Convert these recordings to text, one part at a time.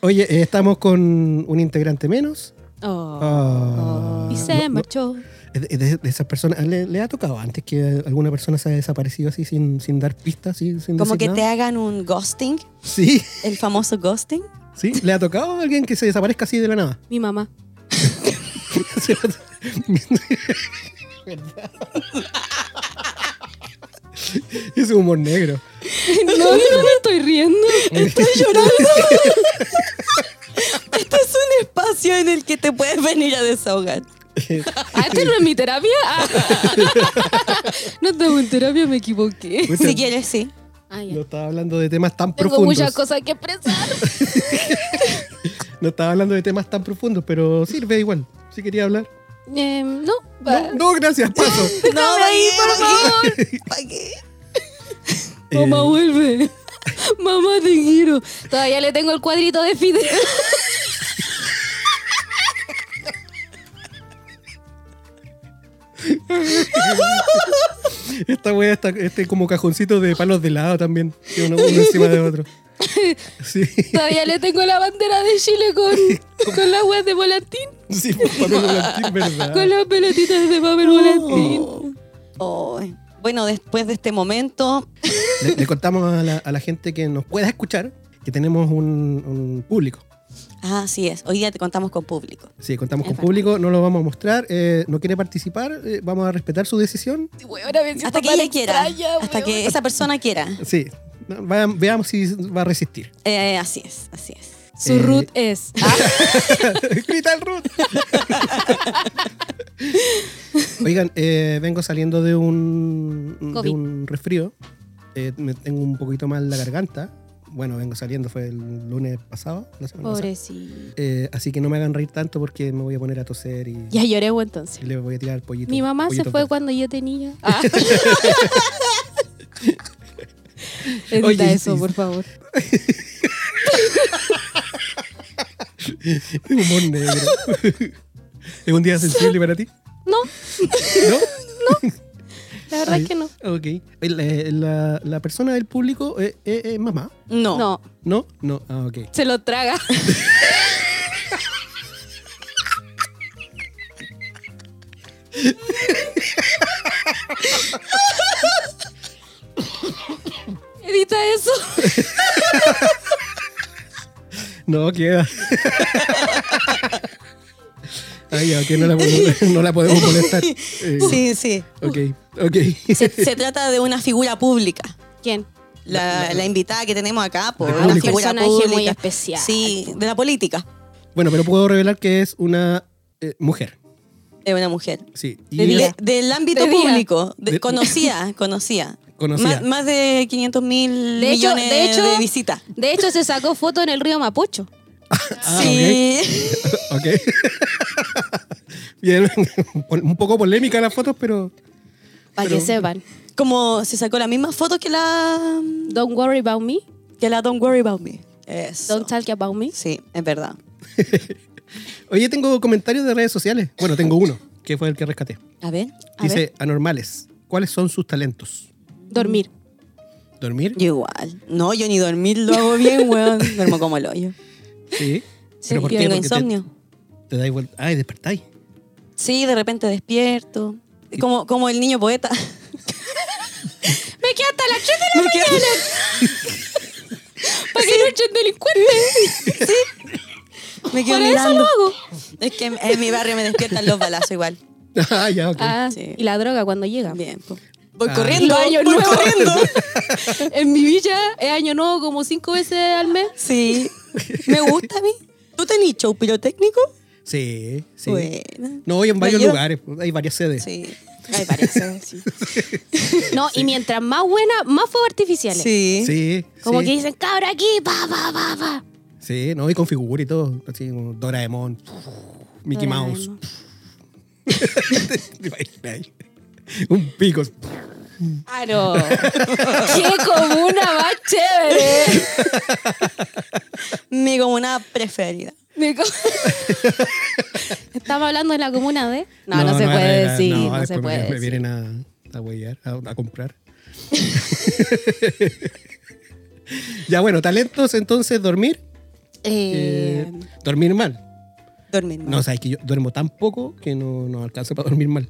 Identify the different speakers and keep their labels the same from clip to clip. Speaker 1: Oye, eh, estamos con un integrante menos.
Speaker 2: Oh.
Speaker 1: Ah.
Speaker 3: Oh. Y se marchó.
Speaker 1: Es De, de- de esas personas, ¿le, le ha tocado antes que alguna persona se ha desaparecido así sin, sin dar pistas? Así, sin
Speaker 2: Como
Speaker 1: decir
Speaker 2: que te
Speaker 1: nada?
Speaker 2: hagan un ghosting,
Speaker 1: Sí,
Speaker 2: el famoso ghosting.
Speaker 1: sí. ¿Le ha tocado a alguien que se desaparezca así de la nada?
Speaker 3: Mi mamá.
Speaker 1: ¿Verdad? es humor negro.
Speaker 3: No, yo no me estoy riendo.
Speaker 2: Estoy llorando. este es un espacio en el que te puedes venir a desahogar.
Speaker 3: Ah, ¿esto no es mi terapia? Ah. No tengo en terapia, me equivoqué.
Speaker 1: Pucha,
Speaker 2: Si quieres, sí.
Speaker 3: Ah, ya.
Speaker 1: No estaba hablando de temas tan
Speaker 3: Tengo
Speaker 1: profundos.
Speaker 3: muchas cosas que expresar.
Speaker 1: No estaba hablando de temas tan profundos, pero sirve igual. Si quería hablar.
Speaker 3: Eh, no, va.
Speaker 1: No, no, gracias, paso.
Speaker 2: No,
Speaker 3: ahí, por favor.
Speaker 2: ¿Para qué?
Speaker 3: Mamá,
Speaker 1: Eh,
Speaker 3: vuelve. Mamá, te quiero. Todavía le tengo el cuadrito de Fidel.
Speaker 1: Esta wea, está, este como cajoncito de palos de lado también, que uno, uno encima de otro. Sí,
Speaker 3: Todavía le tengo la bandera de Chile con, con las weas de volantín.
Speaker 1: sí, pues, por papel volantín, ¿verdad?
Speaker 3: Con las pelotitas de papel volantín.
Speaker 2: Oh. Bueno, después de este momento,
Speaker 1: Le, le contamos a la, a la gente que nos pueda escuchar que tenemos un, un público.
Speaker 2: ah, así es. Hoy día te contamos con público.
Speaker 1: Sí, contamos
Speaker 3: Es
Speaker 1: con
Speaker 3: verdad.
Speaker 1: público, no lo vamos a mostrar. eh, no quiere participar, eh, vamos a respetar su decisión.
Speaker 3: Weona, me siento
Speaker 2: Hasta que
Speaker 3: tan
Speaker 2: ella quiera.
Speaker 3: extraña,
Speaker 2: Hasta
Speaker 3: weona.
Speaker 2: que
Speaker 1: Eh,
Speaker 2: esa persona quiera.
Speaker 1: Sí, no, va- veamos si va a resistir.
Speaker 2: Eh, así es, así es.
Speaker 3: Su
Speaker 1: Eh,
Speaker 3: root es.
Speaker 1: Grita el Ruth. Oigan, eh, vengo saliendo de un, de
Speaker 3: COVID.
Speaker 1: un resfrío. Eh, me tengo un poquito mal la garganta. Bueno, vengo saliendo, fue el lunes pasado. la semana pasada.
Speaker 3: Pobrecito.
Speaker 1: Eh, así que no me hagan reír tanto porque me voy a poner a toser y,
Speaker 3: Ya lloré weón, entonces.
Speaker 1: y le voy a tirar el pollito.
Speaker 3: Mi mamá se
Speaker 1: pollito
Speaker 3: fue
Speaker 1: fuerte.
Speaker 3: cuando yo tenía. Ah. Edita
Speaker 1: Oye,
Speaker 3: eso,
Speaker 1: sí.
Speaker 3: por favor.
Speaker 1: Humor negro. ¿Es un día sensible para ti?
Speaker 3: No,
Speaker 1: ¿No?
Speaker 3: la verdad es que no.
Speaker 1: Ok. La, la- la persona del público es, es- es mamá.
Speaker 2: No.
Speaker 3: No,
Speaker 1: ¿No? No. Ah, ok.
Speaker 3: se lo traga. Edita eso.
Speaker 1: No, queda. Ay, ya, ok, no la, podemos- no la podemos molestar. Eh,
Speaker 2: Sí, sí.
Speaker 1: Ok, ok.
Speaker 2: Se, se trata de una figura pública.
Speaker 3: ¿Quién?
Speaker 2: La, la invitada que tenemos acá, por
Speaker 1: La
Speaker 2: una
Speaker 1: pública.
Speaker 2: figura
Speaker 3: Personaje
Speaker 2: pública.
Speaker 3: muy especial.
Speaker 2: Sí, de la política.
Speaker 1: Bueno, pero puedo revelar que es una eh, mujer.
Speaker 2: De una mujer.
Speaker 1: Sí. Y
Speaker 3: De
Speaker 1: es-
Speaker 3: día.
Speaker 2: De- del ámbito
Speaker 3: De día.
Speaker 2: público. De-
Speaker 1: De-
Speaker 2: conocía, conocía.
Speaker 1: Conocía.
Speaker 2: Más, más de 500 mil
Speaker 3: De hecho-
Speaker 2: millones
Speaker 3: de
Speaker 2: de,
Speaker 3: hecho-
Speaker 2: visitas.
Speaker 3: De hecho, se sacó foto en el río Mapocho.
Speaker 1: Ah,
Speaker 2: sí.
Speaker 1: Ok. Bien, un poco polémica las fotos, pero.
Speaker 3: Para que
Speaker 1: Pero-
Speaker 3: sepan.
Speaker 2: Como se sacó la misma foto que la.
Speaker 3: Don't worry about me.
Speaker 2: que la Don't Worry About Me. Eso.
Speaker 3: Don't talk about me.
Speaker 2: Sí, es verdad.
Speaker 1: Oye, tengo comentarios de redes sociales. Bueno, tengo uno, que fue el que rescaté.
Speaker 2: A ver.
Speaker 3: A
Speaker 1: Dice,
Speaker 3: ver.
Speaker 1: anormales, ¿cuáles son sus talentos?
Speaker 3: Dormir.
Speaker 1: ¿Dormir?
Speaker 2: Yo igual. No, yo ni dormir lo hago bien, weón. Duermo como el hoyo.
Speaker 1: Sí.
Speaker 3: Sí,
Speaker 1: ¿Pero por qué?
Speaker 2: Tengo
Speaker 1: Porque te-
Speaker 2: insomnio.
Speaker 1: Te, dais vuelta. Ay, despertáis.
Speaker 2: Sí, de repente despierto. Como, como el niño poeta.
Speaker 3: Me quedé hasta las 3 de
Speaker 2: Me quedo-
Speaker 3: para que no echen delincuentes.
Speaker 2: Me quedo
Speaker 3: Por eso
Speaker 2: mirando.
Speaker 3: lo hago.
Speaker 2: Es que en, en mi barrio me despiertan los balazos igual.
Speaker 1: ah, ya, ok.
Speaker 3: Ah,
Speaker 2: Sí.
Speaker 3: y la droga cuando llega.
Speaker 2: Bien. po. Voy
Speaker 1: Ah.
Speaker 2: corriendo,
Speaker 3: Los años
Speaker 2: voy
Speaker 3: nuevos.
Speaker 2: corriendo.
Speaker 3: En mi villa es año nuevo como cinco veces al mes.
Speaker 2: Sí. Me gusta a mí. ¿Tú tenés show pirotécnico?
Speaker 1: Sí, sí.
Speaker 3: Pues,
Speaker 2: Bueno.
Speaker 1: No, y en
Speaker 2: Me
Speaker 1: varios
Speaker 2: ayuda.
Speaker 1: lugares, hay varias sedes.
Speaker 2: Sí. Ay, parece. Sí.
Speaker 3: No, y mientras más buena, más fuegos artificiales.
Speaker 2: Sí.
Speaker 1: Sí,
Speaker 3: Como
Speaker 1: sí,
Speaker 3: que dicen, cabra aquí, pa, pa, pa, pa.
Speaker 1: sí, no, y con figura y todo, así como Doraemon, Mickey Mouse,
Speaker 3: Doraemon.
Speaker 1: un pico.
Speaker 3: Ah, no. Qué comuna más chévere.
Speaker 2: Mi comuna preferida.
Speaker 3: Me co- Estamos hablando de la comuna de. No, no, se
Speaker 1: es
Speaker 3: puede
Speaker 1: real,
Speaker 3: decir. No,
Speaker 1: después
Speaker 3: se
Speaker 1: me-
Speaker 3: puede
Speaker 1: Me
Speaker 3: decir.
Speaker 1: vienen a, a huellar, a, a comprar. ya bueno, talentos entonces dormir,
Speaker 3: Eh,
Speaker 1: Dormir mal.
Speaker 2: Dormir mal.
Speaker 1: No, o sea, es que yo duermo tan poco que no, no alcanzo para dormir mal.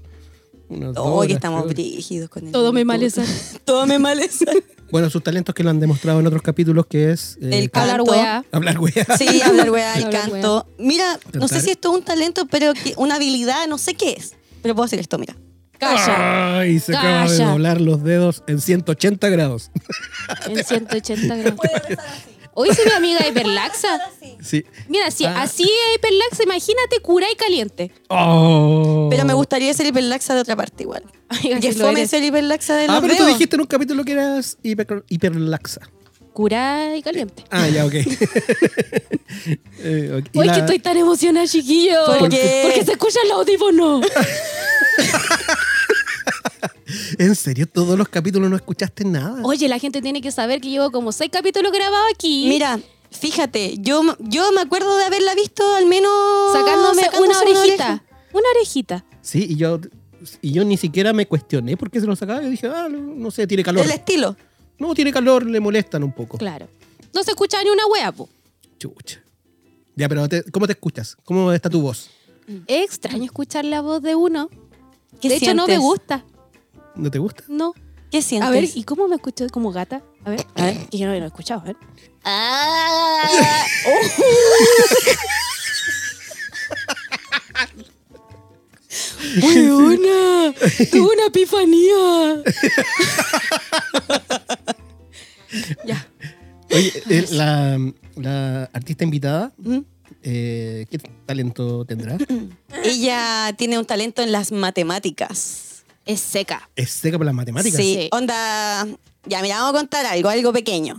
Speaker 1: Unas dos
Speaker 2: Oh, que
Speaker 1: horas,
Speaker 2: estamos
Speaker 1: creo.
Speaker 2: brígidos con el
Speaker 3: Todo me
Speaker 2: YouTube.
Speaker 3: maleza.
Speaker 2: Todo me maleza.
Speaker 1: Bueno, sus talentos que lo han demostrado en otros capítulos, que es... eh,
Speaker 2: El
Speaker 3: Hablar
Speaker 2: Canto.
Speaker 3: weá.
Speaker 1: Hablar weá.
Speaker 2: Sí, hablar weá, el
Speaker 3: Hablar
Speaker 2: canto. Mira, no sé
Speaker 1: Cantar.
Speaker 2: si esto es un talento, pero que- una habilidad, no sé qué es. Pero puedo hacer esto, mira.
Speaker 3: Calla.
Speaker 1: Ay, se acaba de
Speaker 3: Calla.
Speaker 1: doblar los dedos en 180 grados.
Speaker 3: En 180 gramos. Hoy soy mi amiga hiperlaxa.
Speaker 1: Sí.
Speaker 3: Mira, si
Speaker 1: Ah.
Speaker 3: así es hiperlaxa, imagínate cura y caliente.
Speaker 1: Oh.
Speaker 2: Pero me gustaría ser hiperlaxa de otra parte igual.
Speaker 3: Amiga,
Speaker 2: Que
Speaker 3: si lo
Speaker 2: fome
Speaker 3: eres.
Speaker 2: ser hiperlaxa de
Speaker 1: Ah,
Speaker 2: los
Speaker 1: pero tú
Speaker 2: dedos.
Speaker 1: dijiste en un capítulo que eras hiper- hiperlaxa.
Speaker 3: Cura y caliente.
Speaker 1: Ah, ya, ok. Eh, ok. Y
Speaker 3: Hoy
Speaker 1: la-
Speaker 3: que estoy tan emocionada, chiquillo.
Speaker 2: ¿Por qué?
Speaker 3: Porque se escucha el audífono.
Speaker 1: ¿En serio todos los capítulos no escuchaste nada?
Speaker 3: Oye, la gente tiene que saber que llevo como seis capítulos grabados aquí.
Speaker 2: Mira, fíjate, yo, yo me acuerdo de haberla visto al menos...
Speaker 3: oh, sacándome una
Speaker 2: sacándose
Speaker 3: orejita. Una orejita.
Speaker 1: Sí, y yo, y yo ni siquiera me cuestioné por qué se lo sacaba. Yo dije, ah, no sé, tiene calor.
Speaker 2: oreja. El estilo.
Speaker 1: No, tiene calor, le molestan un poco.
Speaker 3: Claro. No se escucha ni una wea, po.
Speaker 1: Chucha. Ya, pero te- ¿cómo te escuchas? ¿Cómo está tu voz?
Speaker 3: Es extraño escuchar la voz de uno.
Speaker 2: ¿Qué
Speaker 3: de hecho, no me
Speaker 2: sientes?
Speaker 3: gusta.
Speaker 1: ¿No te gusta?
Speaker 3: No.
Speaker 2: ¿Qué sientes?
Speaker 3: A ver, ¿y cómo me escucho como gata? A ver, a ver, que yo no lo he escuchado, a ver.
Speaker 2: Ah,
Speaker 3: ¡Buena! ¡Tuve una epifanía! ya.
Speaker 1: Oye, eh, la, la artista invitada,
Speaker 2: ¿Mm?
Speaker 1: eh, ¿qué talento tendrá?
Speaker 2: Ella tiene un talento en las matemáticas.
Speaker 3: Es seca.
Speaker 1: ¿Es seca para las matemáticas?
Speaker 2: Sí,
Speaker 3: Sí.
Speaker 2: onda. Ya, mira, vamos a contar algo, algo pequeño.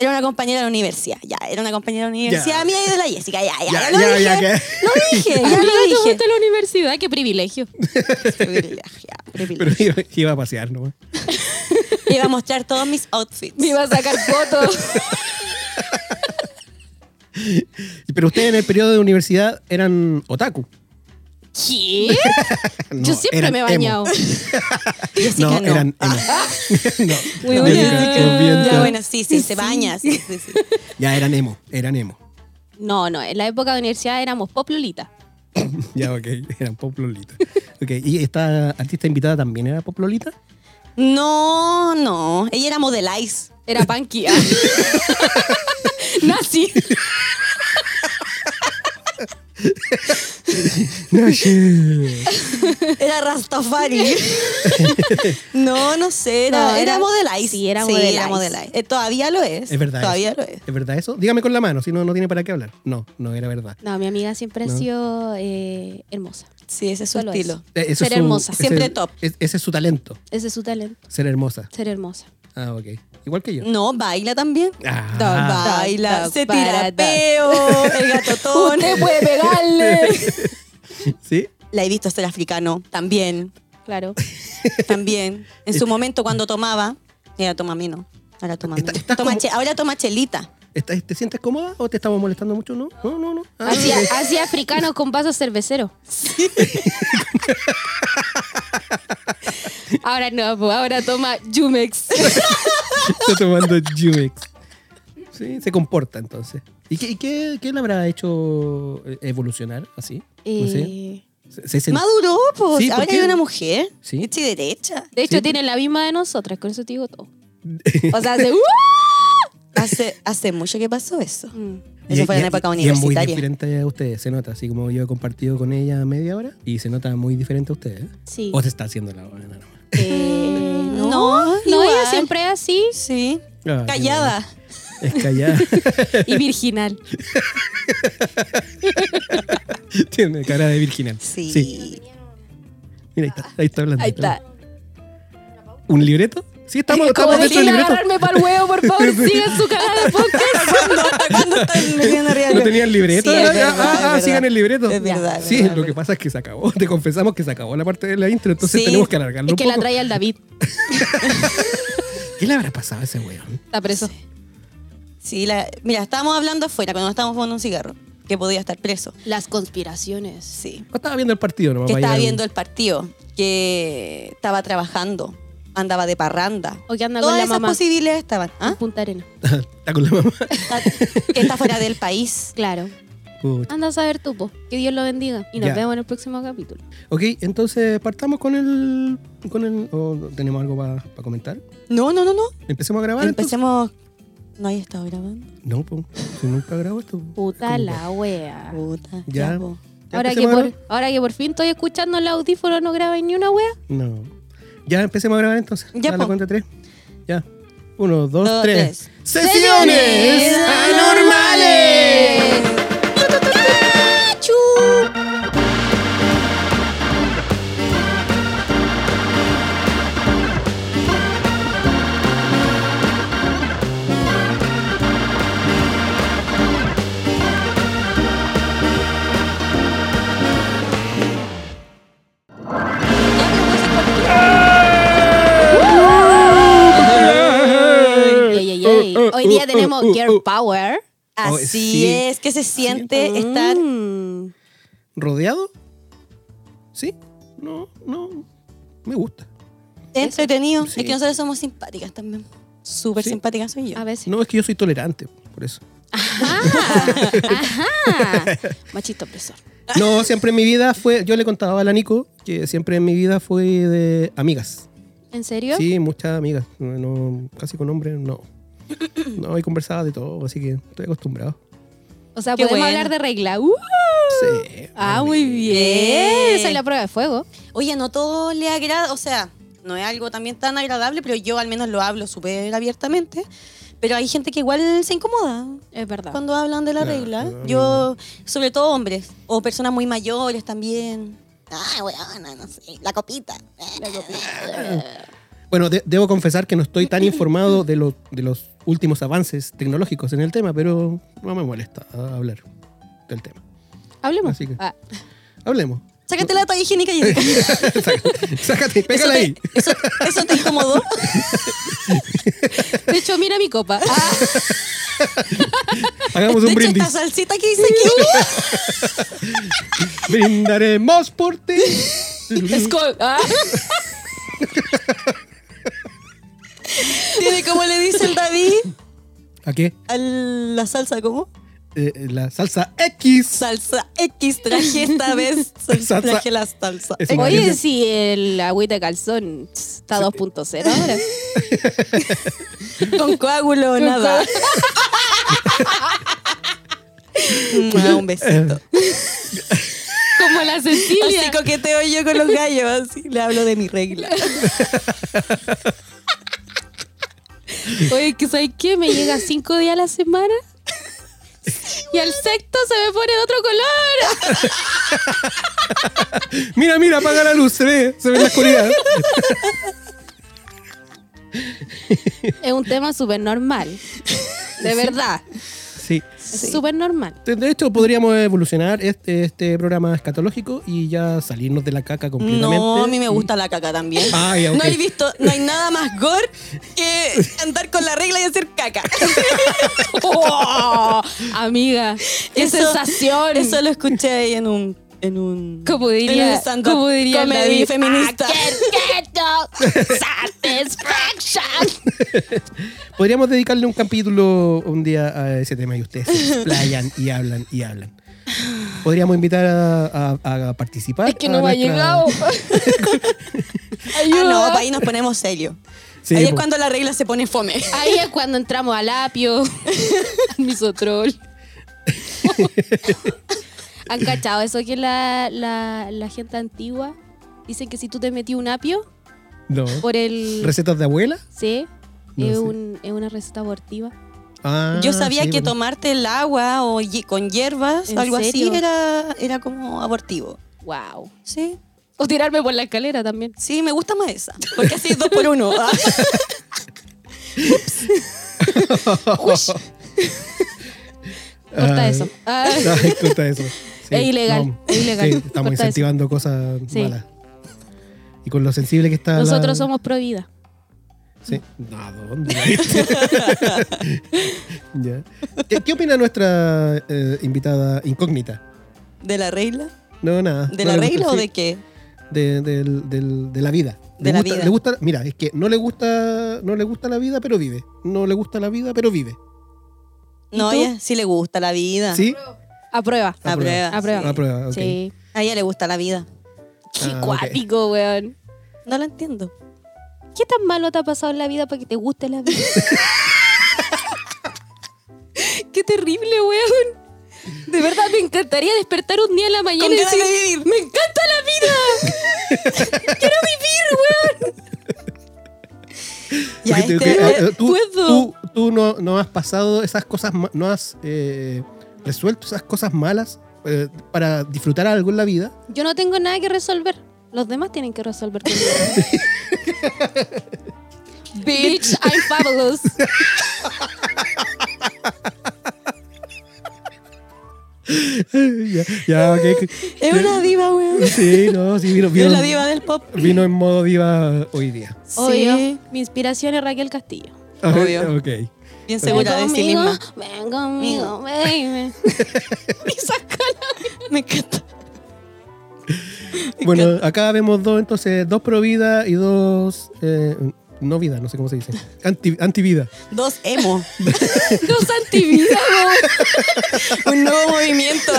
Speaker 2: Era una compañera de la universidad, ya, era una compañera de la universidad
Speaker 1: Ya.
Speaker 2: mía y de la Jessica, ya, ya,
Speaker 1: Ya,
Speaker 2: ya, lo
Speaker 1: ya,
Speaker 2: dije.
Speaker 1: ya, ¿qué?
Speaker 2: Lo dije, ya
Speaker 3: Amiga, ¿te
Speaker 2: lo dije.
Speaker 3: gusta la universidad? ¡Qué privilegio!
Speaker 2: Privilegio, ya,
Speaker 1: Pero
Speaker 2: privilegio.
Speaker 1: iba, iba a pasear nomás.
Speaker 2: Iba a mostrar todos mis outfits.
Speaker 3: Me iba a sacar fotos.
Speaker 1: Pero ustedes en el periodo de universidad eran otaku.
Speaker 3: ¿Qué?
Speaker 1: No,
Speaker 3: Yo siempre
Speaker 1: eran
Speaker 3: me he
Speaker 1: emo.
Speaker 3: bañado.
Speaker 2: Jessica,
Speaker 1: No,
Speaker 2: no. Ah.
Speaker 1: eran emo. no,
Speaker 3: Muy
Speaker 1: Jessica,
Speaker 3: buena.
Speaker 1: te
Speaker 3: Ya,
Speaker 1: miento.
Speaker 2: Ya, bueno, sí, sí, se baña. Sí, sí, sí.
Speaker 1: Ya eran emo, eran emo.
Speaker 3: No, no, en la época de universidad éramos pop lolita.
Speaker 1: Ya, ok, eran poplolitas. Ok, ¿y esta artista invitada también era poplolita?
Speaker 2: No, no. Ella era modelize.
Speaker 3: Era punky. ah. Nazi.
Speaker 2: Era Rastafari. no, no sé. Era,
Speaker 3: No,
Speaker 2: era,
Speaker 3: era-
Speaker 2: modelize.
Speaker 3: sí, era modelize.
Speaker 2: era modelize. Eh, todavía lo es.
Speaker 1: Es verdad.
Speaker 2: Todavía
Speaker 1: eso?
Speaker 2: lo es.
Speaker 1: ¿Es verdad eso? Dígame con la mano, si no, no tiene para qué hablar. No, no era verdad.
Speaker 3: No, mi amiga siempre
Speaker 1: No.
Speaker 3: ha sido eh, hermosa.
Speaker 2: Sí, ese es su
Speaker 3: Solo
Speaker 2: estilo.
Speaker 1: Eh, eso
Speaker 3: Ser
Speaker 1: es su-
Speaker 3: hermosa.
Speaker 1: ese-
Speaker 2: Siempre top.
Speaker 1: es- ese es su talento,
Speaker 3: Ese es su talento,
Speaker 1: ser hermosa.
Speaker 3: ser hermosa.
Speaker 1: Ah, ok. Igual que yo.
Speaker 2: No, baila también.
Speaker 1: Ah.
Speaker 2: No, baila.
Speaker 3: Toc,
Speaker 2: se
Speaker 3: toc,
Speaker 2: tira
Speaker 3: para, toc.
Speaker 2: peo. El gatotón.
Speaker 3: puede pegarle!
Speaker 2: Mm.
Speaker 1: ¿Sí?
Speaker 2: La he visto ser africano. También.
Speaker 3: Claro.
Speaker 2: También. En su momento, cuando tomaba. Ella toma menos. Ahora toma
Speaker 1: Está-
Speaker 2: menos.
Speaker 1: estás
Speaker 2: Toma
Speaker 1: como-
Speaker 2: che- ahora toma chelita.
Speaker 1: ¿Estás- ¿Te sientes cómoda o te estamos molestando mucho? No, no, no. no. Ah,
Speaker 3: Así,
Speaker 1: ok.
Speaker 3: así africanos con vasos cerveceros. ahora no, po, ahora toma Jumex.
Speaker 1: Está tomando Jumex. Sí, se comporta entonces. ¿Y qué, y qué, qué le habrá hecho eh, evolucionar así? No sé.
Speaker 3: Eh,
Speaker 1: Se- se sent-
Speaker 2: Maduró, pues.
Speaker 1: Sí, ¿por
Speaker 2: ahora
Speaker 1: qué?
Speaker 2: hay una mujer.
Speaker 1: Sí.
Speaker 2: Hecha y derecha.
Speaker 3: de hecho,
Speaker 1: Sí.
Speaker 3: tienen la misma de nosotras, con eso te digo todo. O sea, hace, "Uh".
Speaker 2: Hace, hace mucho que pasó eso.
Speaker 3: Mm.
Speaker 1: Y-
Speaker 2: Eso fue en
Speaker 1: y-
Speaker 2: la época
Speaker 1: y es muy
Speaker 2: universitaria.
Speaker 1: diferente a ustedes, se nota. Así como yo he compartido con ella media hora y se nota muy diferente a ustedes. ¿eh?
Speaker 3: Sí.
Speaker 1: O se está haciendo la hora nada más.
Speaker 3: Eh, no,
Speaker 2: no,
Speaker 3: no,
Speaker 2: igual.
Speaker 3: ella siempre es así
Speaker 2: Sí.
Speaker 1: Ah,
Speaker 2: Callada.
Speaker 1: qué bueno. Es callada.
Speaker 3: y virginal.
Speaker 1: Tiene cara de virginal.
Speaker 2: Sí.
Speaker 1: Mira, ahí está, ahí está hablando.
Speaker 3: Ahí está.
Speaker 1: ¿Un libreto? Sí, estamos,
Speaker 3: Como
Speaker 1: estamos dentro del
Speaker 3: dejen
Speaker 1: libreto.
Speaker 3: agarrarme para el huevo, por favor, sigan su canal de podcast.
Speaker 2: ¿Cuándo, ¿cuándo están metiendo arriba?
Speaker 1: No tenían libreto.
Speaker 2: Sí, es
Speaker 1: Ah,
Speaker 2: verdad,
Speaker 1: ah,
Speaker 2: es
Speaker 1: ah,
Speaker 2: verdad.
Speaker 1: sigan el libreto.
Speaker 2: Es verdad, es
Speaker 1: Sí,
Speaker 2: verdad,
Speaker 1: lo
Speaker 2: es
Speaker 1: que
Speaker 2: verdad.
Speaker 1: pasa es que se acabó. Te confesamos que se acabó la parte de la intro, entonces
Speaker 2: Sí.
Speaker 1: tenemos que alargarlo
Speaker 3: Es
Speaker 1: un
Speaker 3: que
Speaker 1: poco.
Speaker 3: la trae al David,
Speaker 1: ¿Qué le habrá pasado a ese weón?
Speaker 3: está preso.
Speaker 2: Sí, la- mira, estábamos hablando afuera cuando estábamos fumando un cigarro. Que podía estar preso.
Speaker 3: Las conspiraciones.
Speaker 2: Sí.
Speaker 1: O Estaba viendo el partido, ¿no?
Speaker 2: Que
Speaker 1: Para
Speaker 2: estaba
Speaker 1: llegar-
Speaker 2: viendo el partido. Que estaba trabajando. Andaba de parranda.
Speaker 3: O que anda con
Speaker 2: Todas
Speaker 3: la
Speaker 2: esas
Speaker 3: mamá.
Speaker 2: posibilidades estaban.
Speaker 3: En
Speaker 2: ¿Ah?
Speaker 3: Punta Arena.
Speaker 1: Está con la mamá.
Speaker 2: Está- que está fuera del país.
Speaker 3: Claro.
Speaker 1: Pucha.
Speaker 3: Anda a saber tú, po. Que Dios lo bendiga. Y nos
Speaker 1: Ya.
Speaker 3: vemos en el próximo capítulo.
Speaker 1: Ok, entonces partamos con el. Con el o ¿Tenemos algo para comentar?
Speaker 2: No, no, no, no.
Speaker 1: ¿Empecemos a grabar? entonces?
Speaker 2: Empecemos. No hay estado grabando.
Speaker 1: No, po, si nunca grabo esto. po.
Speaker 3: Puta
Speaker 1: ¿Cómo?
Speaker 3: la wea.
Speaker 2: Puta.
Speaker 1: Ya.
Speaker 2: Ya. po.
Speaker 1: ¿Ya
Speaker 3: Ahora que,
Speaker 1: empecemos a
Speaker 3: por, ahora que por fin estoy escuchando el audífono, no grabáis ni una wea.
Speaker 1: No. Ya empecemos a grabar entonces.
Speaker 2: Ya,
Speaker 1: a la
Speaker 2: po.
Speaker 1: cuenta 3. Ya. 1, 2,
Speaker 2: Dos,
Speaker 1: 3.
Speaker 2: tres.
Speaker 1: ¡Sesiones
Speaker 3: ¡Sesiones
Speaker 1: anormales!
Speaker 2: Achu.
Speaker 3: Ey, ey, ey.
Speaker 1: Uh, uh,
Speaker 3: Hoy día
Speaker 1: uh,
Speaker 3: tenemos
Speaker 1: uh,
Speaker 3: Girl
Speaker 1: uh.
Speaker 3: Power.
Speaker 1: Oh,
Speaker 2: Así
Speaker 1: sí.
Speaker 2: es que se siente estar
Speaker 3: Mm.
Speaker 1: ¿Rodeado? ¿Sí? No, no. Me gusta.
Speaker 2: entretenido.
Speaker 1: Sí.
Speaker 2: Es que nosotros somos simpáticas también. Súper
Speaker 1: Sí.
Speaker 2: simpática soy yo.
Speaker 3: A veces.
Speaker 1: No, es que yo soy tolerante, por eso.
Speaker 3: Ajá. Ajá. Machito opresor.
Speaker 1: No, siempre en mi vida fue. Yo le contaba a la Nico que siempre en mi vida fue de amigas.
Speaker 3: ¿En serio?
Speaker 1: Sí, muchas amigas. No, no, casi con hombres, no. No, y conversaba de todo, así que estoy acostumbrado.
Speaker 3: O sea,
Speaker 2: Qué
Speaker 3: podemos
Speaker 2: bueno.
Speaker 3: hablar de regla. ¡Uh!
Speaker 1: Sí.
Speaker 3: Ah, muy bien. Esa es la prueba de fuego.
Speaker 2: Oye, no todo le agrada, o sea, no es algo también tan agradable, pero yo al menos lo hablo súper abiertamente. Pero hay gente que igual se incomoda
Speaker 3: Es verdad.
Speaker 2: cuando hablan de la
Speaker 1: Claro,
Speaker 2: regla.
Speaker 1: claro.
Speaker 2: Yo, sobre todo hombres, o personas muy mayores también. Ah, weona, no sé, la copita. La copita.
Speaker 1: Bueno, de- debo confesar que no estoy tan informado de, lo- de los últimos avances tecnológicos en el tema, pero no me molesta ah, hablar del tema.
Speaker 3: Hablemos.
Speaker 1: Así que-
Speaker 3: Ah,
Speaker 1: Hablemos.
Speaker 2: Sácate la toalla higiénica y eso
Speaker 1: Sácate, sácate, pégala
Speaker 2: te-
Speaker 1: ahí.
Speaker 2: Eso, eso te incomodó.
Speaker 3: de hecho, mira mi copa.
Speaker 1: Hagamos
Speaker 2: De
Speaker 1: un
Speaker 2: hecho, esta
Speaker 1: brindis.
Speaker 2: salsita que hice aquí.
Speaker 1: Brindaremos por ti.
Speaker 3: Skol. Ah.
Speaker 2: Tiene como le dice el David
Speaker 1: ¿A qué?
Speaker 2: a la salsa, ¿cómo?
Speaker 1: Eh, eh, la salsa X.
Speaker 2: Salsa X traje esta vez. Sal-
Speaker 1: Salsa.
Speaker 2: Traje la salsa.
Speaker 1: Es una
Speaker 3: Oye,
Speaker 1: belleza.
Speaker 3: si el agüita de calzón está 2.0 ahora.
Speaker 2: Con coágulo o nada. Mua, Mm, un besito.
Speaker 3: Como la Cecilia.
Speaker 2: Así coqueteo yo con los gallos. Así le hablo de mi regla.
Speaker 3: Oye, que ¿sabes qué? Me llega cinco días a la semana. Y al sexto se me pone de otro color.
Speaker 1: Mira, mira, apaga la luz, se ve, se ve en la oscuridad.
Speaker 3: Es un tema súper normal. De verdad.
Speaker 1: Sí.
Speaker 3: Es súper normal.
Speaker 1: De- De hecho, podríamos evolucionar este, este programa escatológico y ya salirnos de la caca completamente.
Speaker 2: No, a mí
Speaker 1: Y-
Speaker 2: me gusta la caca también.
Speaker 1: Ah, ya, mm. ok.
Speaker 2: No he visto, no hay nada más gore que andar con la regla y hacer caca.
Speaker 3: ¡Oh! amiga, qué
Speaker 2: Eso-
Speaker 3: sensación.
Speaker 2: Eso lo escuché ahí en un. En un
Speaker 3: como
Speaker 2: en un
Speaker 3: diría,
Speaker 2: stand-up
Speaker 3: como diría Ah, el
Speaker 2: comedy
Speaker 3: David,
Speaker 2: feminista.
Speaker 3: "I can't get no satisfaction".
Speaker 1: Podríamos dedicarle un capítulo un día a ese tema y ustedes se explayan y hablan y hablan. Podríamos invitar a, a- a participar.
Speaker 3: Es que no me ha
Speaker 1: nuestra-
Speaker 3: llegado.
Speaker 2: Ah, no,
Speaker 3: Ayuda.
Speaker 2: pa' ahí nos ponemos serio.
Speaker 1: Sí,
Speaker 2: ahí es
Speaker 1: po.
Speaker 2: cuando la regla se pone fome.
Speaker 3: Ahí es cuando entramos al apio, al misotrol. ¿Han cachado eso que la, la, la gente antigua dicen que si tú te metí un apio
Speaker 1: No.
Speaker 3: por el...
Speaker 1: ¿Recetas de abuela? ¿Eh?
Speaker 3: sí,
Speaker 1: No
Speaker 3: es,
Speaker 1: sé.
Speaker 3: un- es una receta abortiva.
Speaker 1: Ah,
Speaker 2: Yo sabía
Speaker 1: sí,
Speaker 2: que
Speaker 1: bueno.
Speaker 2: tomarte el agua o hie- con hierbas,
Speaker 3: ¿En
Speaker 2: algo
Speaker 3: serio?
Speaker 2: así, era, era como abortivo.
Speaker 3: Wow.
Speaker 2: Sí,
Speaker 3: O tirarme por la escalera también.
Speaker 2: sí, me gusta más esa. Porque así es dos por uno. Ah.
Speaker 3: Corta
Speaker 1: Ay.
Speaker 3: eso. Ah.
Speaker 1: Ay, corta eso. Sí,
Speaker 3: Es ilegal, es ilegal.
Speaker 1: sí, estamos
Speaker 3: Corta eso.
Speaker 1: incentivando cosas
Speaker 3: Sí.
Speaker 1: malas. Y con lo sensible que está. Ah, la-
Speaker 3: Nosotros somos pro vida.
Speaker 1: Sí. No, ¿a dónde? Ya. ¿Qué, qué opina nuestra eh, invitada incógnita?
Speaker 2: ¿De la regla?
Speaker 1: No, nada.
Speaker 2: ¿De
Speaker 1: No
Speaker 2: la
Speaker 1: le gusta,
Speaker 2: regla o
Speaker 1: sí.
Speaker 2: de qué?
Speaker 1: de, del- del- de la vida. Le
Speaker 2: De la
Speaker 1: gusta-
Speaker 2: vida.
Speaker 1: le gusta- mira, es que no le gusta, no le gusta la vida, pero vive. No le gusta la vida, pero vive.
Speaker 2: No,
Speaker 3: tú?
Speaker 2: ella sí le gusta la vida.
Speaker 1: ¿Sí?
Speaker 3: Aprueba.
Speaker 2: Aprueba.
Speaker 3: Aprueba.
Speaker 1: Aprueba, Ah, ok.
Speaker 3: Sí.
Speaker 2: A ella le gusta la vida.
Speaker 3: Qué
Speaker 1: Ah, ok.
Speaker 3: cuático, weón.
Speaker 2: No la entiendo.
Speaker 3: ¿Qué tan malo te ha pasado en la vida para que te guste la vida? Qué terrible, weón. De verdad, me encantaría despertar un día en la mañana
Speaker 2: Con
Speaker 3: y
Speaker 2: ganas
Speaker 3: decir,
Speaker 2: de vivir.
Speaker 3: ¡Me encanta la vida! ¡Quiero vivir, weón!
Speaker 2: Ya,
Speaker 1: Porque te-
Speaker 2: este-
Speaker 1: te-
Speaker 3: eh,
Speaker 1: ah, tú,
Speaker 3: puedo.
Speaker 1: tú- tú no, no has pasado esas cosas, ma- no has eh, resuelto esas cosas malas eh, para disfrutar algo en la vida.
Speaker 3: Yo no tengo nada que resolver. Los demás tienen que resolver conmigo. Bitch, I'm fabulous.
Speaker 1: ya, ya, ok.
Speaker 2: Es
Speaker 1: eh,
Speaker 2: una diva, weón.
Speaker 1: Sí, no, sí, vino, vino,
Speaker 2: Es la diva del pop.
Speaker 1: vino en modo diva hoy día.
Speaker 3: Obvio, mi inspiración es Raquel Castillo.
Speaker 2: Obvio.
Speaker 1: Ok.
Speaker 2: Bien segura de sí
Speaker 3: conmigo,
Speaker 2: misma.
Speaker 3: ven conmigo, baby. y saca
Speaker 2: Me encanta.
Speaker 1: Bueno, acá vemos dos, entonces, dos pro vida y dos. eh, no vida, no sé cómo se dice. Anti, antivida.
Speaker 2: Dos emo.
Speaker 3: los antividas,
Speaker 2: Un nuevo movimiento.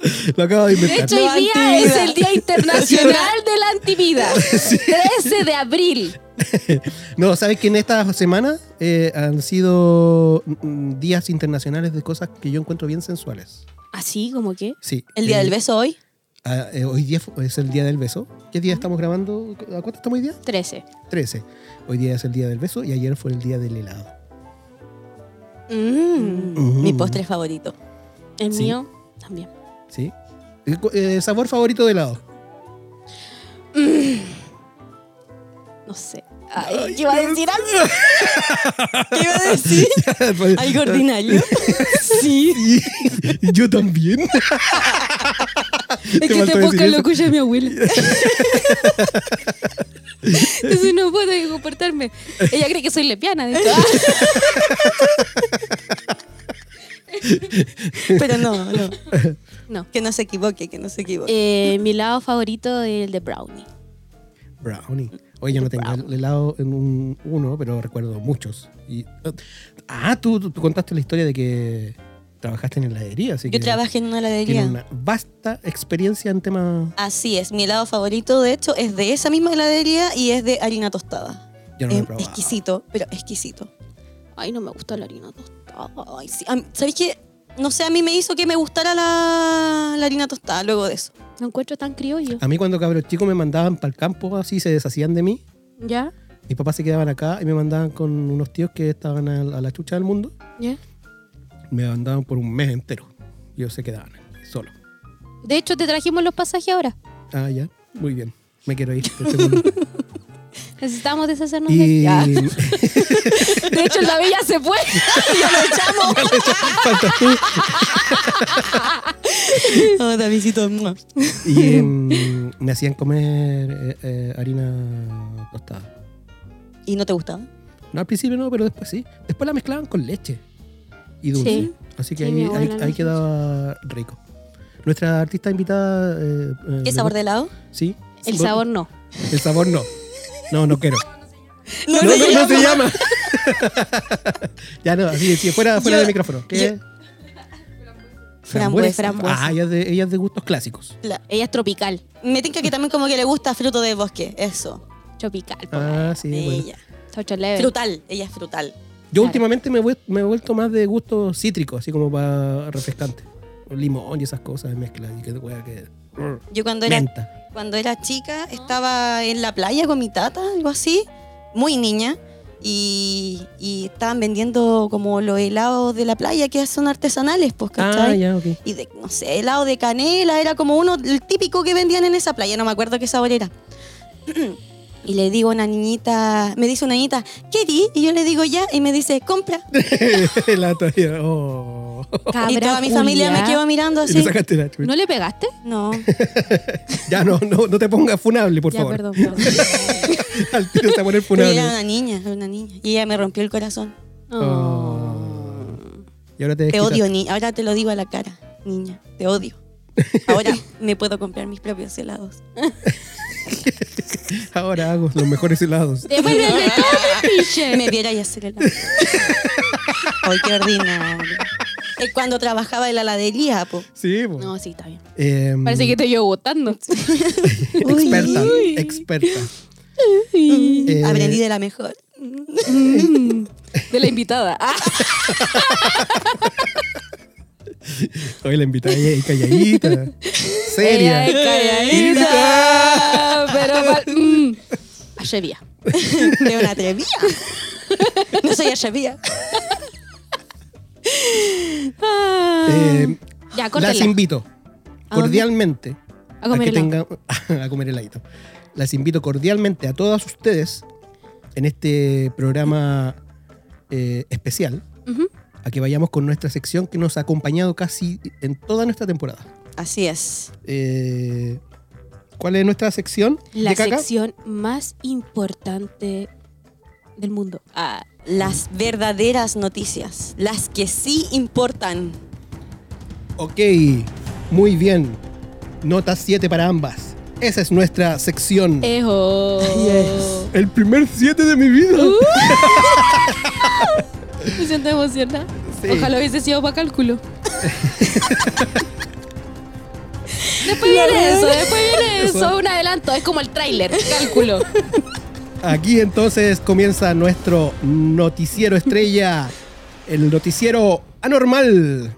Speaker 2: así.
Speaker 1: Lo acabo de
Speaker 3: De
Speaker 1: inventar.
Speaker 3: hecho,
Speaker 2: Los
Speaker 3: hoy día
Speaker 2: antividas.
Speaker 3: es el Día Internacional de la Antivida. 13 de abril.
Speaker 1: No, ¿sabes que en esta semana eh, han sido mm, días internacionales de cosas que yo encuentro bien sensuales?
Speaker 3: ¿Así como qué?
Speaker 1: Sí.
Speaker 2: El
Speaker 1: Eh,
Speaker 2: día del beso hoy.
Speaker 1: ah, eh, hoy día fu- es el día del beso. ¿Qué día estamos grabando? ¿A cuánto estamos hoy día?
Speaker 3: 13.
Speaker 1: 13. Hoy día es el día del beso y ayer fue el día del helado. Mm.
Speaker 2: Mi postre favorito.
Speaker 3: El
Speaker 1: Sí.
Speaker 3: mío también.
Speaker 1: ¿Sí? Eh, cu- eh, ¿Sabor favorito de helado?
Speaker 3: No sé. Ay, ¿Qué iba a decir algo?
Speaker 2: ¿Qué iba a decir? Algo ordinario.
Speaker 3: Sí.
Speaker 1: Y yo también.
Speaker 3: Es que
Speaker 1: faltó
Speaker 3: te
Speaker 1: decir
Speaker 3: busca
Speaker 1: eso.
Speaker 3: lo cuya mi abuela. Entonces no puedo comportarme. Ella cree que soy lesbiana. de hecho. Ah,
Speaker 2: Pero no, no.
Speaker 3: No.
Speaker 2: Que no se equivoque, que no se equivoque.
Speaker 3: Eh, mi lado favorito es el de brownie.
Speaker 1: Brownie. Oye, yo no tengo el helado en un, uno, pero recuerdo muchos. Y, ah, tú, tú- tú contaste la historia de que trabajaste en heladería, así que...
Speaker 2: Yo trabajé en una heladería.
Speaker 1: Tiene una vasta experiencia en tema...
Speaker 2: Así es, mi helado favorito de hecho es de esa misma heladería y es de harina tostada.
Speaker 1: Yo no lo he
Speaker 2: es
Speaker 1: probado.
Speaker 2: exquisito, pero exquisito.
Speaker 3: Ay, no me gusta la harina tostada.
Speaker 2: Ay, sí. A mí- ¿Sabes qué? No sé, a mí me hizo que me gustara la, la harina tostada luego de eso.
Speaker 3: No encuentro tan criollo.
Speaker 1: A mí cuando cabros chicos me mandaban para el campo, así se deshacían de mí.
Speaker 3: ¿Ya?
Speaker 1: Mis papás se quedaban acá y me mandaban con unos tíos que estaban a la a la chucha del mundo.
Speaker 3: ¿Ya?
Speaker 1: Me mandaban por un mes entero. Y ellos se quedaban solo.
Speaker 3: De hecho, te trajimos los pasajes ahora.
Speaker 1: Ah, ya. Muy bien. Me quiero ir. de este mundo.
Speaker 3: Necesitamos deshacernos de
Speaker 1: y...
Speaker 3: ella. De hecho, la villa se fue. Ya lo echamos.
Speaker 1: Faltas tú. Ah,
Speaker 2: Oh, Davidito, mua.
Speaker 1: Y em, me hacían comer eh, eh, harina tostada.
Speaker 2: ¿Y no te gustaba?
Speaker 1: No, al principio no, pero después sí. Después la mezclaban con leche y dulce.
Speaker 3: Sí.
Speaker 1: Así que
Speaker 3: Sí, mi
Speaker 1: ahí,
Speaker 3: abuela
Speaker 1: ahí-
Speaker 3: lo
Speaker 1: ahí
Speaker 3: hizo.
Speaker 1: quedaba rico. Nuestra artista invitada. eh, eh,
Speaker 2: ¿Qué
Speaker 1: le
Speaker 2: sabor
Speaker 1: gusta-
Speaker 2: de helado?
Speaker 1: Sí.
Speaker 3: El sabor no.
Speaker 1: El sabor no. No, no quiero.
Speaker 2: No,
Speaker 1: no, no, no se llama. ya no, así, sí, fuera, fuera
Speaker 2: Yo-
Speaker 1: de micrófono. ¿Qué?
Speaker 2: Frambuesa.
Speaker 3: Frambuesa.
Speaker 1: Ah, ella es, de, ella es de gustos clásicos.
Speaker 3: Ella es tropical.
Speaker 2: Me tinca que también como que le gusta fruto de bosque, eso.
Speaker 3: Tropical. po.
Speaker 1: Ah, sí. bueno.
Speaker 2: ella.
Speaker 3: Chocho leve.
Speaker 2: Frutal, ella es frutal.
Speaker 1: Yo
Speaker 3: Claro.
Speaker 1: últimamente me, he vuel- me he vuelto más de gusto cítrico, así como para refrescante. Limón y esas cosas, mezclas. Y que, wea, que,
Speaker 2: Yo cuando era,
Speaker 1: menta.
Speaker 2: cuando era chica estaba en la playa con mi tata, algo así, muy niña, y, y estaban vendiendo como los helados de la playa que son artesanales, pues,
Speaker 1: Ah,
Speaker 2: ¿cachai?
Speaker 1: ya, ok.
Speaker 2: y de, no sé, helado de canela, era como uno, el típico que vendían en esa playa, no me acuerdo qué sabor era. Y le digo a una niñita, me dice una niñita, ¿qué di? Y yo le digo ya, y me dice, compra.
Speaker 1: la talla, oh.
Speaker 3: Cabra
Speaker 2: y toda mi familia me
Speaker 3: culiá.
Speaker 2: quedó mirando
Speaker 1: Y le
Speaker 2: así.
Speaker 1: sacaste la chucha.
Speaker 3: ¿No le pegaste?
Speaker 2: No,
Speaker 1: Ya, no, no, no te pongas funable, por
Speaker 3: ya,
Speaker 1: favor.
Speaker 3: perdón. perdón.
Speaker 1: Al tiro te pones
Speaker 2: pero
Speaker 1: funable.
Speaker 2: era una niña, era una niña. Y ella me rompió el corazón.
Speaker 1: Oh. Y ahora te
Speaker 2: Te
Speaker 1: desquitas.
Speaker 2: odio, ni ahora te lo digo a la cara, niña, te odio. Ahora me puedo comprar mis propios helados.
Speaker 1: Ahora hago los mejores helados.
Speaker 3: Eh, Devuélveme todo, pinche.
Speaker 2: Me viera y hacer helado. Ay, qué ordinario. eh, cuando trabajaba en la heladería, po.
Speaker 1: Sí, po.
Speaker 3: No, sí, está bien.
Speaker 1: Em,
Speaker 3: Parece que te llevo votando.
Speaker 1: Experta,
Speaker 3: Uy.
Speaker 1: experta. Eh,
Speaker 2: Aprendí de la mejor.
Speaker 3: de la invitada. Ah,
Speaker 1: Hoy la invitada ahí ahí calladita.
Speaker 3: ella
Speaker 1: Seria.
Speaker 3: es calladita, pero mal. Mm. Atrevía.
Speaker 2: De una atrevida. No soy atrevida.
Speaker 3: Ah.
Speaker 1: Eh,
Speaker 3: ya,
Speaker 1: las
Speaker 3: córtela.
Speaker 1: invito
Speaker 3: ¿A dónde?
Speaker 1: cordialmente
Speaker 3: A
Speaker 1: que
Speaker 3: comer helado.
Speaker 1: tengan a comer heladito. Las invito cordialmente a todas ustedes en este programa eh, especial
Speaker 3: Ujú.
Speaker 1: a que vayamos con nuestra sección que nos ha acompañado casi en toda nuestra temporada.
Speaker 2: Así es.
Speaker 1: Eh, ¿Cuál es nuestra sección?
Speaker 3: La
Speaker 1: de caca?
Speaker 3: sección más importante del mundo. Ah,
Speaker 2: Las verdaderas noticias. Las que sí importan.
Speaker 1: Ok, muy bien. Nota 7 para ambas. Esa es nuestra sección.
Speaker 3: Eh, ejo.
Speaker 2: Yes.
Speaker 1: El primer 7 de mi vida.
Speaker 3: Uh, Me siento emocionada.
Speaker 1: Sí.
Speaker 3: Ojalá hubiese sido para cálculo. después
Speaker 2: La
Speaker 3: viene eso,
Speaker 2: verdad.
Speaker 3: después viene
Speaker 1: Eso.
Speaker 3: eso, un adelanto. Es como el tráiler, cálculo.
Speaker 1: Aquí entonces comienza nuestro noticiero estrella, el noticiero anormal.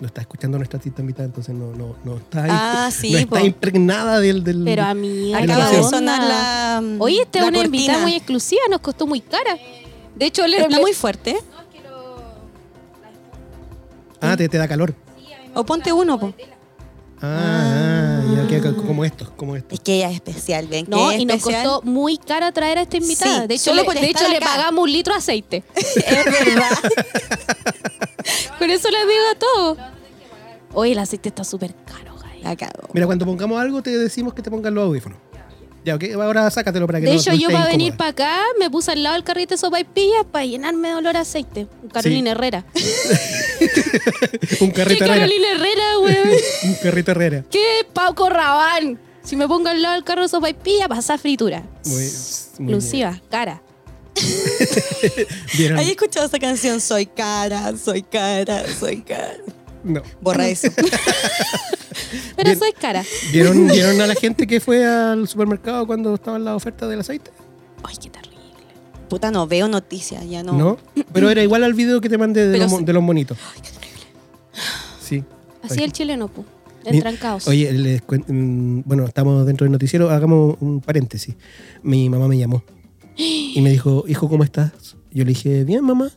Speaker 1: No está escuchando nuestra tita invitada, entonces no, no, no está, ahí-
Speaker 2: Ah, sí,
Speaker 1: no está
Speaker 2: po.
Speaker 1: impregnada del... del
Speaker 3: Pero a mí
Speaker 2: Mm.
Speaker 3: Mm.
Speaker 2: Acaba de sonar la.
Speaker 3: Oye, esta es
Speaker 2: la
Speaker 3: una invitada
Speaker 2: cortina.
Speaker 3: muy exclusiva, nos costó muy cara. De hecho, le,
Speaker 2: Está
Speaker 3: le-
Speaker 2: muy fuerte.
Speaker 1: Ah, te, te da calor.
Speaker 2: O ponte uno, po.
Speaker 1: Ah, ya que- que- como estos, como estos.
Speaker 2: Es que ella es especial, ven.
Speaker 3: No,
Speaker 2: que es
Speaker 3: y nos
Speaker 2: especial.
Speaker 3: costó muy cara traer a esta invitada.
Speaker 2: Sí,
Speaker 3: de hecho,
Speaker 2: solo
Speaker 3: le,
Speaker 2: por
Speaker 3: de
Speaker 2: estar
Speaker 3: hecho le
Speaker 2: acá.
Speaker 3: pagamos un litro de aceite.
Speaker 2: Es verdad.
Speaker 3: Por eso les digo a todos. Oye, el aceite está súper caro, Gaby.
Speaker 2: La cago.
Speaker 1: Mira, cuando pongamos algo te decimos que te pongan los audífonos. Ya, ok, ahora sácatelo para que
Speaker 3: De
Speaker 1: no
Speaker 3: hecho,
Speaker 1: no
Speaker 3: yo
Speaker 1: estés
Speaker 3: para venir
Speaker 1: incómoda.
Speaker 3: para acá me puse al lado del carrito de sopa y pillas para llenarme de olor a aceite. Un Carolina Herrera.
Speaker 1: Un
Speaker 3: ¿Qué
Speaker 1: carrito herrera.
Speaker 3: Carolina Herrera, weón?
Speaker 1: Un carrito herrera.
Speaker 3: ¿Qué Pauco Rabán? Si me pongo al lado del carro de sopa y pilla, pasa fritura.
Speaker 1: Muy, muy bien.
Speaker 3: Exclusiva, cara.
Speaker 1: ¿Vieron?
Speaker 2: ¿Has escuchado esa canción? Soy cara, soy cara, soy cara.
Speaker 1: No.
Speaker 2: Borra eso.
Speaker 3: Pero
Speaker 1: Bien.
Speaker 3: eso es cara.
Speaker 1: ¿Vieron, ¿Vieron a la gente que fue al supermercado cuando estaban las ofertas del aceite?
Speaker 3: Ay, qué terrible.
Speaker 2: Puta, no veo noticias, ya no.
Speaker 1: No. Pero era igual al video que te mandé de,
Speaker 2: Pero
Speaker 1: los, mo-
Speaker 2: sí.
Speaker 1: de los monitos. Sí.
Speaker 3: Así
Speaker 1: Oye.
Speaker 3: el chileno, pu.
Speaker 1: Mi-
Speaker 3: Entran caos.
Speaker 1: Oye, les cuen- mm, bueno, estamos dentro del noticiero, hagamos un paréntesis. Mi mamá me llamó y me dijo, hijo, ¿cómo estás? Yo le dije, bien, mamá,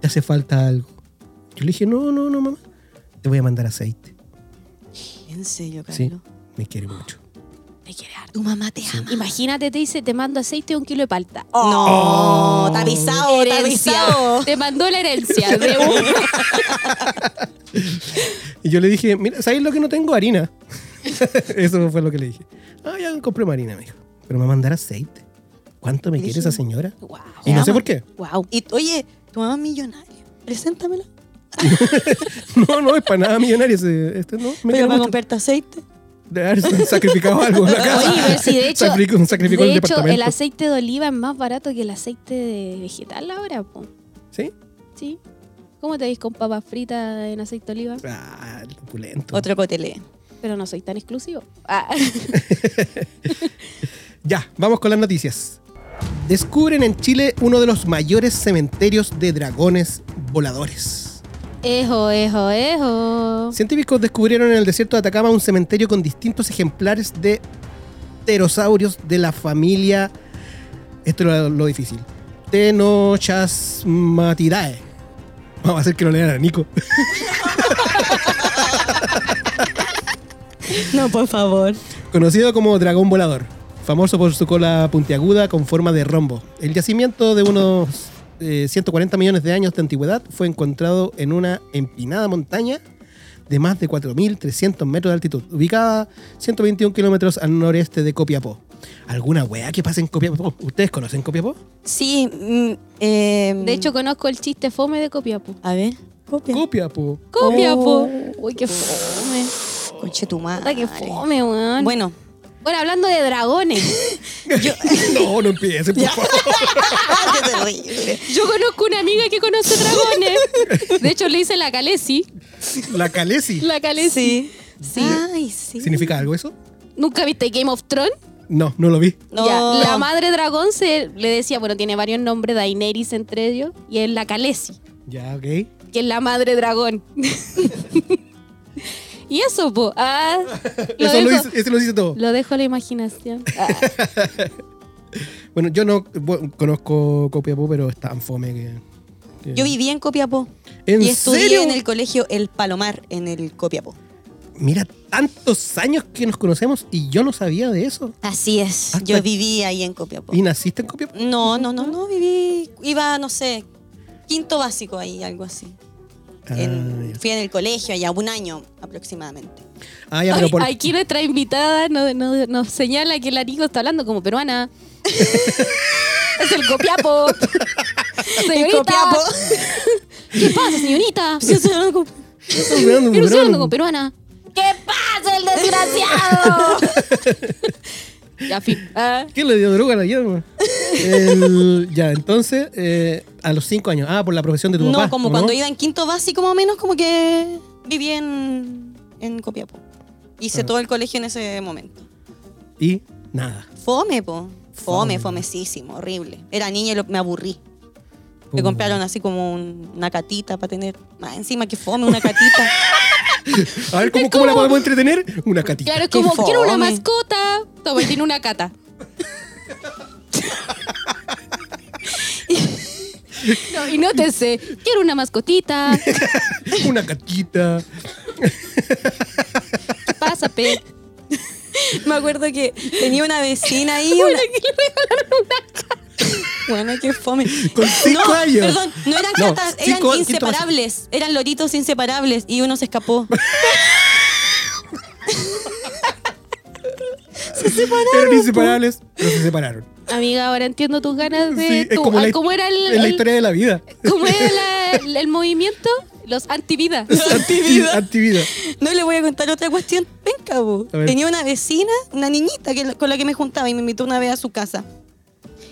Speaker 1: te hace falta algo. Yo le dije, no, no, no, mamá, te voy a mandar aceite.
Speaker 2: En serio, Carlos.
Speaker 1: Sí, me quiere mucho.
Speaker 3: Te quiere harto.
Speaker 2: Tu mamá te ama.
Speaker 3: Imagínate, te dice, te mando aceite y un kilo de palta.
Speaker 2: Oh.
Speaker 3: Oh,
Speaker 2: No, está avisado, está avisado.
Speaker 3: Te mandó la herencia. de un-
Speaker 1: Y yo le dije, mira, ¿sabes lo que no tengo? Harina. Eso fue lo que le dije. Ah, ya compré harina, me dijo. Pero me va a mandar aceite. ¿Cuánto me quiere esa señora?
Speaker 3: Guau.
Speaker 1: Y no sé
Speaker 2: ama.
Speaker 1: por qué.
Speaker 3: Guau.
Speaker 2: Y oye, tu mamá es millonaria. Preséntamela.
Speaker 1: No, no, es para nada millonario. ese- Este, no, me
Speaker 2: Pero
Speaker 1: quiere
Speaker 2: para
Speaker 1: mucho.
Speaker 2: comprarte aceite.
Speaker 1: De haber sacrificado algo en la casa.
Speaker 3: Oye, pero si de hecho,
Speaker 1: Sacrificó- sacrificó
Speaker 3: de
Speaker 1: el
Speaker 3: hecho el
Speaker 1: departamento.
Speaker 3: aceite de oliva es más barato que el aceite de vegetal ahora, po.
Speaker 1: ¿Sí?
Speaker 3: ¿Sí? ¿Cómo te veis con papas fritas en aceite de oliva?
Speaker 1: Ah, el opulento.
Speaker 2: Otro cotelé.
Speaker 3: Pero no soy tan exclusivo. Ah.
Speaker 1: Ya, vamos con las noticias. Descubren en Chile uno de los mayores cementerios de dragones voladores.
Speaker 3: Ejo, ejo, ejo.
Speaker 1: Científicos descubrieron en el desierto de Atacama un cementerio con distintos ejemplares de pterosaurios de la familia. Esto es lo, lo difícil. Tenochasmatidae. Vamos a hacer que lo lean a Nico.
Speaker 2: No, por favor.
Speaker 1: Conocido como dragón volador, famoso por su cola puntiaguda con forma de rombo. El yacimiento de unos eh, 140 millones de años de antigüedad fue encontrado en una empinada montaña de más de 4.300 metros de altitud, ubicada 121 kilómetros al noreste de Copiapó. ¿Alguna weá que pasa en Copiapó? ¿Ustedes conocen Copiapó?
Speaker 2: Sí. mm, eh,
Speaker 3: De hecho, conozco el chiste fome de Copiapó.
Speaker 2: a ver. Copia.
Speaker 1: Copiapó.
Speaker 3: Copiapó.
Speaker 2: Oh.
Speaker 3: Uy, qué fome.
Speaker 2: Conche tu madre.
Speaker 3: Puta, qué fome, weón.
Speaker 2: Bueno,
Speaker 3: Bueno, hablando de dragones.
Speaker 2: Yo,
Speaker 1: No, no empieces, por favor.
Speaker 2: qué terrible.
Speaker 3: Yo conozco una amiga que conoce dragones. De hecho, le hice la calesi.
Speaker 1: La Calesi.
Speaker 3: La calesi.
Speaker 2: Sí.
Speaker 3: Sí.
Speaker 2: Ay, sí.
Speaker 1: ¿Significa algo eso?
Speaker 3: ¿Nunca viste Game of Thrones?
Speaker 1: No, no lo vi.
Speaker 2: No.
Speaker 3: Ya, la madre dragón se le decía, bueno, tiene varios nombres, Daenerys entre ellos, y es la Khaleesi,
Speaker 1: Ya, ok.
Speaker 3: que es la madre dragón. y eso, po. Ah, lo,
Speaker 1: Eso lo
Speaker 3: dejo,
Speaker 1: hice, eso lo hice todo.
Speaker 3: lo dejo a la imaginación. Ah,
Speaker 1: Bueno, yo no bueno, conozco Copiapó, pero es tan fome que. que-
Speaker 2: Yo viví en Copiapó.
Speaker 1: ¿En
Speaker 2: y estudié
Speaker 1: serio?
Speaker 2: en el colegio El Palomar, en el Copiapó.
Speaker 1: Mira, tantos años que nos conocemos y yo no sabía de eso.
Speaker 2: Así es.
Speaker 1: Hasta-
Speaker 2: Yo viví ahí en Copiapó.
Speaker 1: Ah, ¿Y naciste en Copiapó?
Speaker 2: No, no, no, no, viví. Iba, no sé, quinto básico ahí, algo así. En-
Speaker 1: Ah, ya.
Speaker 2: fui en el colegio allá un año aproximadamente.
Speaker 1: Ah, ya, pero
Speaker 3: ay,
Speaker 1: por.
Speaker 3: Aquí nuestra invitada no- no- nos, señala que el arico está hablando como peruana. es el copiapo.
Speaker 2: En
Speaker 3: señorita,
Speaker 2: Copiapó.
Speaker 3: ¿qué pasa, señorita?
Speaker 2: Sí, sí, no, como-
Speaker 3: Pero sí hablo como peruana. ¿Qué pasa, el desgraciado? ya, fin. Ah,
Speaker 1: ¿Quién le dio droga a la hierba? El- ya, entonces, eh, a los cinco años. Ah, por la profesión de tu papá.
Speaker 2: no, como cuando iba en quinto básico más o menos, como que viví en, en Copiapó. Hice
Speaker 1: Ah.
Speaker 2: todo el colegio en ese momento.
Speaker 1: Y nada.
Speaker 2: Fome, po.
Speaker 1: Fome.
Speaker 2: Fome, fomesísimo, horrible. Era niña y lo- me aburrí.
Speaker 1: Puh.
Speaker 2: Me compraron así como un- una catita para tener. Más encima que fome, una catita.
Speaker 1: A ver, ¿cómo, cómo la podemos entretener? Una catita.
Speaker 3: claro, es
Speaker 2: Qué
Speaker 3: como
Speaker 2: fome.
Speaker 3: quiero una mascota. Toma, y tiene una cata. no, y nótese, quiero una mascotita. ¿Qué
Speaker 1: Una catita.
Speaker 3: pasa, pe?
Speaker 2: Me acuerdo que tenía una vecina ahí. Una... Bueno, qué fome.
Speaker 1: Con cinco
Speaker 2: no,
Speaker 1: años.
Speaker 2: Perdón, no eran
Speaker 1: No,
Speaker 2: catas, eran
Speaker 1: cinco- quinto básico.
Speaker 2: inseparables. Eran loritos inseparables y uno se escapó.
Speaker 1: Eran inseparables, pero se separaron.
Speaker 3: Amiga, ahora entiendo tus ganas de.
Speaker 1: Sí, es
Speaker 3: tu-
Speaker 1: como
Speaker 3: ah,
Speaker 1: la,
Speaker 3: ¿Cómo era el,
Speaker 1: es la
Speaker 3: el-
Speaker 1: historia de la vida.
Speaker 3: ¿Cómo era la- el movimiento? Los antivida.
Speaker 1: Antivida. Antivida.
Speaker 2: No le voy a contar otra cuestión. Venga, vos.
Speaker 1: A ver.
Speaker 2: Tenía una vecina, una niñita que, con la que me juntaba y me invitó una vez a su casa.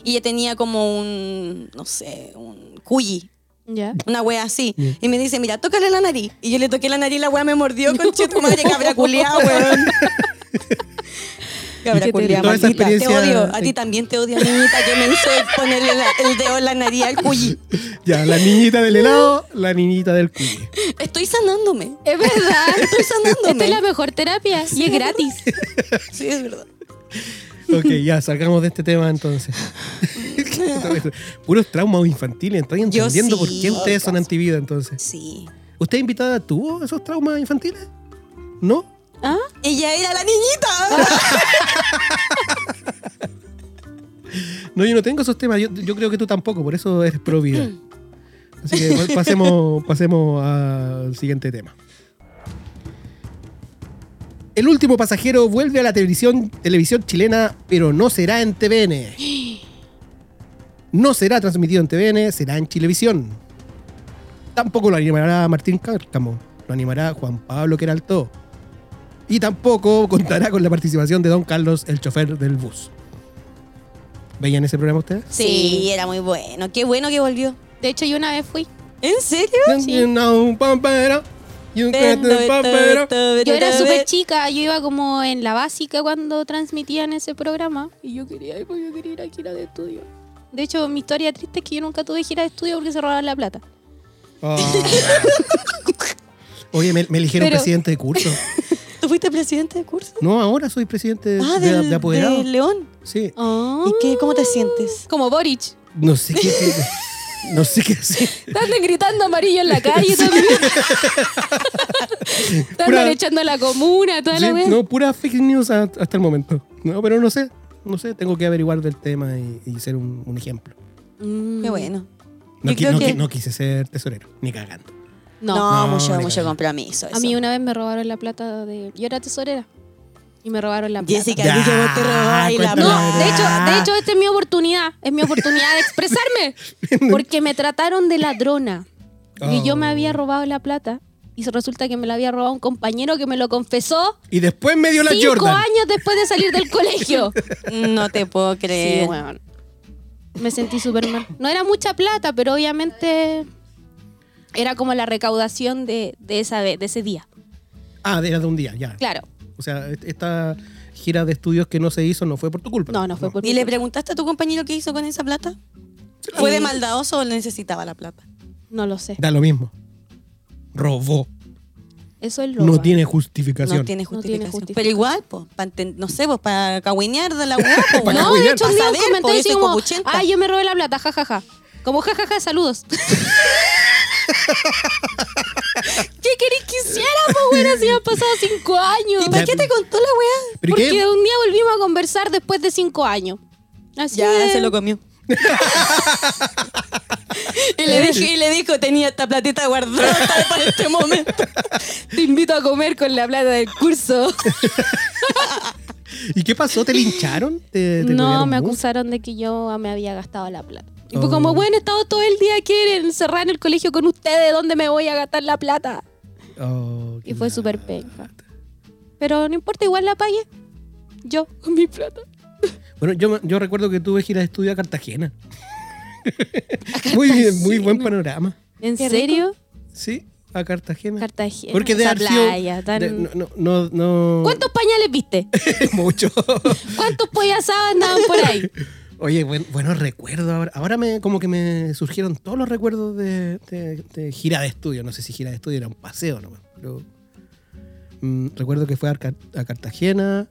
Speaker 2: Y ella tenía como un, no sé, un cuyi.
Speaker 3: Ya.
Speaker 2: Una wea así. Y me dice, mira, tócale la nariz. Y yo le toqué la nariz y la wea me mordió con tu madre, cabra culiao, weón.
Speaker 3: Qué
Speaker 2: Cabra
Speaker 1: terrible.
Speaker 2: culiao,
Speaker 1: Toda esa
Speaker 2: maldita. Te
Speaker 1: experiencia-
Speaker 2: odio. A ti también te odio, niñita, que me hizo ponerle la- el dedo en la nariz al cuyi.
Speaker 1: Ya, la niñita del helado, la niñita del cuyo.
Speaker 2: Estoy sanándome.
Speaker 3: Es verdad.
Speaker 2: Estoy sanándome.
Speaker 3: Esta es la mejor terapia y es gratis.
Speaker 2: Sí, es verdad.
Speaker 1: Ok, ya, salgamos de este tema entonces. Puros traumas infantiles. Estoy
Speaker 2: Yo
Speaker 1: entendiendo
Speaker 2: sí,
Speaker 1: por qué ustedes son
Speaker 2: caso.
Speaker 1: antivida entonces.
Speaker 2: Sí.
Speaker 1: ¿Usted invitada tuvo esos traumas infantiles? ¿No?
Speaker 3: ¿Ah?
Speaker 2: Ella era la niñita.
Speaker 1: No, yo no tengo esos temas. Yo, yo creo que tú tampoco, por eso eres pro vida. Así que pa- pasemos, pasemos al siguiente tema. El último pasajero vuelve a la televisión, televisión chilena, pero no será en TVN. No será transmitido en TVN, será en Chilevisión. Tampoco lo animará Martín Cárcamo, lo animará Juan Pablo Queraltó. Y tampoco contará con la participación de Don Carlos, el chofer del bus. ¿Veían ese programa ustedes?
Speaker 2: Sí, era muy bueno. Qué bueno que volvió.
Speaker 3: De hecho, yo una vez fui.
Speaker 2: ¿En serio?
Speaker 1: You know, pampero, you got the pampero.
Speaker 3: Yo era súper chica, yo iba como en la básica cuando transmitían ese programa. Y yo quería ir, porque yo quería ir a gira de estudio. De hecho, mi historia triste es que yo nunca tuve gira de estudio porque se robaron la plata.
Speaker 1: Ah. Oye, me, me eligieron
Speaker 3: Pero-
Speaker 1: presidente de curso.
Speaker 2: ¿Tú fuiste presidente de curso?
Speaker 1: No, ahora soy presidente de,
Speaker 2: Ah,
Speaker 1: de-
Speaker 2: del,
Speaker 1: de apoderado.
Speaker 2: del Ah. León.
Speaker 1: Sí.
Speaker 2: ¿Y qué? ¿Cómo te sientes?
Speaker 3: Como Boric.
Speaker 1: No sé qué. no sé qué hacer.
Speaker 3: Andan gritando amarillo en la calle también. Están
Speaker 1: Pura-
Speaker 3: echando la comuna, toda
Speaker 1: Sí,
Speaker 3: la vez.
Speaker 1: no, pura fake news a- hasta el momento. No, pero no sé. No sé, tengo que averiguar del tema y, y ser un, un ejemplo.
Speaker 3: Mm,
Speaker 2: Qué bueno.
Speaker 1: No, qui-
Speaker 2: Yo creo
Speaker 1: no
Speaker 2: que-
Speaker 1: qui- no quise ser tesorero, ni cagando.
Speaker 3: No.
Speaker 2: No,
Speaker 1: No,
Speaker 2: mucho,
Speaker 1: ni
Speaker 2: mucho
Speaker 1: cagando.
Speaker 2: compromiso. Eso.
Speaker 3: A mí una vez me robaron la plata de... Yo era tesorera. Y me robaron la plata.
Speaker 2: Jessica,
Speaker 1: Ya,
Speaker 2: dije, vos te robáis la
Speaker 1: cuéntame.
Speaker 3: No,
Speaker 2: plata.
Speaker 3: de hecho, de hecho, esta es mi oportunidad. Es mi oportunidad de expresarme. Porque me trataron de ladrona. Y yo me había robado la plata. Y resulta que me la había robado un compañero que me lo confesó
Speaker 1: Y después me dio la
Speaker 3: cinco
Speaker 1: Jordan.
Speaker 3: años después de salir del colegio.
Speaker 2: No te puedo
Speaker 3: Sí,
Speaker 2: creer.
Speaker 3: weón. Me sentí súper mal. No era mucha plata, pero obviamente era como la recaudación de, de esa, ve- de ese día.
Speaker 1: Ah, era de un día, ya.
Speaker 3: Claro.
Speaker 1: O sea, est- esta gira de estudios que no se hizo no fue por tu culpa.
Speaker 3: No, no fue por mi
Speaker 2: ¿Y le
Speaker 3: culpa.
Speaker 2: preguntaste a tu compañero qué hizo con esa plata? ¿Fue de maldadoso o necesitaba la plata?
Speaker 3: No lo sé.
Speaker 1: Da lo mismo. Robó.
Speaker 3: Eso es lo
Speaker 1: No tiene justificación.
Speaker 2: No tiene
Speaker 3: No tiene
Speaker 2: justificación.
Speaker 3: justificación.
Speaker 2: Pero igual, po, pa enten- no sé, pues para cagüinear de la weá, po,
Speaker 1: Pa'
Speaker 2: weón.
Speaker 3: No, de hecho, un día
Speaker 2: Pa'
Speaker 3: un
Speaker 2: saber, po,
Speaker 3: comentario
Speaker 2: ese
Speaker 3: así como,
Speaker 2: copuchenta.
Speaker 3: ah, yo me robé la plata, jajaja. Como jajaja, saludos. ¿Qué querés que hiciera, po, weón? Si han pasado cinco años.
Speaker 2: ¿Y para qué te contó la weá?
Speaker 1: ¿Pero
Speaker 3: Porque
Speaker 1: qué?
Speaker 3: un día volvimos a conversar después de cinco años. Así
Speaker 2: Ya
Speaker 3: es.
Speaker 2: se lo comió. y, le dijo, y le dijo, tenía esta platita guardada para este momento.
Speaker 3: Te invito a comer con la plata del curso.
Speaker 1: ¿Y qué pasó? ¿Te lincharon? ¿Te, te
Speaker 3: no,
Speaker 1: colgaron
Speaker 3: me
Speaker 1: bus?
Speaker 3: acusaron de que yo me había gastado la plata. Y
Speaker 1: Oh.
Speaker 3: pues como, bueno, he estado todo el día aquí encerrada en el colegio con ustedes, ¿dónde me voy a gastar la plata?
Speaker 1: Oh, qué
Speaker 3: Y fue
Speaker 1: lata.
Speaker 3: súper penca. Pero no importa, igual la pagué. Yo, con mi plata.
Speaker 1: Bueno, yo, yo recuerdo que tuve gira de estudio a Cartagena. muy bien, muy buen panorama.
Speaker 3: ¿En
Speaker 2: Qué
Speaker 3: serio?
Speaker 1: Sí, a Cartagena.
Speaker 3: Cartagena.
Speaker 1: Porque de
Speaker 3: esa
Speaker 1: haber sido-
Speaker 3: playa, tan-
Speaker 1: de- no, no, no, no-
Speaker 3: ¿Cuántos pañales viste?
Speaker 1: Mucho.
Speaker 3: ¿Cuántos pollas asadas andaban por ahí?
Speaker 1: Oye, buen- buenos recuerdos. Ahora, ahora me, como que me surgieron todos los recuerdos de, de- de gira de estudio. No sé si gira de estudio era un paseo nomás. Pero, mm, recuerdo que fue a, Car- a Cartagena.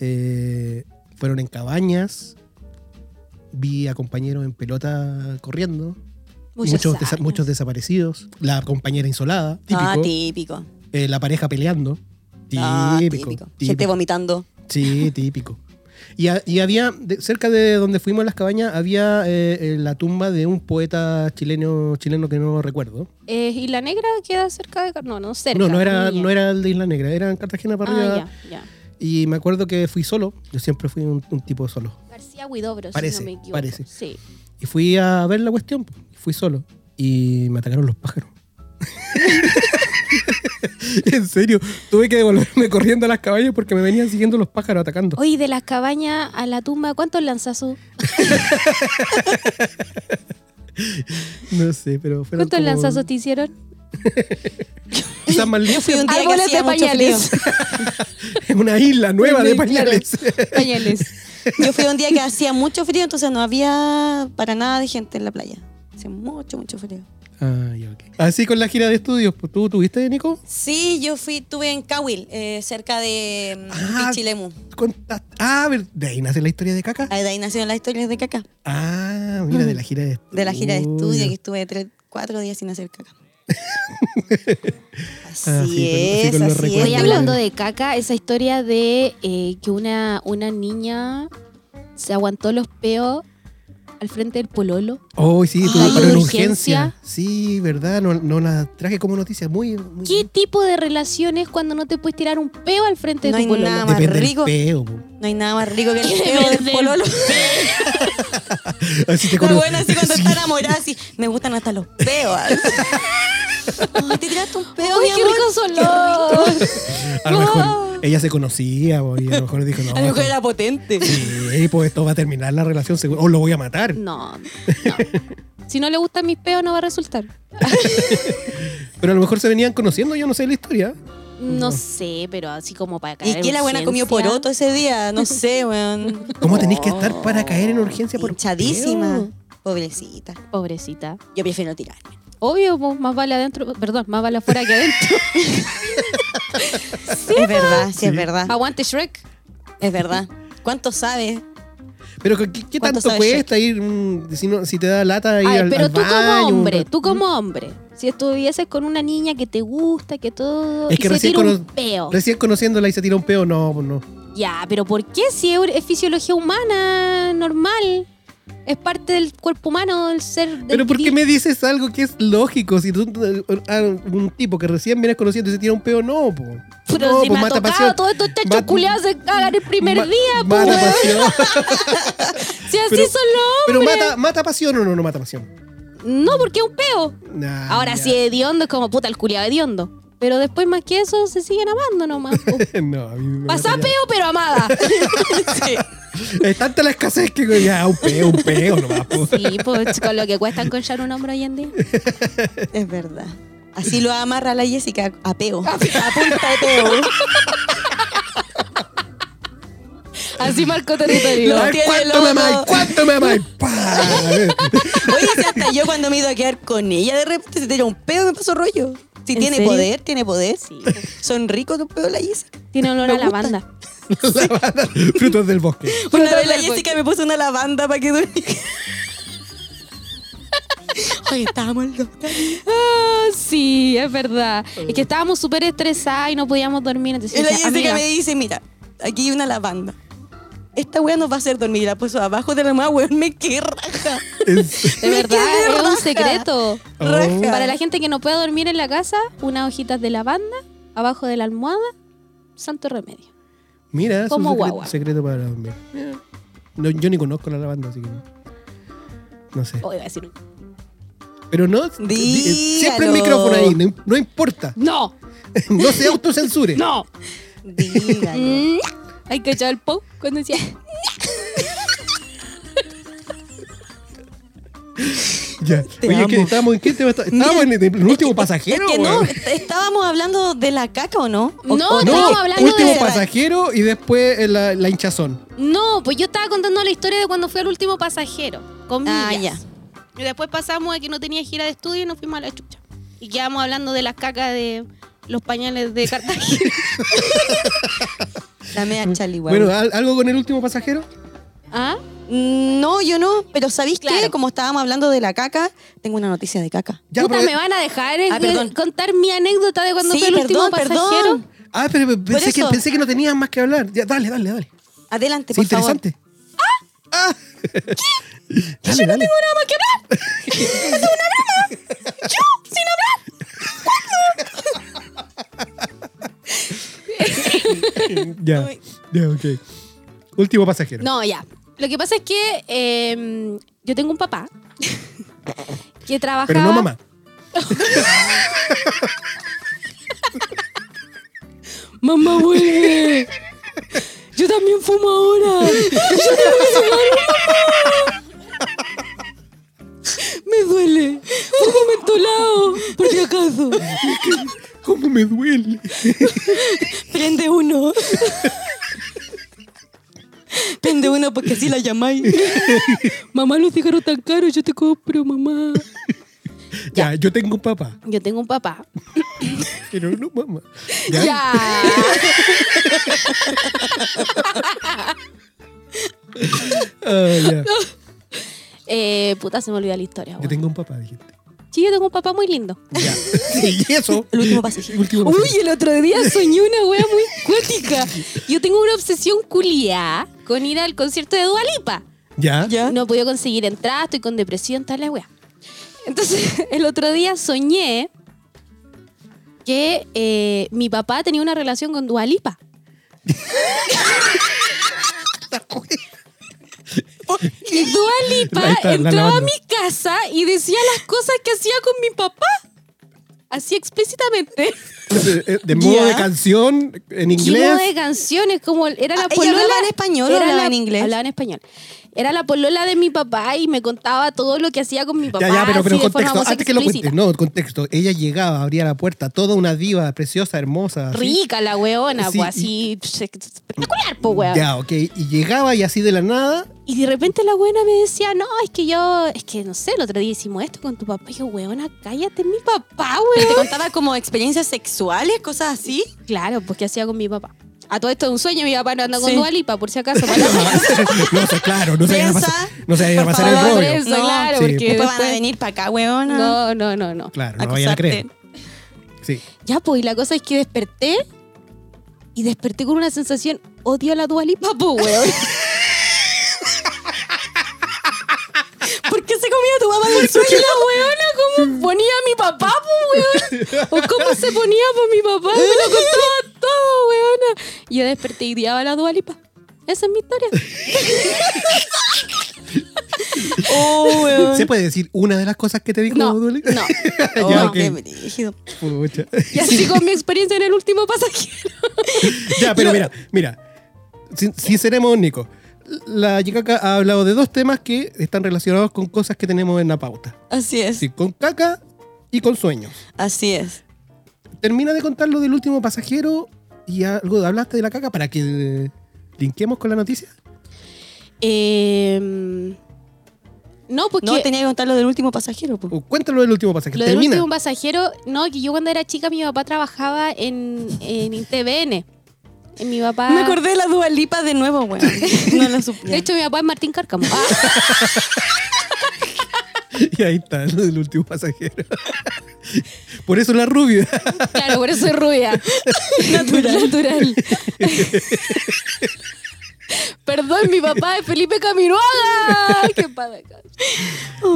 Speaker 1: eh, fueron en cabañas. Vi a compañeros en pelota corriendo. Muchos, desa-
Speaker 3: años.
Speaker 1: muchos desaparecidos. La compañera insolada. Típico.
Speaker 2: Ah, típico.
Speaker 1: Eh, la pareja peleando. Típico.
Speaker 2: Ah, típico. Gente
Speaker 1: típico.
Speaker 2: vomitando.
Speaker 1: Sí, típico. Y, ha- y había, de- cerca de donde fuimos a las cabañas, había eh, eh, la tumba de un poeta chileno chileno que no recuerdo.
Speaker 3: Eh, y la negra queda cerca de... Car- No, no, cerca.
Speaker 1: no, no era,
Speaker 3: Niña.
Speaker 1: no era el de Isla Negra, era en Cartagena para arriba.
Speaker 3: Ah, ya, ya.
Speaker 1: Y me acuerdo que fui solo, yo siempre fui un, un tipo solo.
Speaker 3: García Huidobro,
Speaker 1: Parece,
Speaker 3: si no me equivoco.
Speaker 1: parece.
Speaker 3: Sí.
Speaker 1: Y fui a ver la cuestión, po, y fui solo. Y me atacaron los pájaros. en serio, tuve que devolverme corriendo a las cabañas porque me venían siguiendo los pájaros atacando.
Speaker 3: Oye, de las cabañas a la tumba, ¿cuántos lanzazos?
Speaker 1: No sé, pero fueron
Speaker 3: ¿Cuántos
Speaker 1: como-
Speaker 3: lanzazos te hicieron?
Speaker 1: Quizás más lejos.
Speaker 2: Yo fui un día que
Speaker 3: Árboles
Speaker 2: hacía
Speaker 3: de
Speaker 2: mucho
Speaker 3: pañales.
Speaker 2: frío.
Speaker 1: Es una isla nueva de
Speaker 3: Claro.
Speaker 1: pañales.
Speaker 3: Pañales.
Speaker 2: Yo fui un día que hacía mucho frío, entonces no había para nada de gente en la playa. Hacía mucho, mucho frío.
Speaker 1: Ay, Ah, ok. Así con la gira de estudios, pues, ¿tú tuviste, Nico?
Speaker 2: Sí, yo fui, estuve en Cahuil, eh, cerca de mm,
Speaker 1: Ah.
Speaker 2: Pichilemu.
Speaker 1: Contaste. Ah, a ver, de ahí nace la historia de caca.
Speaker 2: Ahí de ahí nacieron las historias de caca.
Speaker 1: Ah, mira, de la gira de estudios.
Speaker 2: De la gira de estudio, que estuve tres, cuatro días sin hacer caca. así
Speaker 1: Ah, sí, con- sí,
Speaker 2: es,
Speaker 1: con los
Speaker 2: así
Speaker 1: recuerdos.
Speaker 3: Estoy
Speaker 2: es.
Speaker 3: hablando de caca, esa historia de eh, que una, una niña se aguantó los peos al frente del pololo.
Speaker 1: Oh, sí, tuve
Speaker 2: Ah,
Speaker 3: Ay,
Speaker 1: paro en
Speaker 3: urgencia.
Speaker 1: urgencia. Sí, verdad, no, no la traje como noticia. Muy. muy
Speaker 3: ¿Qué tipo de relación es cuando no te puedes tirar un peo al frente de
Speaker 2: No
Speaker 3: tu
Speaker 2: hay
Speaker 3: pololo?
Speaker 2: nada más
Speaker 1: Depende del
Speaker 2: rico.
Speaker 1: peo, po.
Speaker 2: No hay nada más rico que el
Speaker 3: Qué
Speaker 2: feo del
Speaker 3: verde.
Speaker 2: pololo.
Speaker 1: Así te
Speaker 2: La
Speaker 1: cono-
Speaker 2: buena así cuando
Speaker 1: Sí.
Speaker 2: está enamorada, así. Me gustan hasta los peos. Ay, te tiraste un peo,
Speaker 3: ¡Ay,
Speaker 2: mi
Speaker 3: qué
Speaker 2: amor.
Speaker 3: rico olor!
Speaker 1: A lo mejor ella se conocía, po, y a lo mejor dijo, no.
Speaker 2: A lo mejor
Speaker 1: esto-
Speaker 2: era potente.
Speaker 1: Sí, pues esto va a terminar la relación seguro. O lo voy a matar.
Speaker 2: Mm.
Speaker 3: No, no. Si no le gustan mis peos, no va a resultar.
Speaker 1: Pero a lo mejor se venían conociendo, yo no sé la historia.
Speaker 3: No sé, pero así como para
Speaker 2: ¿Y
Speaker 3: caer.
Speaker 2: qué la buena comió
Speaker 3: otro?
Speaker 2: poroto ese día? No sé, weón.
Speaker 1: ¿Cómo tenéis que estar para caer en urgencia por
Speaker 2: Hinchadísima. Pobrecita.
Speaker 3: Pobrecita.
Speaker 2: Yo prefiero tirarme.
Speaker 3: Obvio, pues, más vale adentro, perdón, más vale afuera que adentro.
Speaker 2: es verdad, sí, es
Speaker 1: Sí.
Speaker 2: verdad.
Speaker 3: Aguante Shrek.
Speaker 2: Es verdad. ¿Cuánto sabes?
Speaker 1: Pero ¿qué, qué
Speaker 2: ¿Cuánto
Speaker 1: tanto
Speaker 2: sabe
Speaker 1: cuesta ir mm, si, no- si te da lata ir
Speaker 3: Ay,
Speaker 1: al,
Speaker 3: pero
Speaker 1: al
Speaker 3: tú
Speaker 1: baño,
Speaker 3: como
Speaker 1: un
Speaker 3: hombre,
Speaker 1: rato?
Speaker 3: tú como hombre, si estuvieses con una niña que te gusta, que todo,
Speaker 1: Es
Speaker 3: y
Speaker 1: que
Speaker 3: se
Speaker 1: recién,
Speaker 3: tira un
Speaker 1: cono-
Speaker 3: peo.
Speaker 1: recién conociéndola y se tira un peo, no, pues no.
Speaker 3: Ya, pero ¿por qué si es es fisiología humana, normal? Es parte del cuerpo humano, del ser del
Speaker 1: Pero ¿por qué
Speaker 3: vivir.
Speaker 1: me dices algo que es lógico? Si tú, a un tipo que recién vienes conociendo y se tira un peo, no, pues.
Speaker 3: Pero
Speaker 1: no,
Speaker 3: si me ha tocado, todos estos chachos
Speaker 1: Mata-
Speaker 3: culiados se cagan el primer
Speaker 1: Ma-
Speaker 3: día, pues,
Speaker 1: Mata
Speaker 3: weón.
Speaker 1: pasión.
Speaker 3: Si así
Speaker 1: pero-
Speaker 3: son los
Speaker 1: pero mata, mata pasión o no, no mata pasión.
Speaker 3: hombres. No, porque es un peo.
Speaker 1: Nah,
Speaker 3: Ahora
Speaker 1: Ah, ya.
Speaker 3: si es hediondo, es como puta el culiado hediondo. Pero después, más que eso, se siguen amando nomás. po.
Speaker 1: no, a mí me
Speaker 3: Pasá
Speaker 1: mataría.
Speaker 3: peo, pero amada.
Speaker 2: Sí.
Speaker 1: Es tanta la escasez que ya, un peo, un peo nomás. po.
Speaker 3: Sí, pues con lo que cuesta encontrar un hombre hoy en día.
Speaker 2: Es verdad. Así lo amarra la Jessica a peo. A punta de peo.
Speaker 3: Así marcó territorio.
Speaker 2: Lo
Speaker 1: A ver,
Speaker 2: tiene
Speaker 1: ¿Cuánto me
Speaker 2: loco.
Speaker 1: amáis? ¿Cuánto me amáis? ¡Pah!
Speaker 2: Oye, si hasta yo cuando me he ido a quedar con ella, de repente se tira un peo y me pasó rollo. Si
Speaker 3: ¿En
Speaker 2: tiene
Speaker 3: serio?
Speaker 2: poder, tiene poder. Son ricos los peos la Jessica.
Speaker 3: Tiene olor
Speaker 2: Me
Speaker 3: a
Speaker 2: gusta.
Speaker 3: lavanda.
Speaker 1: Lavanda, Frutos del bosque.
Speaker 2: Una vez
Speaker 3: del
Speaker 2: la
Speaker 3: bosque.
Speaker 2: Jessica me puso una lavanda para que durmiera. Oye, estábamos locas.
Speaker 3: Ah, sí, es verdad. Es que estábamos súper estresadas y no podíamos dormir. Entonces,
Speaker 2: Y la
Speaker 3: yo decía,
Speaker 2: Jessica
Speaker 3: "Amiga,
Speaker 2: me dice, mira, aquí hay una lavanda. Esta wea nos va a hacer dormir. Y La puso abajo de la mamá, weón, me qué raja.
Speaker 1: Es-
Speaker 3: de
Speaker 2: me quedé
Speaker 3: verdad, es
Speaker 2: raja.
Speaker 3: un secreto.
Speaker 1: Oh.
Speaker 2: Raja.
Speaker 3: Para la gente que no puede dormir en la casa, unas hojitas de lavanda abajo de la almohada, santo remedio.
Speaker 1: Mira, es un
Speaker 3: Como
Speaker 1: secreto,
Speaker 3: guagua.
Speaker 1: secreto para dormir. No, yo ni conozco la lavanda, así que no. No sé.
Speaker 2: Oh.
Speaker 3: O Oh, iba a decir un-
Speaker 1: Pero no,
Speaker 2: Dígalo.
Speaker 1: di- siempre el micrófono ahí, no, im- no importa.
Speaker 3: ¡No!
Speaker 1: No se autocensure.
Speaker 3: ¡No!
Speaker 2: Dígalo.
Speaker 3: Mm, Hay que echar el po cuando decía.
Speaker 1: Ya.
Speaker 2: Te
Speaker 1: Oye,
Speaker 2: amo.
Speaker 1: que estábamos en qué tema está- Estábamos en el, en el último
Speaker 2: Es
Speaker 1: pasajero.
Speaker 2: que no,
Speaker 1: weón.
Speaker 2: estábamos hablando de la caca o no? O-
Speaker 3: No,
Speaker 2: o-
Speaker 3: no. estábamos hablando
Speaker 1: último
Speaker 3: de-
Speaker 1: pasajero y después eh, la, la hinchazón.
Speaker 3: No, pues yo estaba contando la historia de cuando fui al último pasajero. Comillas.
Speaker 2: Ah, ya.
Speaker 3: Y después pasamos a que no tenía gira de estudio y nos fuimos a la chucha. Y quedamos hablando de las cacas de los pañales de Cartagena.
Speaker 2: La media chali, weón.
Speaker 1: Bueno, ¿al- ¿algo con el último pasajero?
Speaker 3: ¿Ah?
Speaker 2: Mm, No, yo no, pero ¿sabéis qué?
Speaker 3: Claro.
Speaker 2: Como estábamos hablando de la caca, tengo una noticia de caca.
Speaker 1: Ya,
Speaker 3: Puta,
Speaker 1: pero-
Speaker 3: me van a dejar eh,
Speaker 2: Ah, perdón.
Speaker 3: contar mi anécdota de cuando
Speaker 2: Sí,
Speaker 3: fui el último
Speaker 2: perdón,
Speaker 3: pasajero.
Speaker 2: perdón.
Speaker 1: Ah, pero pensé que,
Speaker 2: eso.
Speaker 1: pensé que no tenías más que hablar. Ya, dale, dale, dale.
Speaker 2: Adelante,
Speaker 1: Sí,
Speaker 2: por favor.
Speaker 1: interesante. ¡Ah! ¿Qué? Dale, dale.
Speaker 3: Nada más que hablar.
Speaker 1: Ya, ya, ok. Último pasajero.
Speaker 3: No, ya. Lo que pasa es que eh, yo tengo un papá que trabajaba.
Speaker 1: Pero no mamá.
Speaker 3: Mamá vuelve. Yo también fumo ahora. Yo también fumo ahora. Me duele. Fumo mentolado. Por si acaso.
Speaker 1: ¿Cómo me duele?
Speaker 2: Prende uno. Prende uno porque así la llamáis.
Speaker 3: Mamá, los cigarros tan caros, yo te compro, mamá.
Speaker 1: Ya, yo tengo un papá,
Speaker 3: Yo tengo un papá.
Speaker 1: pero no mamá. Ya.
Speaker 3: Ya.
Speaker 1: Ah, ya.
Speaker 3: Eh, puta, se me olvidó la historia.
Speaker 1: Yo
Speaker 3: weón.
Speaker 1: tengo un papá, dijiste.
Speaker 3: Sí, yo tengo un papá muy lindo.
Speaker 1: Ya. Sí, y eso.
Speaker 2: El último pasajero.
Speaker 1: Último
Speaker 3: Uy,
Speaker 1: pasajero.
Speaker 3: el otro día soñé una wea muy cuática. Yo tengo una obsesión culiá con ir al concierto de Dualipa.
Speaker 1: Ya.
Speaker 2: ¿Ya?
Speaker 3: No he podido conseguir entrada, estoy con depresión, tal la wea. Entonces, el otro día soñé que eh, mi papá tenía una relación con Dualipa. Y Dualipa
Speaker 1: Ahí está, la
Speaker 3: entraba a
Speaker 1: lavanda.
Speaker 3: mi casa y decía las cosas que hacía con mi papá. Así explícitamente.
Speaker 1: De, eh, de modo
Speaker 2: Ya.
Speaker 1: de canción, en
Speaker 3: Lleno de
Speaker 1: inglés.
Speaker 3: canciones, como era la
Speaker 2: Ah, ¿ella
Speaker 3: polola.
Speaker 2: hablaba en español o
Speaker 3: era
Speaker 2: hablaba
Speaker 3: la-
Speaker 2: en inglés?
Speaker 3: Hablaba en español. Era la polola de mi papá y me contaba todo lo que hacía con mi papá.
Speaker 1: Ya, ya, pero, pero
Speaker 3: así de forma
Speaker 1: contexto.
Speaker 3: más
Speaker 1: Antes que lo
Speaker 3: explícita.
Speaker 1: cuentes. No, contexto. Ella llegaba, abría la puerta, toda una diva, preciosa, hermosa. así.
Speaker 3: Rica la weona,
Speaker 1: Sí,
Speaker 3: pues
Speaker 1: y-
Speaker 3: así psh, espectacular, pues weón.
Speaker 1: Ya, ok. Y llegaba y así de la nada.
Speaker 3: Y de repente la buena me decía, no, es que yo, es que no sé, el otro día hicimos esto con tu papá. Y yo, weona, cállate, mi papá,
Speaker 2: ¿Te
Speaker 3: weón.
Speaker 2: contaba como experiencias sexuales, cosas así?
Speaker 3: claro, pues qué hacía con mi papá. A todo esto es un sueño, mi papá no anda
Speaker 2: Sí.
Speaker 3: con Dualipa, por si acaso. para la-
Speaker 1: no sé, claro, no se iba a
Speaker 2: Piensa,
Speaker 1: pasar, no se iba a
Speaker 2: por
Speaker 1: pasar el
Speaker 3: favor,
Speaker 1: rollo.
Speaker 3: eso, claro,
Speaker 1: Sí,
Speaker 3: porque
Speaker 1: pues.
Speaker 2: Después van a
Speaker 3: después-
Speaker 2: venir para acá, weona.
Speaker 3: No, no, no, no.
Speaker 1: Claro, no vayan a creer.
Speaker 2: acusarte.
Speaker 1: Sí.
Speaker 3: Ya, pues, y la cosa es que desperté y desperté con una sensación, odio a la Dualipa, pues, weón.
Speaker 2: ¿Por qué se comía tu mamá del
Speaker 3: Y
Speaker 2: suelo?
Speaker 3: la weona, ¿cómo ponía a mi papá, pues, weón? O cómo se ponía por mi papá, me lo contaba todo, weona. Y Yo desperté y odiaba a la Dualipa. Esa es mi historia.
Speaker 2: Oh, weón.
Speaker 1: ¿Se puede decir una de las cosas que te dijo
Speaker 3: No,
Speaker 1: Duli?
Speaker 3: no.
Speaker 2: Oh,
Speaker 1: Ya, ok.
Speaker 2: qué brígido.
Speaker 1: Pucha.
Speaker 3: Y así con mi experiencia en el último pasajero.
Speaker 1: Ya, pero mira, mira. Si, si seremos únicos. La Yikaka ha hablado de dos temas que están relacionados con cosas que tenemos en la pauta.
Speaker 2: Así es.
Speaker 1: Sí, con caca y con sueños.
Speaker 2: Así es.
Speaker 1: Termina de contar lo del último pasajero y algo hablaste de la caca para que eh, linkeemos con la noticia.
Speaker 3: Eh, no, porque
Speaker 2: No tenía que contar lo del último pasajero. po.
Speaker 1: O Cuéntalo del último pasajero.
Speaker 3: lo del
Speaker 1: Termina.
Speaker 3: último pasajero, no, que yo cuando era chica mi papá trabajaba en, en TVN. En mi papá.
Speaker 2: Me acordé de la Dualipa de nuevo, weón. No la supe.
Speaker 3: De hecho, mi papá es Martín Cárcamo. Ah,
Speaker 1: Y ahí está, lo del último pasajero. Por eso la rubia.
Speaker 3: claro, por eso soy rubia. Natural. Natural. Perdón, mi papá es Felipe Camiroaga. Qué padre.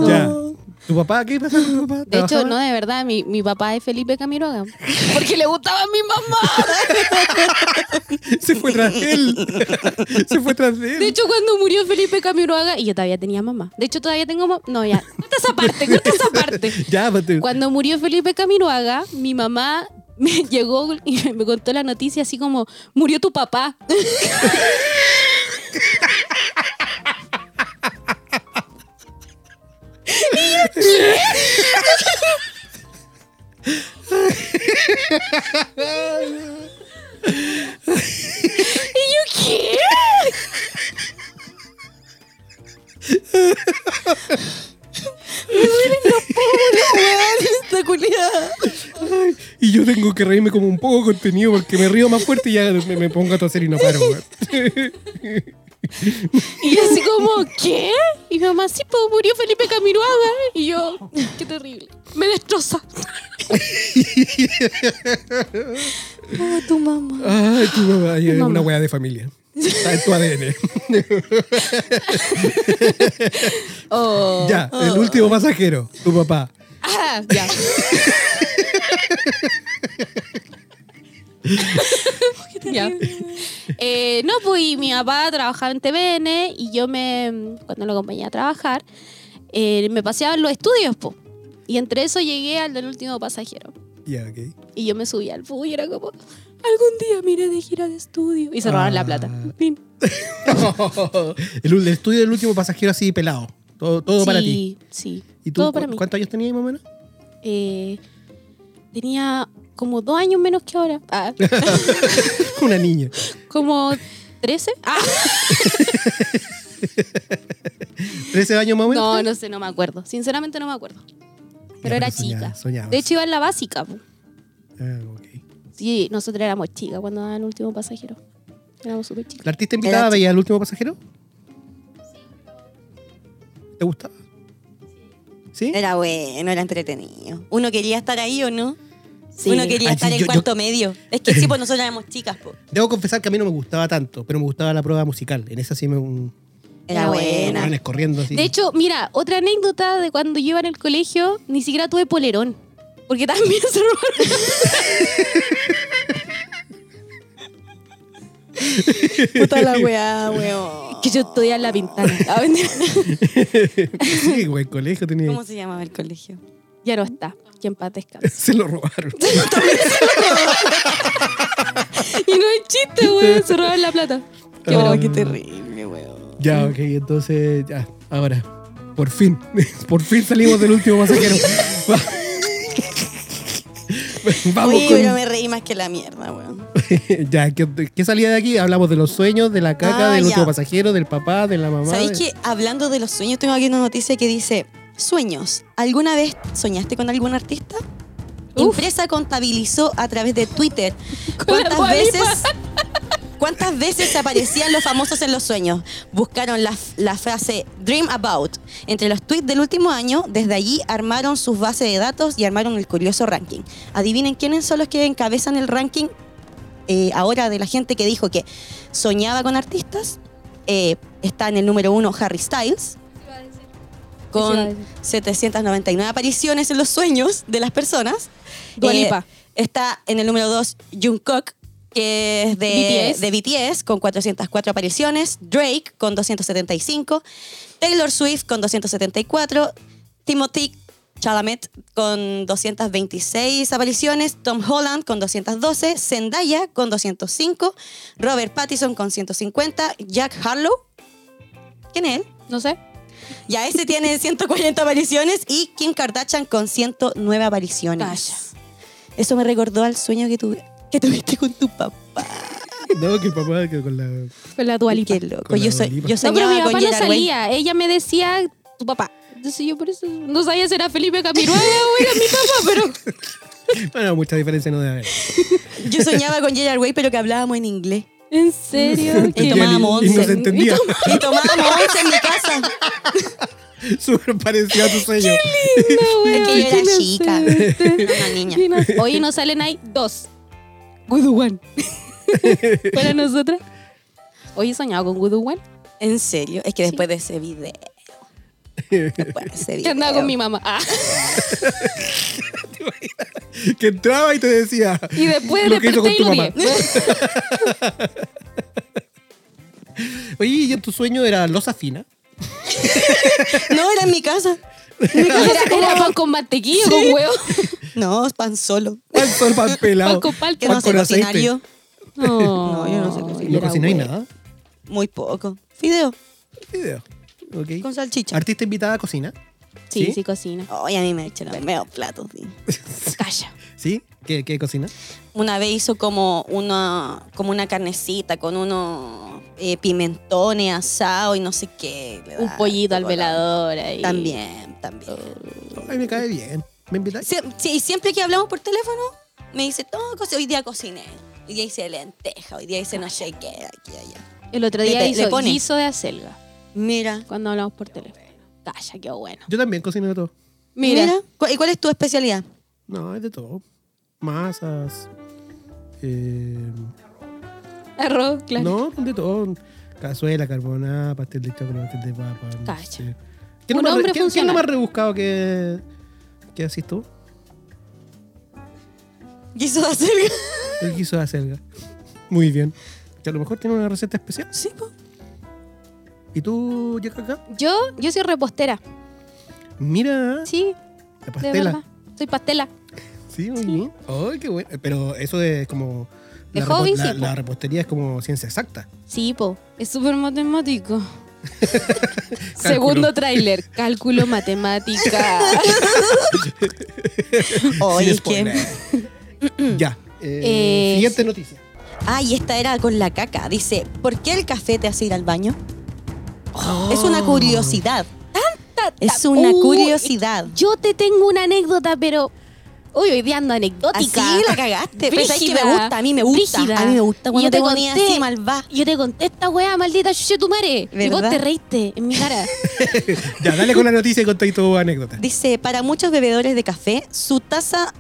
Speaker 1: Ya. ¿Tu papá qué pasa con tu papá?
Speaker 3: Oh. De hecho,
Speaker 1: ¿Trabajaba?
Speaker 3: no, de verdad, mi, mi papá es Felipe Camiroaga. Porque le gustaba a mi mamá.
Speaker 1: Se fue tras él. Se fue tras él.
Speaker 3: De hecho, cuando murió Felipe Camiroaga, y yo todavía tenía mamá. De hecho, todavía tengo mamá. No, ya. Corta esa parte, corta esa parte.
Speaker 1: ya, pues, Mateo.
Speaker 3: Cuando murió Felipe Camiroaga, mi mamá me llegó y me contó la noticia así como, murió tu papá.
Speaker 2: esta culiada.
Speaker 1: Ay, y yo tengo que reírme como un poco contenido porque me río más fuerte y ya me, me pongo a toser y no paro. weón.
Speaker 3: Y yo así como, ¿qué? Y mi mamá, sí, pues murió Felipe Camiroaga. Y yo, qué terrible. Me destroza.
Speaker 2: Oh, tu mamá.
Speaker 1: Ay, tu mamá es
Speaker 3: Ah, Mamá.
Speaker 1: una weá de familia. Está en tu ADN.
Speaker 3: Oh.
Speaker 1: Ya, el último pasajero, tu papá.
Speaker 3: Ah, ya. Ya. Eh, no, pues y mi papá trabajaba en TVN y yo me, cuando lo acompañé a trabajar, eh, me paseaba en los estudios, po. Y entre eso llegué al del último pasajero.
Speaker 1: Ya, ok.
Speaker 3: Y yo me subí al bus y era como, algún día miré de gira de estudio. Y se robaron
Speaker 1: Ah.
Speaker 3: la plata. Fin.
Speaker 1: el, el estudio del último pasajero así pelado. Todo, todo
Speaker 3: sí,
Speaker 1: para ti.
Speaker 3: Sí,
Speaker 1: ¿Y tú,
Speaker 3: todo para
Speaker 1: cu-
Speaker 3: mí.
Speaker 1: ¿Cuántos años tenías más o menos?
Speaker 3: Eh, tenía como dos años menos que ahora. Ah.
Speaker 1: Una niña.
Speaker 3: Como 13? Ah,
Speaker 1: 13 años más o menos?
Speaker 3: no, no sé, no me acuerdo. Sinceramente no me acuerdo. Pero
Speaker 1: Ya,
Speaker 3: era
Speaker 1: soñaba-
Speaker 3: chica.
Speaker 1: soñabas.
Speaker 3: De hecho iba en la básica. po.
Speaker 1: Ah, ok.
Speaker 3: Sí, nosotros éramos chicas cuando daban el último pasajero. Éramos súper chicas.
Speaker 1: ¿La artista invitada
Speaker 2: Era
Speaker 1: veía el último pasajero? ¿Te gustaba? ¿Sí?
Speaker 3: Eh.
Speaker 2: Era bueno, era entretenido. Uno quería estar ahí o no.
Speaker 3: Sí.
Speaker 2: Uno quería
Speaker 1: Ay,
Speaker 2: estar
Speaker 1: sí,
Speaker 2: en
Speaker 1: yo-
Speaker 2: cuarto medio. Es que sí, pues nosotros éramos chicas, po.
Speaker 1: Debo confesar que a mí no me gustaba tanto, pero me gustaba la prueba musical. En esa sí me... Un,
Speaker 2: Era
Speaker 3: Era
Speaker 2: buena.
Speaker 1: corriendo, corriendo así.
Speaker 3: De hecho, mira, otra anécdota de cuando yo iba en el colegio, ni siquiera tuve polerón. Porque también se robaron.
Speaker 2: Puta la weá, weón.
Speaker 3: Que yo estudiaba en la pintana. Ah, mentira.
Speaker 1: Sí, güey, colegio tenía...
Speaker 2: ¿Cómo se llamaba el colegio?
Speaker 1: Ah.
Speaker 3: ya no está. Que en paz descanse.
Speaker 1: Se lo robaron.
Speaker 3: Y no es chiste, güey. Se robaron la plata.
Speaker 1: Qué
Speaker 2: oh,
Speaker 1: bravo.
Speaker 2: qué terrible, weón.
Speaker 1: ya, ok, entonces... Ya, ahora. Por fin. Por fin salimos del último pasajero. Va- Vamos
Speaker 2: Oye,
Speaker 1: con...
Speaker 2: pero me reí más que la mierda, weón.
Speaker 1: ya, ¿qué, qué salía de aquí? Hablamos de los sueños, de la caca,
Speaker 2: Ah,
Speaker 1: del
Speaker 2: ya.
Speaker 1: último pasajero, del papá, de la mamá.
Speaker 2: ¿Sabéis
Speaker 1: de-
Speaker 2: que hablando de los sueños, tengo aquí una noticia que dice: Sueños. ¿Alguna vez soñaste con algún artista?
Speaker 3: Uf.
Speaker 2: Impresa contabilizó a través de Twitter
Speaker 3: Con la
Speaker 2: cuántas
Speaker 3: Dua Lipa.
Speaker 2: veces. ¿Cuántas veces aparecían los famosos en los sueños? Buscaron la, la frase Dream About entre los tweets del último año. Desde allí armaron sus bases de datos y armaron el curioso ranking. Adivinen quiénes son los que encabezan el ranking eh, ahora de la gente que dijo que soñaba con artistas. Eh, está en el número uno Harry Styles.
Speaker 3: Sí, iba a
Speaker 2: Con
Speaker 3: decir.
Speaker 2: 799 apariciones en los sueños de las personas. Eh,
Speaker 3: Dua Lipa.
Speaker 2: Está en el número 2 Jungkook que es de BTS. de BTS, con 404 apariciones, Drake con 275, Taylor Swift con 274, Timothy Chalamet con 226 apariciones, Tom Holland con 212, Zendaya con 205, Robert Pattinson con 150, Jack Harlow. ¿Quién es él?
Speaker 3: No sé.
Speaker 2: Ya ese tiene 140 apariciones y Kim Kardashian con 109 apariciones.
Speaker 3: Vaya.
Speaker 2: Eso me recordó al sueño que, tuve, que tuviste con tu papá.
Speaker 1: No, que el papá que con la.
Speaker 3: Con la dualita.
Speaker 2: Qué loco.
Speaker 1: Con la
Speaker 2: Yo, soy,
Speaker 1: Dua Lipa.
Speaker 2: yo
Speaker 3: No, pero
Speaker 2: soñaba
Speaker 3: mi
Speaker 2: con
Speaker 3: papá no
Speaker 2: Gerard Way.
Speaker 3: salía. Ella me decía, tu papá. Entonces yo por eso no sabía si era Felipe Camiroaga o era mi papá, pero...
Speaker 1: Bueno, mucha diferencia no debe haber.
Speaker 2: Yo soñaba con Gerard Way, pero que hablábamos en inglés.
Speaker 3: ¿En serio?
Speaker 2: Y
Speaker 3: Qué-
Speaker 1: Entendía y
Speaker 2: tomábamos
Speaker 1: no
Speaker 2: once.
Speaker 1: se entendía.
Speaker 2: Y tomábamos once en mi casa.
Speaker 1: Súper parecido a tu sueño.
Speaker 3: No,
Speaker 2: Es que yo
Speaker 3: weón,
Speaker 2: era
Speaker 3: qué
Speaker 2: chica.
Speaker 3: inocente.
Speaker 2: Una niña.
Speaker 3: Sí, no. Oye, nos salen ahí dos. Good One. Para nosotras. Oye, he soñado con Good One.
Speaker 2: En serio, es que después de ese video. Después de ese video.
Speaker 3: Que andaba con mi mamá. Ah.
Speaker 1: Que entraba y te decía.
Speaker 3: Y después "Pues,
Speaker 1: Lo que hizo
Speaker 3: desperté y
Speaker 1: con
Speaker 3: lo
Speaker 1: tu
Speaker 3: vi.
Speaker 1: mamá. Oye, ¿y en tu sueño era losa fina?
Speaker 2: No, era en mi casa.
Speaker 3: Era, era pan con mantequillo, con huevo.
Speaker 2: No, es pan solo.
Speaker 1: Pan sol, pan pelado.
Speaker 3: Pan con palta.
Speaker 2: Que
Speaker 3: Pan
Speaker 2: no sé
Speaker 1: con
Speaker 2: cocinar
Speaker 1: aceite.
Speaker 2: yo.
Speaker 3: No,
Speaker 2: yo no sé cocinar.
Speaker 1: No
Speaker 3: era
Speaker 1: cocináis
Speaker 3: huevo.
Speaker 1: nada.
Speaker 2: Muy poco. Fideo
Speaker 1: Video. Ok.
Speaker 2: con salchicha.
Speaker 1: Artista invitada a cocina.
Speaker 3: Sí,
Speaker 1: ¿Sí?
Speaker 3: sí, cocina.
Speaker 2: Ay, a mí me echan los meos platos. sí.
Speaker 3: Calla.
Speaker 1: ¿Sí? ¿Qué, qué cocina?
Speaker 2: Una vez hizo como una, como una carnecita con unos eh, pimentones asado y no sé qué. le da
Speaker 3: Un pollito al
Speaker 2: color.
Speaker 3: velador ahí.
Speaker 2: También, también. Oh.
Speaker 1: Ay, me cae bien. ¿Me invitáis?
Speaker 2: Sie- sí, y siempre que hablamos por teléfono, me dice, todo, co- hoy día cociné. Hoy día hice lenteja, hoy día hice no sé qué, aquí, allá.
Speaker 3: El otro día
Speaker 2: Le- le
Speaker 3: hizo
Speaker 2: pone.
Speaker 3: guiso de acelga.
Speaker 2: Mira.
Speaker 3: Cuando hablamos por teléfono. Calla, qué bueno.
Speaker 1: Yo también cocino de todo.
Speaker 3: Mira.
Speaker 2: ¿Cu- ¿Y cuál es tu especialidad?
Speaker 1: No, es de todo. Masas. Eh,
Speaker 3: Arroz, claro.
Speaker 1: No, de todo. Cazuela, carbonada, pastel de choclo, pastel de papa. no
Speaker 3: Cacha.
Speaker 1: sé. ¿Qué,
Speaker 3: Un
Speaker 1: es lo más
Speaker 3: hombre
Speaker 1: re- qué- qué es lo
Speaker 3: funcional.
Speaker 1: más rebuscado que, que haces tú?
Speaker 2: Guiso de acelga.
Speaker 1: El guiso de acelga. Muy bien. Que a lo mejor tiene una receta especial.
Speaker 2: Sí, po.
Speaker 1: ¿Y tú, ya acá?
Speaker 3: Yo, yo soy repostera.
Speaker 1: Mira,
Speaker 3: Sí,
Speaker 1: la
Speaker 3: de
Speaker 1: pastela.
Speaker 3: verdad. Soy pastela.
Speaker 1: Sí, muy bien. Ay, qué bueno. Pero eso es como...
Speaker 3: De
Speaker 1: la repo-
Speaker 3: hobby,
Speaker 1: la,
Speaker 3: sí,
Speaker 1: la
Speaker 3: po.
Speaker 1: repostería es como ciencia exacta.
Speaker 3: Sí, po. Es súper matemático. Segundo tráiler. Cálculo, matemática.
Speaker 1: Sin
Speaker 2: Oye, es
Speaker 1: spoiler.
Speaker 2: que...
Speaker 1: ya. eh,
Speaker 3: Eh,
Speaker 1: siguiente noticia.
Speaker 2: Ay, Ah, esta era con la caca. Dice, ¿por qué el café te hace ir al baño? Es
Speaker 1: Oh.
Speaker 2: una curiosidad. Es una
Speaker 3: Uh,
Speaker 2: curiosidad.
Speaker 3: Yo te tengo una anécdota, pero... Uy, hoy día ando
Speaker 2: Así
Speaker 3: anecdótica.
Speaker 2: la cagaste. Pero sabes que me
Speaker 3: Brígida.
Speaker 2: gusta, a mí me gusta.
Speaker 3: Brígida.
Speaker 2: A mí me gusta
Speaker 3: Y
Speaker 2: cuando
Speaker 3: yo te
Speaker 2: te ponías
Speaker 3: conté.
Speaker 2: así malvá.
Speaker 3: Yo te conté esta weá, maldita chuche tu madre. Y vos
Speaker 2: ¿Verdad?
Speaker 3: te reíste en mi cara.
Speaker 1: Ya, dale con la noticia y contáis tu anécdota.
Speaker 2: Dice, para muchos bebedores de café, su taza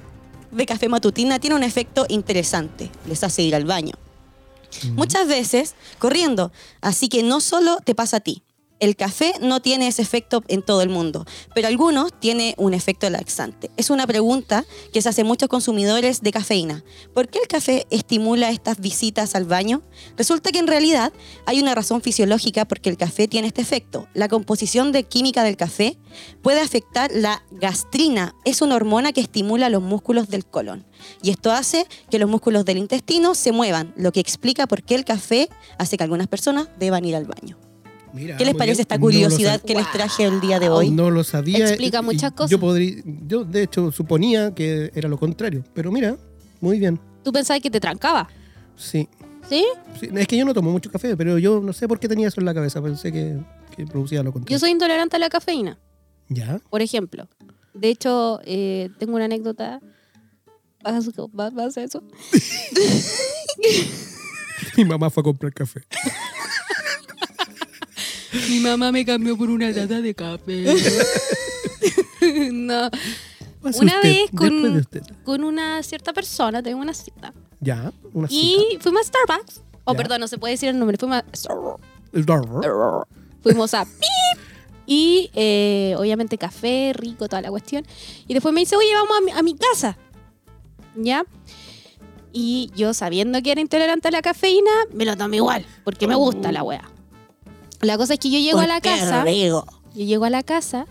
Speaker 2: de café matutina tiene un efecto interesante. Les hace ir al baño. Muchas veces corriendo. Así que no solo te pasa a ti. El café no tiene ese efecto en todo el mundo, pero algunos tiene un efecto laxante. Es una pregunta que se hace muchos consumidores de cafeína. ¿Por qué el café estimula estas visitas al baño? Resulta que en realidad hay una razón fisiológica porque el café tiene este efecto. La composición de química del café puede afectar la gastrina. Es una hormona que estimula los músculos del colon. Y esto hace que los músculos del intestino se muevan, lo que explica por qué el café hace que algunas personas deban ir al baño.
Speaker 1: Mira,
Speaker 2: ¿Qué les
Speaker 1: Ah, muy
Speaker 2: parece
Speaker 1: bien.
Speaker 2: esta
Speaker 1: No lo
Speaker 2: curiosidad
Speaker 1: sab-
Speaker 2: que les traje el día de hoy?
Speaker 1: No lo sabía.
Speaker 3: Explica
Speaker 1: y-
Speaker 3: muchas
Speaker 1: y
Speaker 3: cosas.
Speaker 1: Yo, podría, yo, de hecho, suponía que era lo contrario. Pero mira, muy bien.
Speaker 3: Tú pensabas que te trancaba.
Speaker 1: Sí.
Speaker 3: ¿Sí?
Speaker 1: Sí, Es que yo no tomo mucho café, pero yo no sé por qué tenía eso en la cabeza. Pensé que, que producía lo contrario.
Speaker 3: Yo soy intolerante a la cafeína.
Speaker 1: ¿Ya?
Speaker 3: Por ejemplo, de hecho, eh, tengo una anécdota. ¿Vas a, su- va- vas a eso?
Speaker 1: Mi mamá fue a comprar café.
Speaker 3: Mi mamá me cambió por una taza de café. no.
Speaker 1: Pase
Speaker 3: Una
Speaker 1: usted,
Speaker 3: vez
Speaker 1: después de
Speaker 3: con,
Speaker 1: usted.
Speaker 3: con una cierta persona, tengo una cita.
Speaker 1: Ya, una cita.
Speaker 3: Y fuimos a Starbucks. Oh,
Speaker 1: Ya.
Speaker 3: perdón, no se puede decir el nombre. Fuimos a Starbucks.
Speaker 1: El dar-
Speaker 3: Fuimos a Pip. Y eh, obviamente café, rico, toda la cuestión. Y después me dice, oye, vamos a mi, a mi casa. ¿Ya? Y yo sabiendo que era intolerante a la cafeína, me lo tomé igual, porque me gusta la weá. La cosa es que yo llego a la
Speaker 2: Porque
Speaker 3: casa,
Speaker 2: rico.
Speaker 3: yo llego a la casa,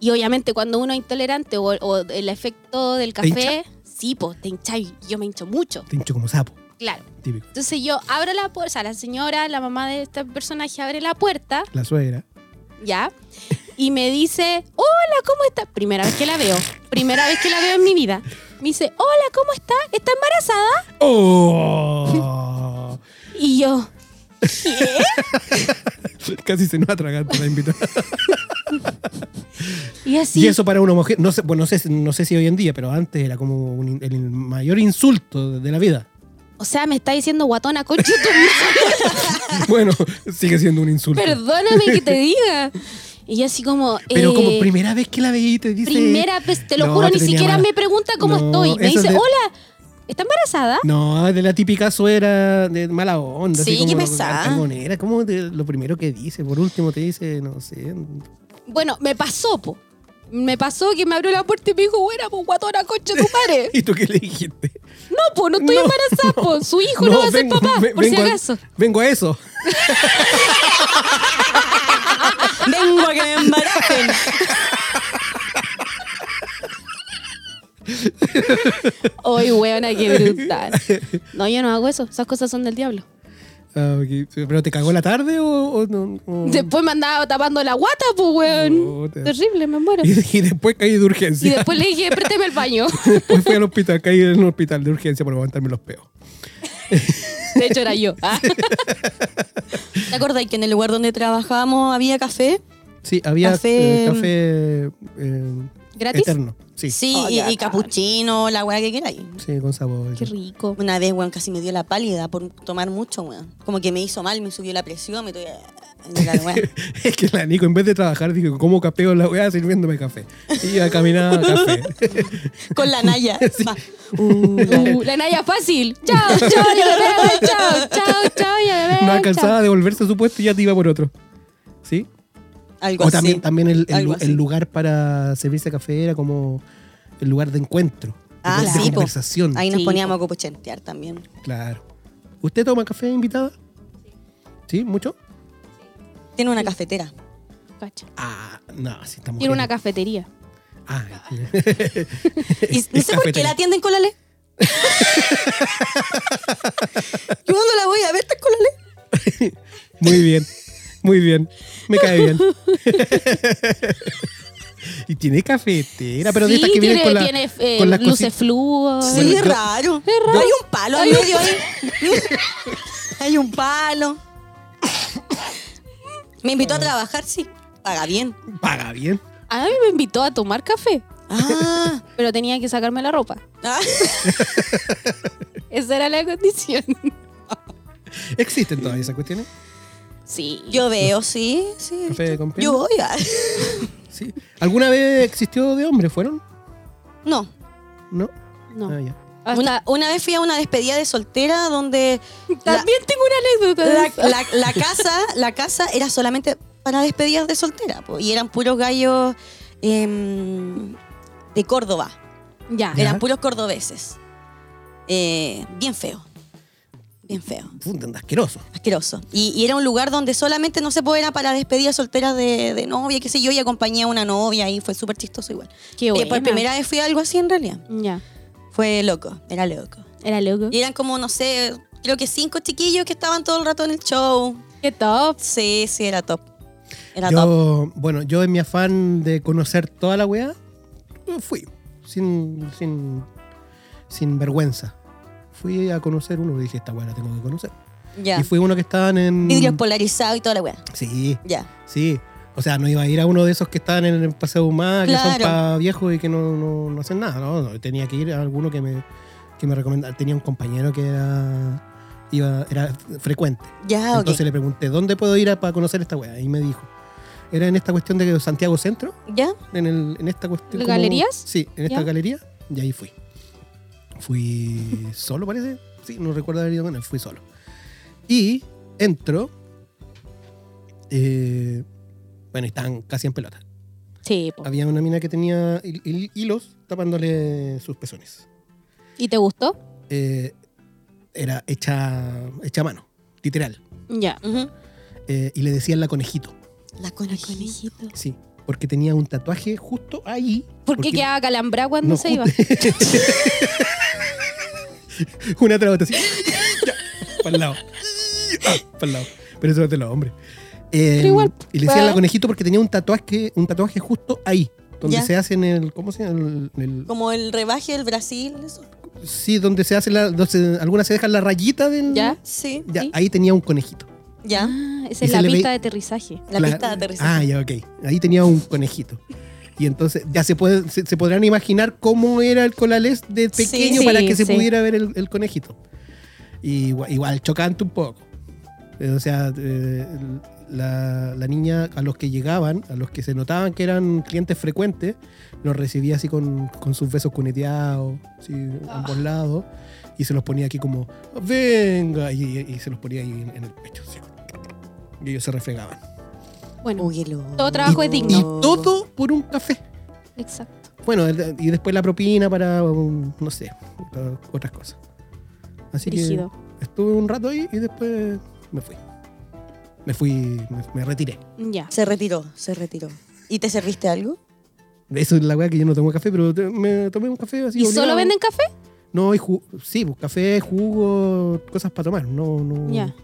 Speaker 3: y obviamente cuando uno es intolerante o, o el efecto del café, sí, pues te hincháis, yo me hincho mucho,
Speaker 1: Te hincho como sapo,
Speaker 3: claro.
Speaker 1: típico.
Speaker 3: Entonces yo abro la puerta, o sea, la señora, la mamá de este personaje abre la puerta,
Speaker 1: La suegra.
Speaker 3: ¿ya? Y me dice, hola, ¿cómo estás? Primera vez que la veo, primera vez que la veo en mi vida. Me dice, hola, ¿cómo estás? ¿Está embarazada?
Speaker 1: ¡Oh!
Speaker 3: Y yo,
Speaker 1: Casi se nos atraganta la invitada.
Speaker 3: y así.
Speaker 1: Y eso para una mujer, no sé, bueno, no sé, si- no sé si hoy en día, pero antes era como un in- el mayor insulto de la vida.
Speaker 3: O sea, me está diciendo guatona, concha tu madre.
Speaker 1: Bueno, sigue siendo un insulto.
Speaker 3: Perdóname que te diga. Y yo así como.
Speaker 1: Pero
Speaker 3: eh,
Speaker 1: como primera vez que la veí te dice...
Speaker 3: primera vez, te lo
Speaker 1: No,
Speaker 3: juro,
Speaker 1: te
Speaker 3: ni
Speaker 1: tenía
Speaker 3: siquiera
Speaker 1: mala-
Speaker 3: me pregunta cómo
Speaker 1: No,
Speaker 3: estoy. Me
Speaker 1: eso es
Speaker 3: dice,
Speaker 1: de-
Speaker 3: hola, ¿está embarazada?
Speaker 1: No, de la típica suera de mala onda.
Speaker 2: Sí,
Speaker 1: así como
Speaker 2: qué pesada.
Speaker 1: antagonera, como de lo primero que dice. Por último te dice, no sé.
Speaker 3: Bueno, me pasó, po. Me pasó que me abrió la puerta y me dijo, bueno, pues guatona, concha tu madre.
Speaker 1: ¿Y tú qué le dijiste?
Speaker 3: No, po, no estoy
Speaker 1: No,
Speaker 3: embarazada, po. Su hijo no, va a ser
Speaker 1: vengo-
Speaker 3: papá,
Speaker 1: ve-
Speaker 3: por si
Speaker 1: vengo a-
Speaker 3: acaso.
Speaker 1: vengo a eso.
Speaker 2: Vengo a que me embaracen.
Speaker 3: Ay, weona, qué brutal. No, yo no hago eso. Esas cosas son del diablo.
Speaker 1: Ah, ok. ¿Pero te cagó la tarde o, o no? o-
Speaker 3: Después me andaba tapando la guata, pues, weón.
Speaker 1: Puta.
Speaker 3: Terrible, me muero.
Speaker 1: Y, y después caí de
Speaker 3: Y
Speaker 1: urgencia.
Speaker 3: después le dije, présteme el baño.
Speaker 1: Después fui al hospital, caí en un hospital de urgencia por levantarme los peos.
Speaker 3: De hecho, era yo. Ah.
Speaker 2: ¿Te acordáis que en el lugar donde trabajábamos había café?
Speaker 1: Sí, había eh,
Speaker 2: Café-
Speaker 1: café eh,
Speaker 3: ¿Gratis?
Speaker 1: eterno. Sí, sí,
Speaker 2: Sí,
Speaker 3: Oh,
Speaker 2: y,
Speaker 3: ya,
Speaker 2: y capuchino, la weá que queráis.
Speaker 1: con sabor.
Speaker 3: Qué rico.
Speaker 2: Una vez, weón, casi me dio la pálida por tomar mucho, weón. Como que me hizo mal, me subió la presión, me tuve... de la weá.
Speaker 1: Es que la Nico, en vez de trabajar, dijo, ¿cómo capeo la weá sirviéndome café? Y iba caminando a café.
Speaker 2: Con la Naya. Va.
Speaker 3: Uh, la Naya fácil. Chao, chao, ya bebé. Chao, chao, chao, ya bebé.
Speaker 1: No alcanzaba a devolverse a su puesto y ya te iba por otro. ¿Sí?
Speaker 2: Algo
Speaker 1: O
Speaker 2: así.
Speaker 1: también, también el, el
Speaker 2: Algo
Speaker 1: lu- el
Speaker 2: así.
Speaker 1: lugar para servirse café era como el lugar de encuentro. de
Speaker 2: Ah,
Speaker 1: con- de,
Speaker 2: sí, po.
Speaker 1: conversación.
Speaker 2: Ahí nos
Speaker 3: Sí,
Speaker 2: poníamos a copuchentear también.
Speaker 1: Claro. ¿Usted toma café invitada? Sí. ¿Mucho?
Speaker 2: Tiene una cafetera.
Speaker 3: Cacha.
Speaker 1: Ah, no, sí, estamos.
Speaker 3: Tiene una cafetería.
Speaker 1: Ah,
Speaker 2: Y no sé por qué
Speaker 1: Cafetera.
Speaker 2: la atienden con la ley. Yo cuando la voy a ver, está con la ley.
Speaker 1: muy bien. Muy bien. Me cae bien. y tiene cafetera, pero de
Speaker 3: sí,
Speaker 1: estas que
Speaker 3: tiene,
Speaker 1: vienen con, la,
Speaker 3: tiene eh,
Speaker 1: con las
Speaker 3: luces
Speaker 1: cositas.
Speaker 3: fluo.
Speaker 2: Sí,
Speaker 1: Bueno,
Speaker 2: es
Speaker 1: yo-
Speaker 2: raro. Hay un palo al medio ahí. Hay un palo. Me invitó a trabajar, sí. Paga bien.
Speaker 1: Paga bien.
Speaker 3: A mí me invitó a tomar café,
Speaker 2: Ah.
Speaker 3: pero tenía que sacarme la ropa.
Speaker 2: Ah.
Speaker 3: Esa era la condición.
Speaker 1: ¿Existen todavía esas cuestiones?
Speaker 3: Sí.
Speaker 2: Yo veo, sí, sí.
Speaker 1: ¿Café con piel?
Speaker 2: Yo voy a...
Speaker 1: Sí. ¿Alguna vez existió de hombre? ¿Fueron?
Speaker 2: No.
Speaker 1: No.
Speaker 3: No.
Speaker 1: Ah, ya.
Speaker 3: Hasta-
Speaker 2: Una, una vez fui a una despedida de soltera donde
Speaker 3: También tengo una anécdota. de
Speaker 2: la,
Speaker 3: esa.
Speaker 2: la- la casa, la casa era solamente para despedidas de soltera. po, y eran puros gallos em, de Córdoba.
Speaker 3: Ya.
Speaker 1: Ya.
Speaker 2: Eran puros cordobeses. Eh, bien feo. Bien feo.
Speaker 1: Puta, anda asqueroso.
Speaker 2: Asqueroso. Y, y era un lugar donde solamente no se podía para despedidas solteras de, de novia, qué sé yo, y acompañé a una novia y fue súper chistoso igual.
Speaker 3: Qué
Speaker 2: Eh, por
Speaker 3: buena.
Speaker 2: primera vez fui a algo así en realidad.
Speaker 3: Ya.
Speaker 2: Fue loco, era loco.
Speaker 3: Era loco.
Speaker 2: Y eran como, no sé, creo que cinco chiquillos que estaban todo el rato en el show.
Speaker 3: Qué top.
Speaker 2: Sí, sí, era top. Era top.
Speaker 1: Yo, bueno, yo en mi afán de conocer toda la weá, eh, fui. Sin, sin, sin vergüenza. Fui a conocer uno y dije, esta weá la tengo que conocer.
Speaker 2: Ya.
Speaker 1: Y fui uno que estaban en.
Speaker 2: Vidrios polarizados y toda la weá.
Speaker 1: Sí,
Speaker 2: Ya.
Speaker 1: sí. O sea, no iba a ir a uno de esos que estaban en el Paseo Humada, que son
Speaker 2: Claro.
Speaker 1: para viejos y que no, no- no hacen nada. No, no, tenía que ir a alguno que me, que me recomendaba. Tenía un compañero que era, iba, era frecuente.
Speaker 2: Ya, Ah, ok.
Speaker 1: Entonces le pregunté, ¿dónde puedo ir a- para conocer esta weá? Y me dijo, era en esta cuestión de Santiago Centro,
Speaker 2: ya.
Speaker 1: en, el- en esta cuestión.
Speaker 3: ¿De galerías?
Speaker 1: Sí, en esta
Speaker 3: ¿Ya?
Speaker 1: galería, y ahí fui. Fui solo, parece. Sí, no recuerdo haber ido con él, fui solo. Y entro. eh, bueno, estaban casi en pelota.
Speaker 3: Sí, po.
Speaker 1: Había una mina que tenía hil- hil- hilos tapándole sus pezones.
Speaker 3: ¿Y te gustó?
Speaker 1: Eh, era hecha, hecha a mano, literal.
Speaker 3: Ya.
Speaker 2: Ujú.
Speaker 1: Eh, y le decían la conejito,
Speaker 2: La conejito.
Speaker 1: sí. Porque tenía un tatuaje justo ahí.
Speaker 3: ¿Por qué quedaba calambrada cuando
Speaker 1: no,
Speaker 3: se iba?
Speaker 1: justo- Una tras otra, así. para el lado. para el lado. Pero eso es de los hombres. Eh,
Speaker 3: Pero igual,
Speaker 1: y le decían
Speaker 3: ¿verdad?
Speaker 1: la conejito porque tenía un tatuaje, un tatuaje justo ahí. Donde
Speaker 2: Ya.
Speaker 1: se hace en el. ¿Cómo se llama? El- el-
Speaker 2: Como el rebaje del Brasil, eso.
Speaker 1: sí, donde se hace la. donde se- algunas se dejan la rayita del.
Speaker 2: ¿Ah?
Speaker 3: ¿Ya?
Speaker 2: Sí.
Speaker 1: Ya,
Speaker 3: Sí.
Speaker 1: ahí tenía un conejito.
Speaker 2: Ya.
Speaker 3: Ah,
Speaker 1: Y
Speaker 3: esa es
Speaker 1: se
Speaker 3: la
Speaker 1: le ve-
Speaker 3: pista de aterrizaje.
Speaker 2: La
Speaker 1: Cla-
Speaker 2: pista de aterrizaje.
Speaker 1: Ah, ya, ok. Ahí tenía un conejito. Y entonces ya se, puede, se, se podrán imaginar cómo era el colales de
Speaker 2: Sí,
Speaker 1: pequeño
Speaker 3: sí,
Speaker 1: para que se
Speaker 3: sí.
Speaker 1: pudiera ver el, el conejito. Y igua- igual, chocante un poco. Eh, O sea, eh, la, la niña a los que llegaban, a los que se notaban que eran clientes frecuentes, los recibía así con, con sus besos cuneteados, así,
Speaker 2: Ah.
Speaker 1: a ambos lados, y se los ponía aquí como, venga, y, y- y se los ponía ahí en, en el pecho. así. Y ellos se refregaban. ah.
Speaker 3: Bueno,
Speaker 2: Uy, qué loco.
Speaker 3: Todo trabajo es digno.
Speaker 1: Y todo por un café.
Speaker 3: exacto.
Speaker 1: Bueno, el- y después la propina para, um, no sé, para otras cosas. Así
Speaker 3: Rígido.
Speaker 1: que estuve un rato ahí y después me fui. Me fui, me, me retiré.
Speaker 3: Ya.
Speaker 2: Se retiró, se retiró. ¿Y te serviste algo?
Speaker 1: Eso es la weá que yo no tomo café, pero te- me tomé un café así.
Speaker 3: ¿Y
Speaker 1: obligado.
Speaker 3: solo venden café?
Speaker 1: No, hay ju- sí, pues, café, jugo, cosas para tomar. No, no.
Speaker 3: Ya.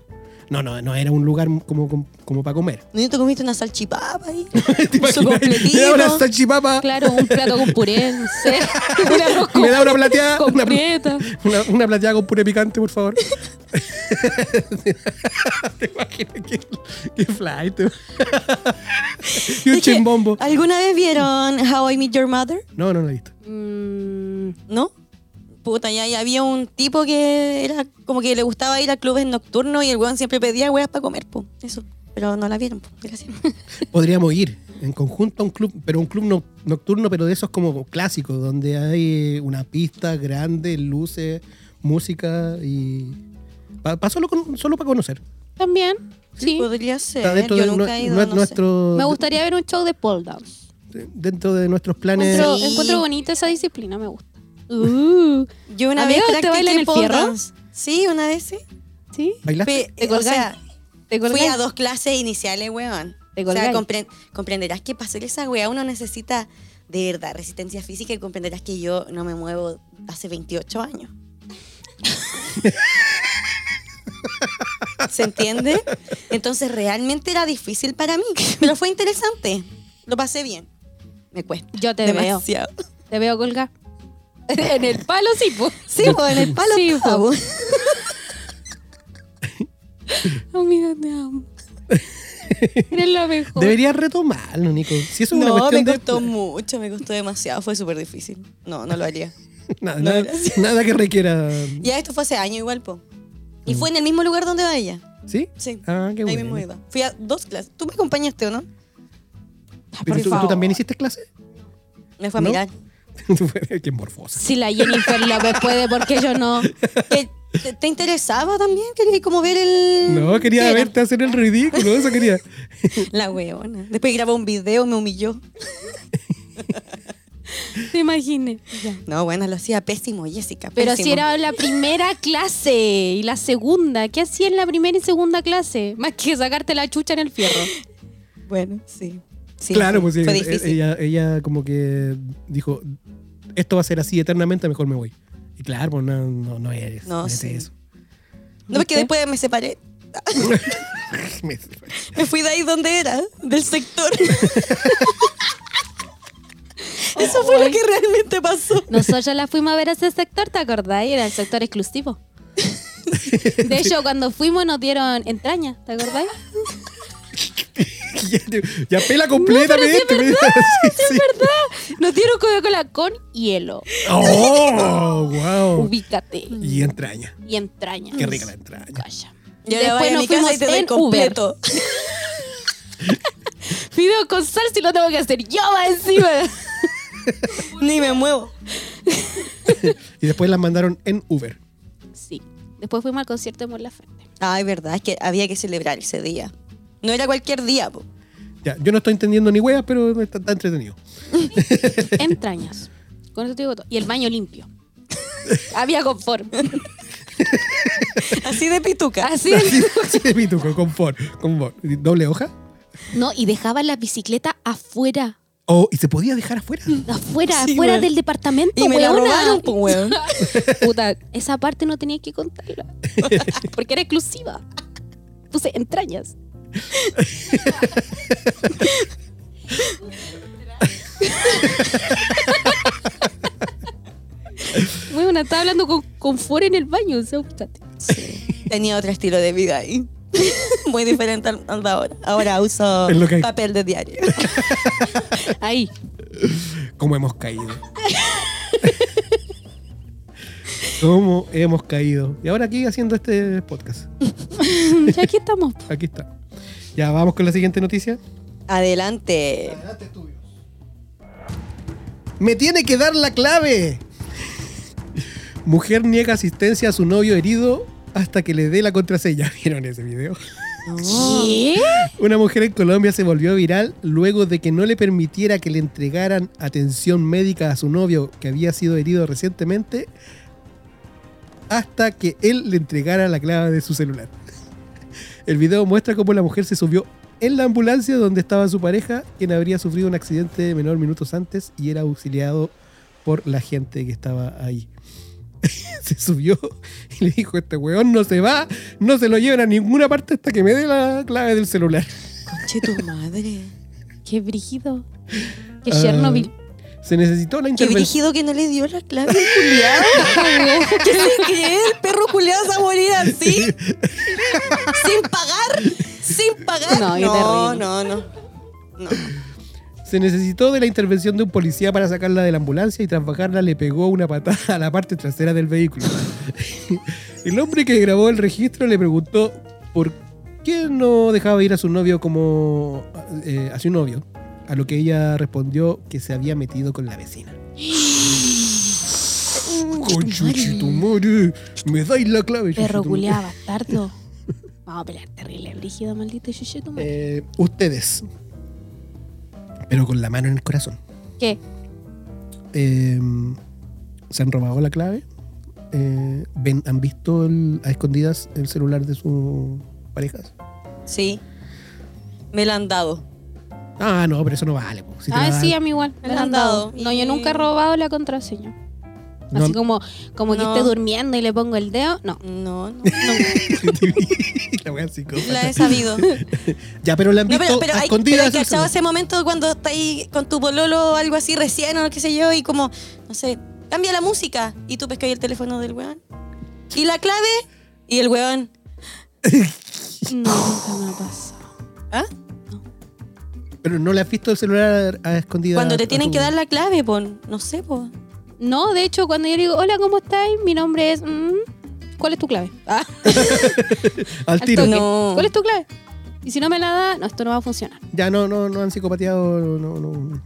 Speaker 1: No, no, no era un lugar como, como, como para comer.
Speaker 2: ¿No te comiste una salchipapa ahí?
Speaker 1: ¿Te imaginas?
Speaker 2: completito.
Speaker 1: Me da una salchipapa,
Speaker 3: Claro, un plato con puré, no sé. Un arroz con,
Speaker 1: me da una plateada,
Speaker 3: con
Speaker 1: una,
Speaker 3: prieta.
Speaker 1: Una, una plateada con puré picante, por favor. Te imaginas que, que fly, tú. y un
Speaker 2: Es que,
Speaker 1: chimbombo.
Speaker 2: ¿Alguna vez vieron How I Met Your Mother?
Speaker 1: No, no lo he visto.
Speaker 3: Mm,
Speaker 2: ¿No? Puta, ya, ya había un tipo que era como que le gustaba ir a clubes nocturnos y el weón siempre pedía weas para comer, po. Eso. Pero no la vieron, po. Gracias.
Speaker 1: Podríamos ir en conjunto a un club, pero un club no- nocturno, pero de esos como clásicos, donde hay eh, una pista grande, luces, música y. Para solo, con- solo para conocer.
Speaker 3: también, sí.
Speaker 2: Podría ser. ¿eh?
Speaker 1: Está dentro
Speaker 2: Yo
Speaker 1: de
Speaker 2: nunca
Speaker 1: nue-
Speaker 2: he ido,
Speaker 1: nue-
Speaker 2: no sé.
Speaker 1: nuestro-
Speaker 3: Me gustaría ver un show de pole dance.
Speaker 1: Dentro de nuestros planes.
Speaker 3: Encuentro,
Speaker 2: Sí.
Speaker 3: encuentro bonita esa disciplina, me gusta. Uh,
Speaker 2: Yo una
Speaker 3: Amigo,
Speaker 2: vez
Speaker 3: ¿te bailan
Speaker 2: practiqué
Speaker 3: el
Speaker 2: pole
Speaker 3: fierro?
Speaker 2: dance. Sí, una vez sí.
Speaker 3: ¿Sí?
Speaker 1: ¿Bailaste?
Speaker 2: Pe-
Speaker 3: Te
Speaker 2: o
Speaker 3: colgáis.
Speaker 2: sea,
Speaker 3: ¿Te
Speaker 2: Fui
Speaker 3: colgáis?
Speaker 2: a dos clases iniciales, weón.
Speaker 3: Te
Speaker 2: o sea, compren-
Speaker 3: colgáis.
Speaker 2: comprenderás que para hacer esa weá uno necesita de verdad resistencia física y comprenderás que yo no me muevo hace 28 años. ¿Se entiende? Entonces realmente era difícil para mí, pero fue interesante. Lo pasé bien. Me cuesta.
Speaker 3: Yo te veo.
Speaker 2: demasiado.
Speaker 3: Te veo colgar. en el palo, sí, pues.
Speaker 2: Sí, po, en el palo.
Speaker 3: Sí,
Speaker 2: estaba,
Speaker 3: po.
Speaker 2: po.
Speaker 3: Amiga, te amo. Eres la mejor.
Speaker 1: Deberías retomarlo, Nico. Si eso es una
Speaker 2: No,
Speaker 1: cuestión
Speaker 2: me
Speaker 1: de-
Speaker 2: costó mucho, me costó demasiado, fue súper difícil. No, no lo haría.
Speaker 1: Nada, nada- nada que requiera.
Speaker 2: Ya esto fue hace año igual, po. Y fue en el mismo lugar donde va ella.
Speaker 1: ¿Sí?
Speaker 2: Sí.
Speaker 1: Mm. Ah, qué
Speaker 2: Ahí
Speaker 1: bueno.
Speaker 2: mismo iba. Fui a dos clases. ¿Tú me acompañaste o no?
Speaker 3: Ah,
Speaker 1: Pero
Speaker 3: por
Speaker 1: tú, tú
Speaker 3: favor.
Speaker 1: también hiciste clase.
Speaker 2: Me fue a
Speaker 1: ¿No?
Speaker 2: mirar.
Speaker 1: Qué morfosa.
Speaker 3: Si la Jennifer López puede, porque yo no?
Speaker 2: ¿Te, te- te interesaba también? Quería como ver el.
Speaker 1: No, quería
Speaker 2: ¿Qué era?
Speaker 1: verte hacer el ridículo, eso quería.
Speaker 2: La weona. Después grabó un video, me humilló.
Speaker 3: Te imaginé. Ya.
Speaker 2: No, bueno, lo hacía pésimo, Jessica.
Speaker 3: Pero
Speaker 2: pésimo.
Speaker 3: si era la primera clase y la segunda, ¿qué hacía en la primera y segunda clase? Más que sacarte la chucha en el fierro.
Speaker 2: Bueno, sí. Sí,
Speaker 1: claro,
Speaker 2: fue-
Speaker 1: pues sí,
Speaker 2: Fue difícil.
Speaker 1: ella, ella como que dijo, esto va a ser así eternamente, mejor me voy. Y claro, pues no, no, no eres.
Speaker 2: No,
Speaker 1: eres
Speaker 2: sí.
Speaker 1: eso.
Speaker 2: no, porque
Speaker 3: ¿Viste?
Speaker 2: después me separé.
Speaker 1: Me-
Speaker 2: Me fui de ahí donde era, del sector. Eso fue lo que realmente pasó.
Speaker 3: Nosotros la fuimos a ver a ese sector, ¿te acordáis? Era el sector exclusivo. De hecho, cuando fuimos nos dieron entraña, ¿te acordáis?
Speaker 1: ya, ya pela completamente. me- sí, sí.
Speaker 3: Nos dieron Coca-Cola con hielo.
Speaker 1: Oh, wow.
Speaker 3: Ubícate.
Speaker 1: Y entraña.
Speaker 3: Y entraña.
Speaker 1: Qué rica la entraña.
Speaker 3: Calla.
Speaker 2: Y ahora voy a mi casa y te doy
Speaker 3: en Uber.
Speaker 2: completo.
Speaker 3: Video con salsa y lo tengo que hacer yo más encima.
Speaker 2: Ni me muevo.
Speaker 1: Y después la mandaron en Uber.
Speaker 3: Sí. Después fuimos al concierto de Mon Laferte.
Speaker 2: Ay, verdad, es que había que celebrar ese día. No era cualquier día, po.
Speaker 1: Ya, yo no estoy entendiendo ni weas, pero está, está entretenido.
Speaker 3: Entrañas. Con eso te digo todo. Y el baño limpio. Había confort.
Speaker 2: Así de pituca.
Speaker 3: Así.
Speaker 1: Así, así de pituco, con for, con for. ¿Doble hoja?
Speaker 3: No, y dejaba la bicicleta afuera.
Speaker 1: Oh, y se podía dejar afuera.
Speaker 3: Mm. Afuera,
Speaker 2: Sí,
Speaker 3: afuera
Speaker 2: weón.
Speaker 3: del departamento.
Speaker 2: Y me la
Speaker 3: weona.
Speaker 2: robaron, pues, weón.
Speaker 3: Puta, esa parte no tenía que contarla. Porque era exclusiva. Puse entrañas. Bueno, estaba hablando con, con Fore en el baño, o sea, apúrate.
Speaker 2: Tenía otro estilo de vida ahí. Muy diferente al, al de ahora. Ahora uso
Speaker 1: Es lo que hay.
Speaker 2: papel de diario.
Speaker 3: Ahí.
Speaker 1: ¿Cómo hemos caído? ¿Cómo hemos caído? Y ahora aquí haciendo este podcast.
Speaker 3: Ya aquí estamos.
Speaker 1: Aquí está. Ya, vamos con la siguiente noticia.
Speaker 2: Adelante.
Speaker 1: ¡Me tiene que dar la clave! Mujer niega asistencia a su novio herido hasta que le dé la contraseña. ¿Vieron ese video?
Speaker 3: ¿Qué?
Speaker 1: Una mujer en Colombia se volvió viral luego de que no le permitiera que le entregaran atención médica a su novio que había sido herido recientemente hasta que él le entregara la clave de su celular. El video muestra cómo la mujer se subió en la ambulancia donde estaba su pareja, quien habría sufrido un accidente menor minutos antes y era auxiliado por la gente que estaba ahí. se subió y le dijo, este weón no se va, no se lo llevan a ninguna parte hasta que me dé la clave del celular.
Speaker 2: Che, tu madre.
Speaker 3: Qué brígido. Qué
Speaker 1: Ah,
Speaker 3: Chernobyl.
Speaker 1: Se necesitó la
Speaker 2: Qué
Speaker 1: intervención.
Speaker 2: dirigido que no le dio la clave al culiado. ¿Qué se cree? El perro culiado se va a morir así. Sin pagar. Sin pagar.
Speaker 3: No, qué
Speaker 2: no,
Speaker 3: terrible.
Speaker 2: no, no. No.
Speaker 1: Se necesitó de la intervención de un policía para sacarla de la ambulancia y tras bajarla le pegó una patada a la parte trasera del vehículo. el hombre que grabó el registro le preguntó por qué no dejaba ir a su novio como eh, a su novio, a lo que ella respondió que se había metido con la vecina. Conchuchitumare, me dais la clave.
Speaker 3: Perro
Speaker 1: chuchitumare.
Speaker 3: culiado bastardo. Vamos a pelear terrible, brígido, maldito chuche tu madre.
Speaker 1: Eh, ustedes, pero con la mano en el corazón.
Speaker 3: ¿Qué?
Speaker 1: eh, se han robado la clave, eh, ven, han visto el- a escondidas el celular de sus parejas.
Speaker 2: Sí. Me la han dado.
Speaker 1: Ah, no, pero eso no vale. po. Si te
Speaker 3: ah,
Speaker 1: la-
Speaker 3: sí, a mí igual.
Speaker 2: Me
Speaker 3: Me
Speaker 2: la
Speaker 3: la
Speaker 2: han
Speaker 3: han dado.
Speaker 2: dado.
Speaker 3: No, yo nunca he robado la contraseña.
Speaker 1: no,
Speaker 3: Así como, como que
Speaker 2: No.
Speaker 3: esté durmiendo y le pongo el dedo. No.
Speaker 2: No, no, no.
Speaker 1: la wea psicópata.
Speaker 2: La he sabido.
Speaker 1: Ya, pero la han
Speaker 2: No,
Speaker 1: visto
Speaker 2: pero, pero
Speaker 1: a
Speaker 2: hay, pero
Speaker 1: escondidas.
Speaker 2: hay
Speaker 1: el
Speaker 2: cachado
Speaker 1: celular.
Speaker 2: ese momento cuando estáis con tu pololo o algo así recién o qué sé yo y como, no sé, cambia la música y tú pescas ahí el teléfono del weón. Y la clave y el weón.
Speaker 3: No, nunca me ha pasado.
Speaker 2: ¿Ah?
Speaker 1: Pero no le has visto el celular a escondidas.
Speaker 2: Cuando te
Speaker 1: a
Speaker 2: tienen
Speaker 1: tu-
Speaker 2: que dar la clave, pon, no sé, pon.
Speaker 3: No, de hecho, cuando yo le digo, hola, ¿cómo estáis? Mi nombre es. mm, ¿Cuál es tu clave? Ah,
Speaker 1: Al
Speaker 3: al
Speaker 1: tiro.
Speaker 3: toque.
Speaker 2: No.
Speaker 3: ¿Cuál es tu clave? Y si no me la da, no, esto no va a funcionar.
Speaker 1: Ya no, no, no han psicopateado. No, no, no,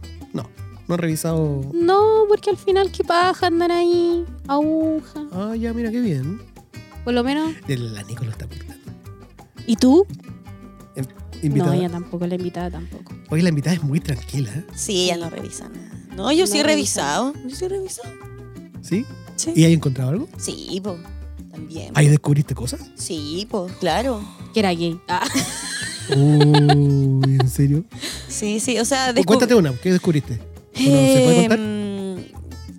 Speaker 1: no han revisado.
Speaker 3: No, porque al final, ¿qué paja? Andan ahí, aguja.
Speaker 1: Ah, ya, mira qué bien.
Speaker 3: Por lo menos.
Speaker 1: El- La Nico lo está apuntando.
Speaker 3: ¿Y tú?
Speaker 1: Em, Invitada.
Speaker 3: No, ella tampoco, la invitada tampoco.
Speaker 1: Oye, la invitada es muy tranquila. ¿eh?
Speaker 2: Sí, ella no revisa nada. No, yo
Speaker 3: No
Speaker 2: sí he
Speaker 3: revisa.
Speaker 2: revisado. Yo sí he revisado.
Speaker 1: ¿Sí?
Speaker 2: Sí.
Speaker 1: ¿Y hay encontrado algo?
Speaker 2: Sí, po. También.
Speaker 1: ¿Ahí descubriste cosas?
Speaker 2: Sí, po, claro.
Speaker 3: Que era gay. Ah.
Speaker 1: Uy, ¿en serio?
Speaker 2: Sí, sí, o sea, descub-
Speaker 1: Cuéntate una, ¿qué descubriste? Bueno, ¿Se puede contar?
Speaker 2: Em, Eh,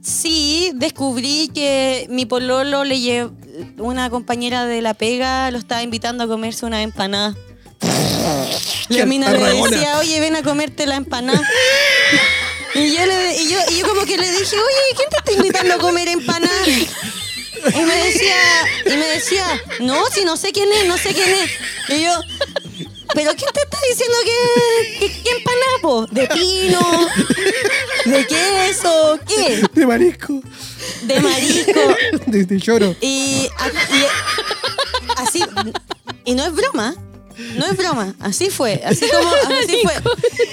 Speaker 2: Sí, descubrí que mi pololo le llev- una compañera de la pega lo estaba invitando a comerse una empanada.
Speaker 1: ¡Qué
Speaker 2: La mina le
Speaker 1: altarrabona!
Speaker 2: decía, oye, ven a comerte la empanada. Y yo, le- y yo, y yo como que le dije, oye, ¿quién te está invitando a comer empanada? Y me decía, y me decía, no, si no sé quién es, no sé quién es. Y yo, ¿pero quién te está diciendo que, que, que empanada, po? ¿De pino? ¿De queso? ¿Qué?
Speaker 1: De marisco,
Speaker 2: De marisco.
Speaker 1: de, de lloro.
Speaker 2: Y, a- y- así, y no es broma, no es broma, así fue, así como, así fue.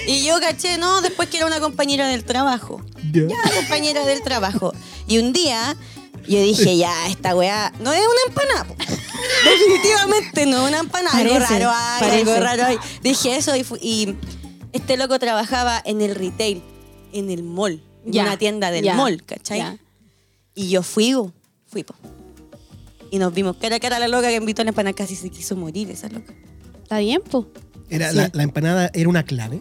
Speaker 2: Y yo caché, no, después que era una compañera del trabajo,
Speaker 1: Ya.
Speaker 2: ya, compañera del trabajo. Y un día yo dije, ya, esta weá no es una empanada. po. Definitivamente no es una empanada. algo
Speaker 3: Parece,
Speaker 2: raro hay, algo
Speaker 3: parece.
Speaker 2: raro hay. Dije eso y, fu- y este loco trabajaba en el retail, en el mall, en
Speaker 3: Ya,
Speaker 2: una tienda del
Speaker 3: ya,
Speaker 2: mall, ¿cachai?
Speaker 3: ya.
Speaker 2: Y yo fui, bo, fui, po. Y nos vimos cara a cara a la loca que invitó a la empanada. Casi se quiso morir esa loca.
Speaker 3: Está bien, po.
Speaker 1: Era,
Speaker 2: Sí.
Speaker 1: la, la empanada era una clave.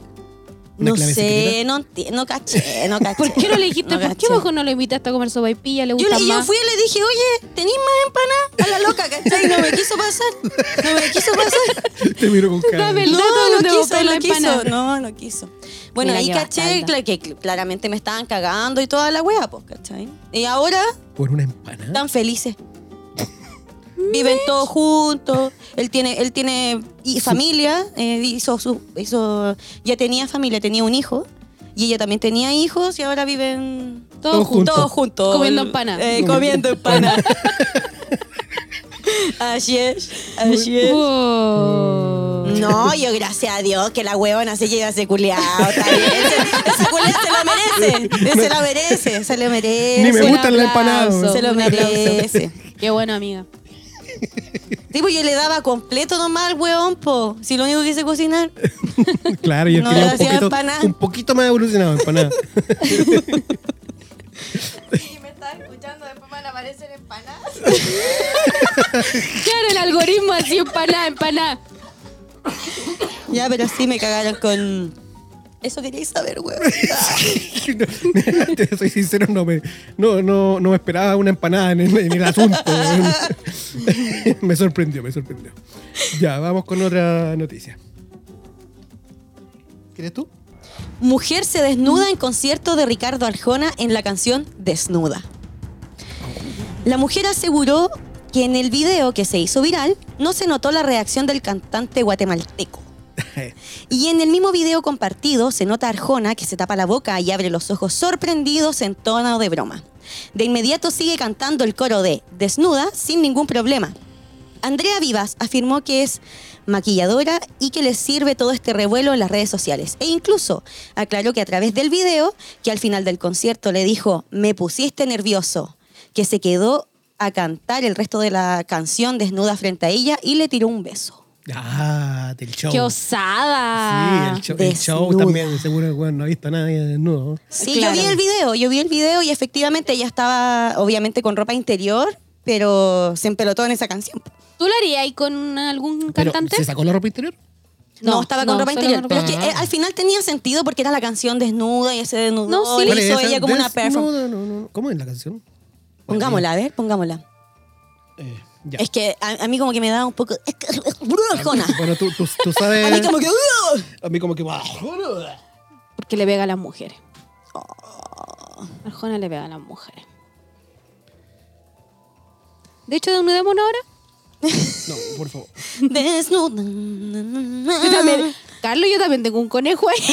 Speaker 1: Una
Speaker 2: No
Speaker 1: clave
Speaker 2: sé,
Speaker 1: secreta.
Speaker 2: no, enti- no caché, no caché.
Speaker 3: ¿Por qué no le dijiste?
Speaker 2: No
Speaker 3: ¿Por qué
Speaker 2: caché.
Speaker 3: mejor no lo invitaste a comer sopa y pilla? ¿Le
Speaker 2: Yo,
Speaker 3: gusta
Speaker 2: le- yo
Speaker 3: más?
Speaker 2: fui y le dije, oye, ¿tenís más empanada? A la loca, ¿cachai? No me quiso pasar. No me quiso pasar.
Speaker 1: Te miro con cara.
Speaker 3: Dame
Speaker 1: de-
Speaker 3: el-
Speaker 2: No,
Speaker 3: dato
Speaker 2: no
Speaker 3: donde botó
Speaker 2: quiso,
Speaker 3: la
Speaker 2: no quiso.
Speaker 3: empanada.
Speaker 2: No, no quiso. Bueno,
Speaker 3: Mira
Speaker 2: ahí
Speaker 3: qué
Speaker 2: caché
Speaker 3: bastarda.
Speaker 2: cla- que cl- claramente me estaban cagando y toda la wea, pues, ¿cachai? Y ahora
Speaker 1: Por una empanada.
Speaker 2: están felices. Viven todos juntos. Él tiene, él tiene y familia. eh, hizo su, hizo, ya tenía familia, tenía un hijo. Y ella también tenía hijos y ahora viven
Speaker 1: Todos juntos.
Speaker 2: todos juntos.
Speaker 3: Comiendo empanadas.
Speaker 2: Eh, comiendo empanadas. así es, así es.
Speaker 1: Mm.
Speaker 3: Wow.
Speaker 2: No, yo gracias a Dios que la huevona se llega a ese culiao. está bien. Ese, ese culiao se lo merece. Se lo merece, se lo merece.
Speaker 1: Ni me
Speaker 3: Un
Speaker 1: gustan las empanadas.
Speaker 3: aplauso.
Speaker 1: weón.
Speaker 2: Se lo
Speaker 3: Un aplauso.
Speaker 2: merece.
Speaker 3: Qué bueno, amiga.
Speaker 2: Tipo, yo le daba completo nomás al huevón, po. Si lo único que hice cocinar.
Speaker 1: Claro, yo
Speaker 2: No,
Speaker 1: quería un
Speaker 2: hacía
Speaker 1: poquito,
Speaker 2: empanada.
Speaker 1: un poquito más evolucionado, empanada.
Speaker 4: Y me estaba escuchando, después van a aparecer empanadas.
Speaker 3: Claro, el algoritmo así, empaná, empaná.
Speaker 2: Ya, pero sí me cagaron con. Eso queréis saber, huevón.
Speaker 1: Te soy sincero, no me, no, no, no me esperaba una empanada en el, en el asunto. weón. me sorprendió, me sorprendió. Ya, vamos con otra noticia. ¿Quieres tú?
Speaker 2: Mujer se desnuda en concierto de Ricardo Arjona en la canción Desnuda. La mujer aseguró que en el video que se hizo viral no se notó la reacción del cantante guatemalteco. Y en el mismo video compartido se nota a Arjona que se tapa la boca y abre los ojos sorprendidos en tono de broma. De inmediato sigue cantando el coro de Desnuda sin ningún problema. Andrea Vivas afirmó que es maquilladora y que le sirve todo este revuelo en las redes sociales. E incluso aclaró que a través del video, que al final del concierto le dijo, me pusiste nervioso, que se quedó a cantar el resto de la canción desnuda frente a ella y le tiró un beso.
Speaker 1: Ah, del show.
Speaker 3: Qué
Speaker 1: Sí,
Speaker 3: osada.
Speaker 1: el, show- el show
Speaker 2: desnuda.
Speaker 1: también, seguro el weón no ha visto a nadie desnudo.
Speaker 2: Sí,
Speaker 3: Claro.
Speaker 2: yo vi el video, yo vi el video y efectivamente ella estaba obviamente con ropa interior, pero se empelotó en esa canción.
Speaker 3: ¿Tú lo harías ahí con algún
Speaker 1: Pero,
Speaker 3: cantante?
Speaker 1: ¿Se sacó la ropa interior?
Speaker 2: No, estaba con
Speaker 3: no,
Speaker 2: ropa
Speaker 3: solo
Speaker 2: interior. Pero es que
Speaker 3: ropa-
Speaker 2: eh, al final tenía sentido porque era la canción desnuda y ese desnudo.
Speaker 3: No, sí.
Speaker 2: le
Speaker 1: ¿Cuál es
Speaker 2: hizo
Speaker 1: esa?
Speaker 2: ella como una
Speaker 1: Desnuda,
Speaker 2: performance.
Speaker 1: no, no, no. ¿Cómo es la canción?
Speaker 2: Pongámosla, a ver, pongámosla.
Speaker 1: Eh, ya.
Speaker 2: Es que a, a mí como que me da un poco... Es que es Bruno Arjona.
Speaker 1: Bueno, tú, tú, tú
Speaker 2: A
Speaker 1: sabes.
Speaker 2: mí como que... ¡uh!
Speaker 1: A mí como que. ¡ah!
Speaker 3: Porque le pega a las mujeres. Arjona Oh. le pega a las mujeres. De hecho, desnudémonos ahora.
Speaker 1: No, por favor.
Speaker 2: Desnuda.
Speaker 3: Yo también- Carlos, yo también tengo un conejo ahí.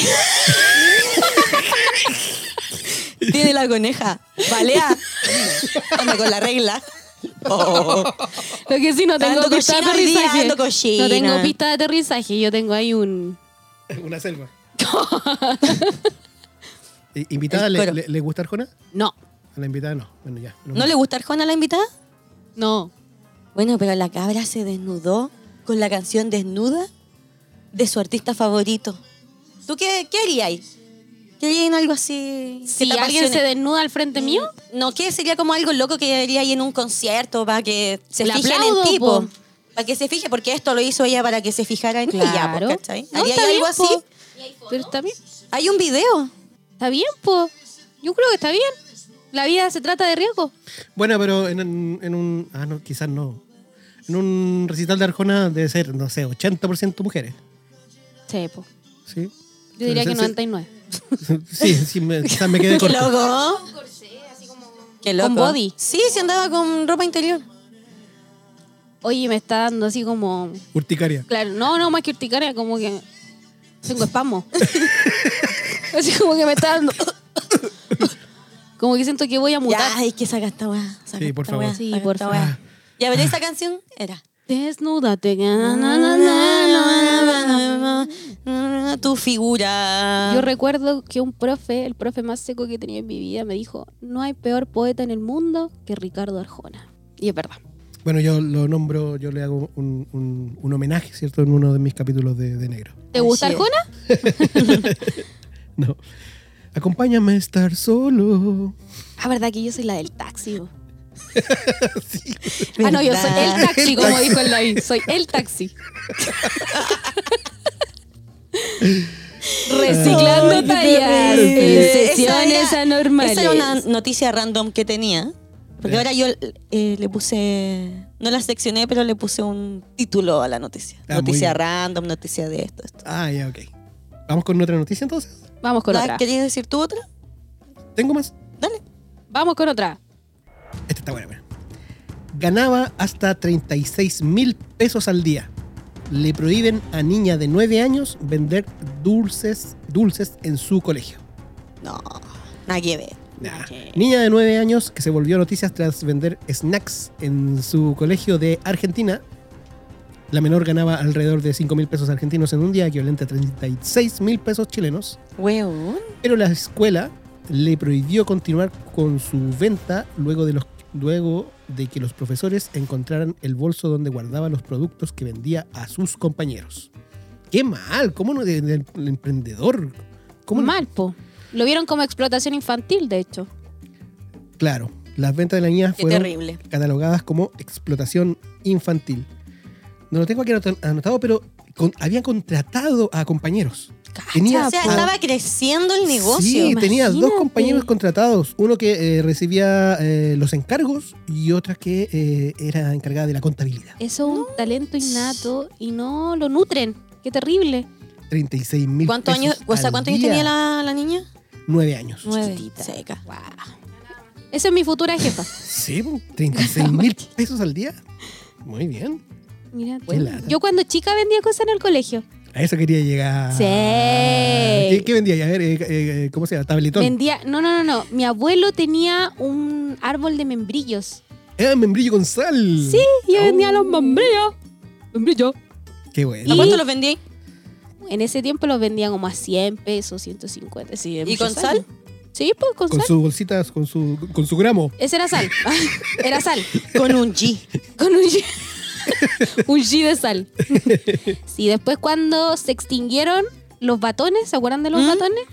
Speaker 2: Tiene la coneja. Balea. Anda con la regla.
Speaker 1: Oh.
Speaker 3: Lo que sí, no tengo
Speaker 2: Ando
Speaker 3: pista de
Speaker 2: cochina hoy día,
Speaker 3: aterrizaje.
Speaker 2: ando cochina.
Speaker 3: No tengo pista de aterrizaje. Yo tengo ahí un.
Speaker 1: Una selva. Eh, ¿Invitada
Speaker 2: El
Speaker 1: le,
Speaker 2: coro.
Speaker 1: le, le gusta Arjona?
Speaker 3: No,
Speaker 1: A la invitada no. Bueno, ya.
Speaker 2: ¿No le gusta Arjona a la invitada?
Speaker 3: no.
Speaker 2: Bueno, pero la cabra se desnudó con la canción Desnuda de su artista favorito. ¿Tú qué, qué harías? ahí? ¿Qué harías en algo así? que
Speaker 3: Si
Speaker 2: te
Speaker 3: alguien se
Speaker 2: apasione?
Speaker 3: desnuda al frente mío,
Speaker 2: No, ¿qué sería como algo loco que haría ahí en un concierto para que se
Speaker 3: Le
Speaker 2: fijen
Speaker 3: aplaudo,
Speaker 2: en tipo?
Speaker 3: po.
Speaker 2: Para que se fije, porque esto lo hizo ella para que se fijara en ella, po,
Speaker 3: claro.
Speaker 2: pues, ¿cachai?
Speaker 3: No,
Speaker 2: ¿Haría
Speaker 3: está
Speaker 2: ahí
Speaker 3: bien,
Speaker 2: algo así?
Speaker 3: po. Pero está bien.
Speaker 2: Hay un video.
Speaker 3: Está bien, po. Yo creo que está bien. La vida se trata de riesgo.
Speaker 1: Bueno, pero en, en- en un. Ah, no, quizás no. En un recital de Arjona debe ser, no sé, 80% mujeres.
Speaker 3: Sí, po.
Speaker 1: ¿Sí?
Speaker 3: Yo diría que
Speaker 1: Sí,
Speaker 3: 99.
Speaker 1: Sí, sí, me, quizás me quedé
Speaker 2: Qué
Speaker 1: corto.
Speaker 2: loco. Qué loco.
Speaker 3: Con body.
Speaker 2: Sí, se andaba con ropa interior.
Speaker 3: Oye, me está dando así como.
Speaker 1: Urticaria.
Speaker 3: Claro, no, no, más que urticaria, como que. Tengo espasmo. así como que me está dando. como que siento que voy a mutar.
Speaker 2: Ya, es que saca esta weá. saca
Speaker 1: Sí, por
Speaker 2: esta
Speaker 1: favor.
Speaker 2: weá,
Speaker 3: Sí,
Speaker 2: saca
Speaker 3: por
Speaker 2: esta
Speaker 3: favor.
Speaker 2: weá. Ya, pero esa canción era.
Speaker 3: Desnúdate. na,
Speaker 2: Ah,
Speaker 3: na, na, na, na, na.
Speaker 2: Tu figura.
Speaker 3: Yo recuerdo que un profe, el profe más seco que he tenido en mi vida, me dijo: No hay peor poeta en el mundo que Ricardo Arjona. Y es verdad.
Speaker 1: Bueno, yo lo nombro, yo le hago un, un- un homenaje, ¿cierto? En uno de mis capítulos de, de Negro.
Speaker 3: ¿Te gusta
Speaker 2: Así es.
Speaker 3: Arjona?
Speaker 1: No. Acompáñame a estar solo.
Speaker 3: Ah, verdad que yo soy la del taxi. bo. Ah, no, yo soy
Speaker 2: ¿Verdad?
Speaker 3: el taxi, como dijo el David. Soy el taxi. Reciclando
Speaker 2: Ay, qué
Speaker 3: tallas
Speaker 2: terrible.
Speaker 3: en
Speaker 2: Esa
Speaker 3: sesiones
Speaker 2: era-
Speaker 3: anormales.
Speaker 2: Esa era una noticia random que tenía. Porque
Speaker 1: Ya.
Speaker 2: ahora yo eh, le puse, no la seccioné, pero le puse un título a la noticia.
Speaker 1: Ah, muy
Speaker 2: noticia
Speaker 1: bien.
Speaker 2: random, noticia de esto, esto.
Speaker 1: Ah, ya, ok. Vamos con otra noticia entonces.
Speaker 3: Vamos con
Speaker 2: Ah,
Speaker 3: otra.
Speaker 2: ¿Querías decir tú otra?
Speaker 1: Tengo más.
Speaker 2: Dale.
Speaker 3: Vamos con otra.
Speaker 1: Esta está buena, buena. Ganaba hasta 36 mil pesos al día. Le prohíben a niña de 9 años vender dulces, dulces en su colegio.
Speaker 2: No, nada que ver.
Speaker 1: Nah.
Speaker 2: Ok.
Speaker 1: Niña de 9 años que se volvió noticias tras vender snacks en su colegio de Argentina. La menor ganaba alrededor de 5 mil pesos argentinos en un día, equivalente a 36 mil pesos chilenos.
Speaker 2: Weón.
Speaker 1: pero la escuela le prohibió continuar con su venta luego de, los, luego de que los profesores encontraran el bolso donde guardaba los productos que vendía a sus compañeros. ¡Qué mal! ¿Cómo no? El, el emprendedor. ¿Cómo no?
Speaker 3: Mal, po. Lo vieron como explotación infantil, de hecho.
Speaker 1: Claro, las ventas de la niña
Speaker 2: Qué
Speaker 1: fueron
Speaker 2: terrible.
Speaker 1: catalogadas como explotación infantil. No lo tengo aquí anoto- anotado, pero con- había contratado a compañeros. Tenía
Speaker 2: O sea,
Speaker 1: a-
Speaker 2: estaba creciendo el negocio.
Speaker 1: Ah, Sí, tenía dos
Speaker 3: imagínate.
Speaker 1: compañeros contratados. Uno que eh, recibía eh, los encargos y otra que eh, era encargada de la contabilidad.
Speaker 3: Eso es un talento innato y no lo nutren. Qué terrible.
Speaker 1: 36 mil
Speaker 2: ¿Cuántos años, o sea, ¿cuántos años tenía la, la niña?
Speaker 1: Nueve años.
Speaker 3: Nueve.
Speaker 2: Seca.
Speaker 3: Esa es mi futura jefa.
Speaker 1: Sí, 36 mil pesos al día. Muy bien.
Speaker 3: Mira, tú.
Speaker 1: Qué lata.
Speaker 3: yo cuando chica vendía cosas en el colegio.
Speaker 1: A eso quería llegar.
Speaker 3: Sí.
Speaker 1: ¿Qué, qué vendía? A ver, eh, eh, ¿cómo se llama? Tabletón.
Speaker 3: Vendía, no, no, no, no. Mi abuelo tenía un árbol de membrillos.
Speaker 1: Era Ah, membrillo con sal.
Speaker 3: Sí, yo
Speaker 1: Oh.
Speaker 3: vendía los membrillos. Membrillos.
Speaker 1: Qué
Speaker 2: ¿A
Speaker 1: bueno.
Speaker 3: Y-
Speaker 2: cuánto los vendí?
Speaker 3: En ese tiempo los vendían como a 100 pesos, 150. Sí, de
Speaker 2: ¿Y
Speaker 3: muchos
Speaker 2: con sal?
Speaker 3: años. Sí, pues con,
Speaker 1: Con
Speaker 3: sal.
Speaker 1: sus bolsitas, con su, con su gramo.
Speaker 3: Ese era sal. era sal.
Speaker 2: Con un G.
Speaker 3: Con un G. un G de sal. Sí, después cuando se extinguieron los batones, ¿se acuerdan de los
Speaker 2: ¿Mm?
Speaker 3: batones?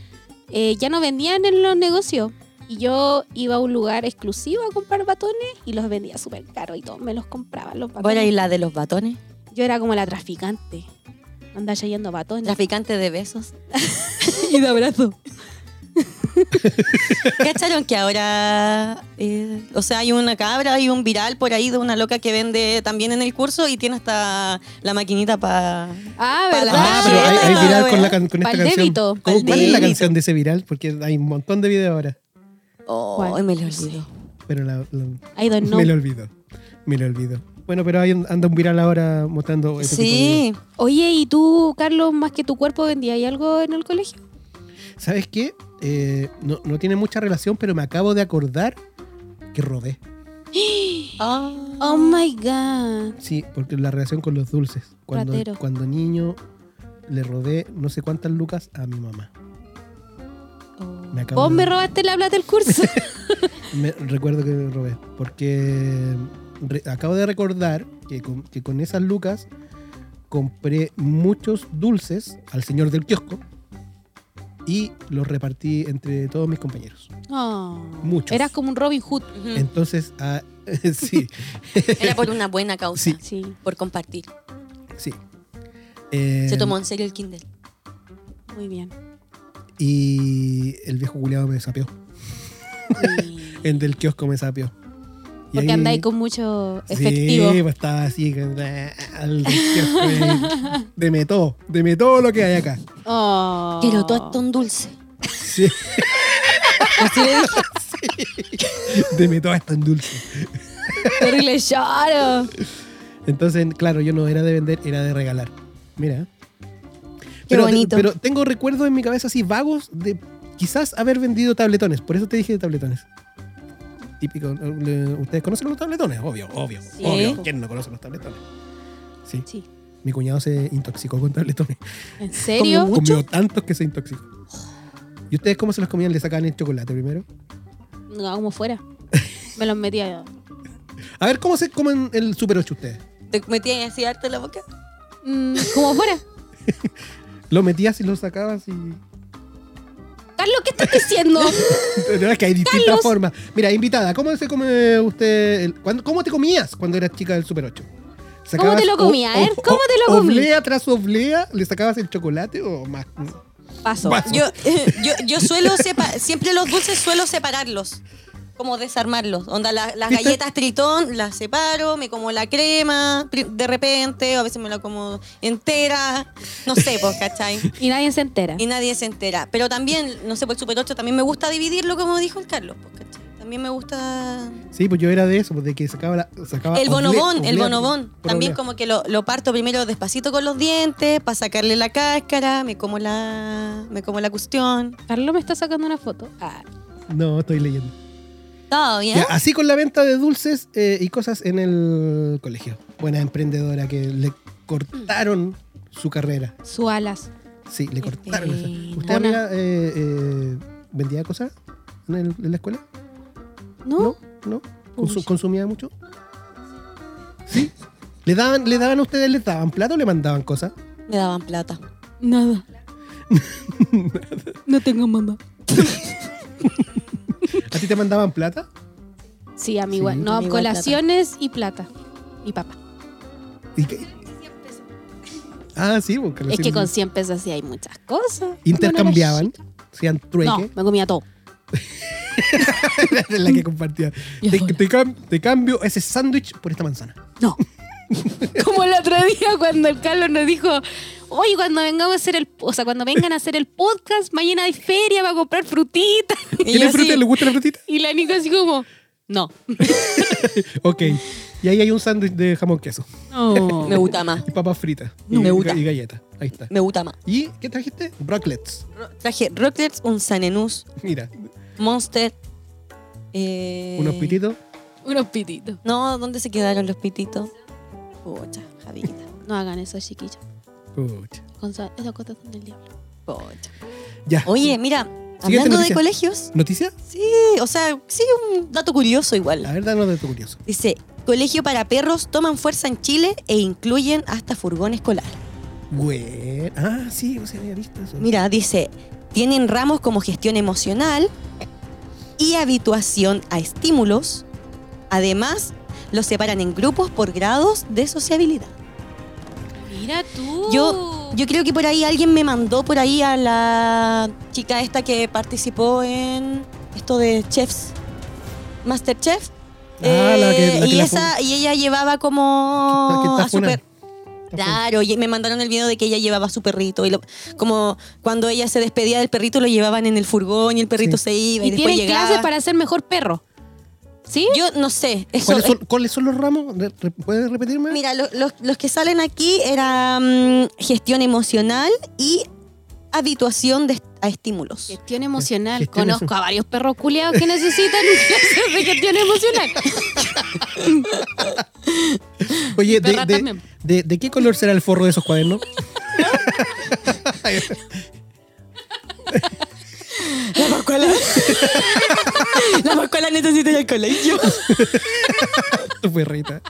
Speaker 3: Eh, ya no vendían en los negocios. Y yo iba a un lugar exclusivo a comprar batones y los vendía súper caro y todos me los compraban los batones.
Speaker 2: Bueno, y la de los batones.
Speaker 3: Yo era como la traficante. Andaba yendo batones.
Speaker 2: Traficante de besos.
Speaker 3: y de abrazo.
Speaker 2: ¿Cacharon que ahora, eh, o sea, hay una cabra, hay un viral por ahí de una loca que vende también en el curso y tiene hasta la maquinita para...
Speaker 3: Ah,
Speaker 2: Para
Speaker 3: ¿verdad?
Speaker 1: Ah, pero hay, hay
Speaker 2: Ah,
Speaker 1: viral con,
Speaker 2: weá.
Speaker 1: la can- con esta
Speaker 3: Pa'l
Speaker 1: canción.
Speaker 3: débito,
Speaker 1: ¿Cómo-
Speaker 2: pa'l
Speaker 1: ¿Cuál es la
Speaker 2: débito.
Speaker 1: canción de ese viral? Porque hay un montón de videos ahora.
Speaker 2: Oh,
Speaker 3: ¿Cuál?
Speaker 2: me lo
Speaker 3: No sé.
Speaker 2: olvido.
Speaker 1: Pero la- la-
Speaker 3: I don't know.
Speaker 1: me lo olvido. Me lo olvido. Bueno, pero ahí anda un viral ahora mostrando ese tipo de videos.
Speaker 2: Sí,
Speaker 3: Oye, ¿y tú, Carlos, más que tu cuerpo, vendías algo en el colegio?
Speaker 1: ¿Sabes qué? Eh, no, no tiene mucha relación, pero me acabo de acordar que robé.
Speaker 3: Oh
Speaker 2: Ah.
Speaker 3: my god.
Speaker 1: Sí, porque la relación con los dulces. Cuando,
Speaker 3: Ratero.
Speaker 1: cuando niño le robé no sé cuántas lucas a mi mamá. Me acabo
Speaker 3: Vos
Speaker 1: de-
Speaker 3: me robaste la plata del curso.
Speaker 1: Me- recuerdo que me robé. Porque re- acabo de recordar que con, que con esas lucas compré muchos dulces al señor del kiosco y los repartí entre todos mis compañeros.
Speaker 3: Oh.
Speaker 1: Muchos.
Speaker 3: Eras como un Robin Hood.
Speaker 2: Ujú.
Speaker 1: Entonces, ah, sí,
Speaker 2: Era por una buena causa,
Speaker 1: Sí.
Speaker 3: Sí.
Speaker 2: por compartir.
Speaker 1: sí. Eh,
Speaker 2: Se tomó en serio el Kindle.
Speaker 3: Muy bien.
Speaker 1: Y el viejo culiado me sapeó. El del kiosco me sapeó. Y
Speaker 3: Porque
Speaker 1: ahí-
Speaker 3: andáis con mucho
Speaker 1: Sí,
Speaker 3: efectivo.
Speaker 1: pues estaba así. con- al del kiosco, eh, Deme todo, deme todo lo que hay acá.
Speaker 3: Oh.
Speaker 2: Quiero todo esto un dulce.
Speaker 1: Sí. Deme todo esto en dulce.
Speaker 3: Terrible lloro.
Speaker 1: Entonces, claro, yo no era de vender, era de regalar. Mira.
Speaker 2: Qué bonito.
Speaker 1: pero tengo recuerdos en mi cabeza así vagos de quizás haber vendido tabletones. Por eso te dije de tabletones. Típico. eh, ¿Ustedes conocen los tabletones? Obvio, obvio.
Speaker 3: Sí.
Speaker 1: Obvio. ¿Quién no conoce los tabletones? Sí.
Speaker 3: Sí.
Speaker 1: Mi cuñado se intoxicó con tabletones.
Speaker 3: ¿En serio?
Speaker 1: Comió tantos que se intoxicó. ¿Y ustedes cómo se los comían? ¿Le sacaban el chocolate primero?
Speaker 3: No, como fuera. Me los metía.
Speaker 1: A ver, ¿cómo se comen el Super 8 ustedes?
Speaker 2: ¿Te metías así harto en la boca?
Speaker 3: Mm, como fuera.
Speaker 1: Lo metías y lo sacabas y.
Speaker 3: Carlos, ¿qué estás diciendo?
Speaker 1: No, es que hay distintas
Speaker 3: Carlos.
Speaker 1: formas. Mira, invitada, ¿cómo se come usted? el- cuándo- ¿Cómo te comías cuando eras chica del Super 8?
Speaker 3: ¿Cómo te lo comía, eh? ¿Cómo te lo comí?
Speaker 1: ¿Oblea tras oblea? ¿Le sacabas el chocolate o más?
Speaker 3: Paso.
Speaker 1: Paso.
Speaker 2: Yo, yo, yo suelo sepa- siempre los dulces suelo separarlos, como desarmarlos. Onda, la- las
Speaker 1: ¿Viste?
Speaker 2: galletas tritón las separo, me como la crema pri- de repente, o a veces me la como entera, no sé, pues, ¿cachai?
Speaker 3: Y nadie se entera.
Speaker 2: Y nadie se entera. Pero también, no sé, por el Super 8 también me gusta dividirlo, como dijo el Carlos, pues, ¿cachai? También me gusta
Speaker 1: Sí, pues yo era de eso, pues de que sacaba la. Sacaba
Speaker 2: el
Speaker 1: oblea-
Speaker 2: bonobón, el
Speaker 1: oblea
Speaker 2: bonobón.
Speaker 1: Ah, por
Speaker 2: También
Speaker 1: oblea.
Speaker 2: como que lo, lo parto primero despacito con los dientes para sacarle la cáscara, me como la me como la cuestión.
Speaker 3: Carlos me está sacando una foto. Ah.
Speaker 1: No, estoy leyendo.
Speaker 2: Todo bien.
Speaker 1: Ya, así con la venta de dulces eh, y cosas en el colegio. Buena emprendedora que le cortaron su carrera.
Speaker 3: Su alas.
Speaker 1: Sí, le
Speaker 2: Qué
Speaker 1: cortaron.
Speaker 3: Este,
Speaker 1: eso.
Speaker 2: pena.
Speaker 1: ¿Usted, amiga, eh, eh, vendía cosas en, el- en la escuela?
Speaker 3: ¿No?
Speaker 1: ¿No? Consu-
Speaker 3: Uy.
Speaker 1: ¿Consumía mucho? ¿Sí? ¿Le daban, ¿Le daban a ustedes, les daban plata o le mandaban cosas?
Speaker 2: Me daban plata.
Speaker 3: Nada. No tengo mamá.
Speaker 1: ¿A ti te mandaban plata?
Speaker 3: Sí,
Speaker 1: Sí.
Speaker 3: amigo. No,
Speaker 2: Amigo,
Speaker 3: colaciones y plata. Y papá.
Speaker 1: ¿Y qué? Ah, sí, porque
Speaker 3: es que
Speaker 1: recién
Speaker 3: con 100 pesos así hay muchas cosas.
Speaker 1: intercambiaban, hacían
Speaker 3: No,
Speaker 1: trueque,
Speaker 3: me comía todo.
Speaker 1: de la que compartían.
Speaker 3: Yo
Speaker 1: Te,
Speaker 3: sola.
Speaker 1: te cam- te cambio ese sándwich por esta manzana.
Speaker 3: No. Como el otro día cuando el Carlos nos dijo, oye, cuando vengamos a hacer el, o sea, cuando vengan a hacer el podcast, mañana hay feria para comprar frutita.
Speaker 2: yo
Speaker 1: ¿Tiene
Speaker 2: así-
Speaker 1: fruta? ¿Le gusta la frutita?
Speaker 3: Y la Nico así como, no.
Speaker 1: Ok. Y ahí hay un sándwich de jamón queso
Speaker 3: No.
Speaker 2: Me gusta más.
Speaker 1: y papas fritas
Speaker 2: No.
Speaker 1: y,
Speaker 2: Me gusta.
Speaker 1: y galletas. Ahí está.
Speaker 2: Me gusta más.
Speaker 1: ¿Y qué trajiste? Brocklets.
Speaker 2: Ro- Traje Rocklets, un Sanenús,
Speaker 1: Mira,
Speaker 2: Monster. eh,
Speaker 1: unos pititos.
Speaker 3: Unos pititos.
Speaker 2: No, ¿dónde se quedaron los pititos? Pocha, Javita.
Speaker 3: No hagan eso, chiquillos.
Speaker 1: Pucha.
Speaker 3: Con sa- esas cosas son del diablo.
Speaker 2: Pocha.
Speaker 1: Ya.
Speaker 2: Oye, mira,
Speaker 1: Siguiente
Speaker 2: hablando de
Speaker 1: noticia.
Speaker 2: colegios,
Speaker 1: ¿Noticia?
Speaker 2: sí, o sea, sí, un dato curioso igual.
Speaker 1: La verdad no de tu curioso.
Speaker 2: Dice, colegio para perros toman fuerza en Chile e incluyen hasta furgón escolar.
Speaker 1: Güey. Ah, sí, no se había visto eso.
Speaker 2: Mira, dice, tienen ramos como gestión emocional y habituación a estímulos. Además, los separan en grupos por grados de sociabilidad.
Speaker 3: Mira tú. Uh.
Speaker 2: Yo, yo creo que por ahí alguien me mandó por ahí a la chica esta que participó en esto de chefs, Masterchef. Eh,
Speaker 1: Ah, la que- la que
Speaker 2: y,
Speaker 1: la
Speaker 2: esa, y ella llevaba como
Speaker 1: Que está
Speaker 2: a su
Speaker 1: funada.
Speaker 2: per- Claro, y me mandaron el video de que ella llevaba a su perrito y lo- como cuando ella se despedía del perrito lo llevaban en el furgón y el perrito
Speaker 1: Sí.
Speaker 2: se iba y,
Speaker 3: y
Speaker 2: después
Speaker 3: tienen
Speaker 2: llegaba.
Speaker 3: clases para ser mejor perro. ¿Sí?
Speaker 2: Yo no sé, eso
Speaker 1: ¿Cuáles
Speaker 2: es-
Speaker 1: son, cuáles son los ramos? Re- re- ¿Puedes repetirme?
Speaker 2: mira, lo- los, los que salen aquí era mm, gestión emocional y habituación de- a estímulos.
Speaker 3: Gestión emocional.
Speaker 1: Gestión
Speaker 3: Conozco a varios perros culiados que necesitan clases de gestión emocional.
Speaker 1: Oye, de,
Speaker 3: perra
Speaker 1: de-
Speaker 3: también.
Speaker 1: de- ¿de qué color será el forro de esos cuadernos?
Speaker 2: La Pascuala. la Pascuala necesita ir al colegio.
Speaker 1: tu perrita.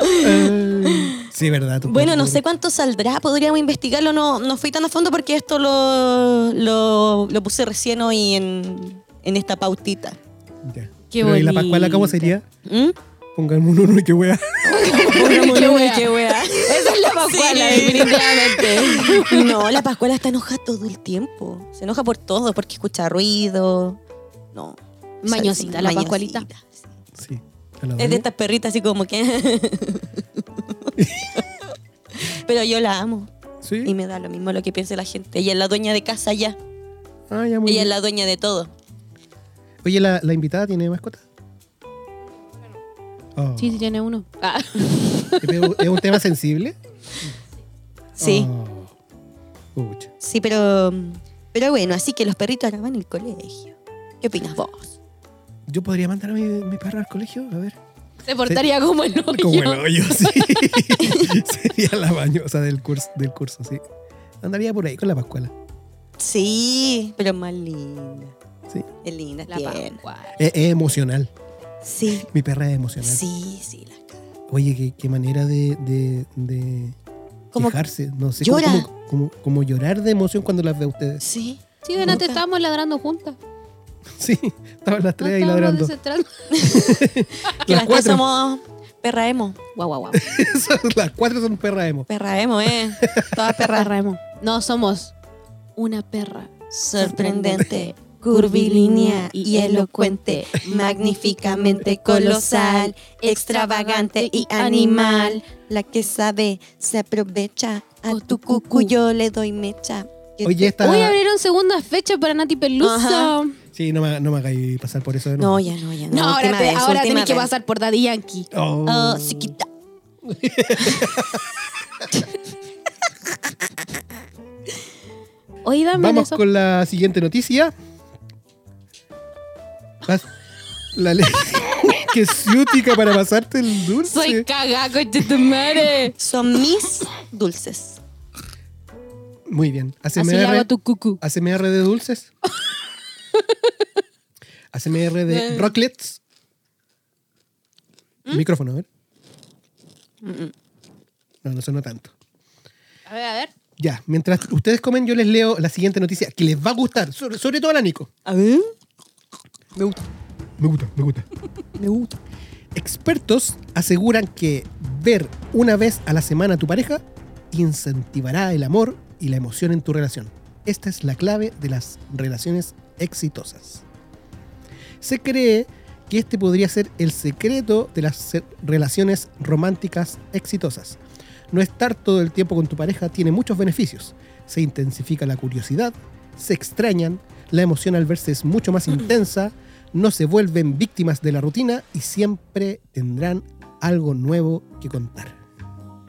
Speaker 1: Ay, sí, verdad. tu
Speaker 2: Bueno, no
Speaker 1: perrita.
Speaker 2: sé cuánto saldrá, podríamos investigarlo. No, no fui tan a fondo porque esto lo, lo, lo puse recién hoy en, en esta pautita.
Speaker 1: Ya.
Speaker 3: Qué
Speaker 1: Pero, ¿Y la
Speaker 3: bonita.
Speaker 1: Pascuala cómo sería?
Speaker 2: ¿Mm?
Speaker 1: Pónganme un uno y qué wea.
Speaker 3: Qué wea.
Speaker 2: wea.
Speaker 3: Esa es la Pascuala,
Speaker 2: Sí.
Speaker 3: definitivamente.
Speaker 2: No, la Pascuala está enojada todo el tiempo. Se enoja por todo, porque escucha ruido. No.
Speaker 3: Mañosita, la
Speaker 2: Mañosita.
Speaker 3: Pascualita.
Speaker 1: Sí. ¿A la
Speaker 2: Es
Speaker 1: doña?
Speaker 2: de estas perritas así como que. Pero yo la amo. Y
Speaker 1: Sí.
Speaker 2: me da lo mismo lo que piense la gente. Ella es la dueña de casa ya.
Speaker 1: Ah, ya muy
Speaker 2: Ella es
Speaker 1: bien.
Speaker 2: la dueña de todo.
Speaker 1: Oye, ¿la, la invitada tiene mascota? Oh.
Speaker 3: Sí, sí, tiene uno. Ah.
Speaker 1: ¿Es es un tema sensible?
Speaker 2: Sí,
Speaker 1: Oh. Pucha.
Speaker 2: sí, pero. Pero bueno, así que los perritos ahora van al colegio. ¿Qué opinas vos?
Speaker 1: Yo podría mandar a mi, mi perro al colegio, a ver.
Speaker 3: Se portaría como el hoyo.
Speaker 1: Como el hoyo, sí. Sería la bañosa del curso, del curso, sí. Andaría por ahí con la Pascuala.
Speaker 2: Sí, pero más linda.
Speaker 1: Sí.
Speaker 2: Es linda,
Speaker 3: La
Speaker 2: tierna.
Speaker 3: Pascuala.
Speaker 1: Es, es emocional.
Speaker 2: Sí,
Speaker 1: Mi perra es emocional.
Speaker 2: sí, sí, la
Speaker 1: Oye, qué, qué manera de, de, de
Speaker 2: Como-
Speaker 1: quejarse. No sé,
Speaker 2: llora.
Speaker 1: Como, como- como- como llorar de emoción cuando las ve a ustedes.
Speaker 2: Sí.
Speaker 3: Sí, Donate,
Speaker 2: Puta.
Speaker 3: estábamos ladrando juntas.
Speaker 1: Sí, estaban las
Speaker 3: No
Speaker 1: tres ahí
Speaker 3: estábamos
Speaker 1: ladrando.
Speaker 3: descentrando.
Speaker 2: Que
Speaker 1: Las
Speaker 2: las tres
Speaker 1: cuatro.
Speaker 2: somos perra emo.
Speaker 3: Guau, guau, guau.
Speaker 1: Son- las cuatro son perra emo.
Speaker 2: Perra emo, ¿eh? Todas perras
Speaker 3: Remo. No, somos una perra.
Speaker 2: Sorprendente, curvilínea y elocuente, magníficamente colosal, extravagante y animal. La que sabe se aprovecha, a tu cucu yo le doy mecha. Que
Speaker 3: Este,
Speaker 1: Oye,
Speaker 2: te-
Speaker 1: esta.
Speaker 3: Hoy abrieron segunda fecha para Nati Peluso.
Speaker 2: Ajá.
Speaker 1: Sí, no me, no me hagáis pasar por eso de
Speaker 2: No,
Speaker 1: nuevo.
Speaker 2: ya no, ya no.
Speaker 3: No, ahora,
Speaker 2: última
Speaker 3: te,
Speaker 2: vez,
Speaker 3: ahora
Speaker 2: última
Speaker 3: tenés que
Speaker 2: vez.
Speaker 3: pasar por Daddy Yankee.
Speaker 1: Oh.
Speaker 2: Ah, chiquita.
Speaker 3: Oye, dame
Speaker 1: Vamos
Speaker 3: eso.
Speaker 1: con la siguiente noticia. Vas- La ley. que ciútica para pasarte el dulce.
Speaker 3: Soy caga, coche tu madre.
Speaker 2: Son mis dulces.
Speaker 1: Muy bien.
Speaker 3: Así le hago a
Speaker 1: ASMR,
Speaker 3: tu cucu.
Speaker 1: ASMR de dulces. ASMR de rocklets.
Speaker 3: ¿Mm?
Speaker 1: Micrófono, a ver. No, no sonó tanto.
Speaker 3: A ver, a ver.
Speaker 1: Ya, mientras ustedes comen, yo les leo la siguiente noticia que les va a gustar, sobre, sobre todo a la Nico.
Speaker 2: A ver.
Speaker 1: Me gusta, me gusta.
Speaker 2: Me gusta.
Speaker 1: Expertos aseguran que ver una vez a la semana a tu pareja incentivará el amor y la emoción en tu relación. Esta es la clave de las relaciones exitosas. Se cree que este podría ser el secreto de las se- relaciones románticas exitosas. No estar todo el tiempo con tu pareja tiene muchos beneficios. Se intensifica la curiosidad, se extrañan, la emoción al verse es mucho más intensa, no se vuelven víctimas de la rutina y siempre tendrán algo nuevo que contar.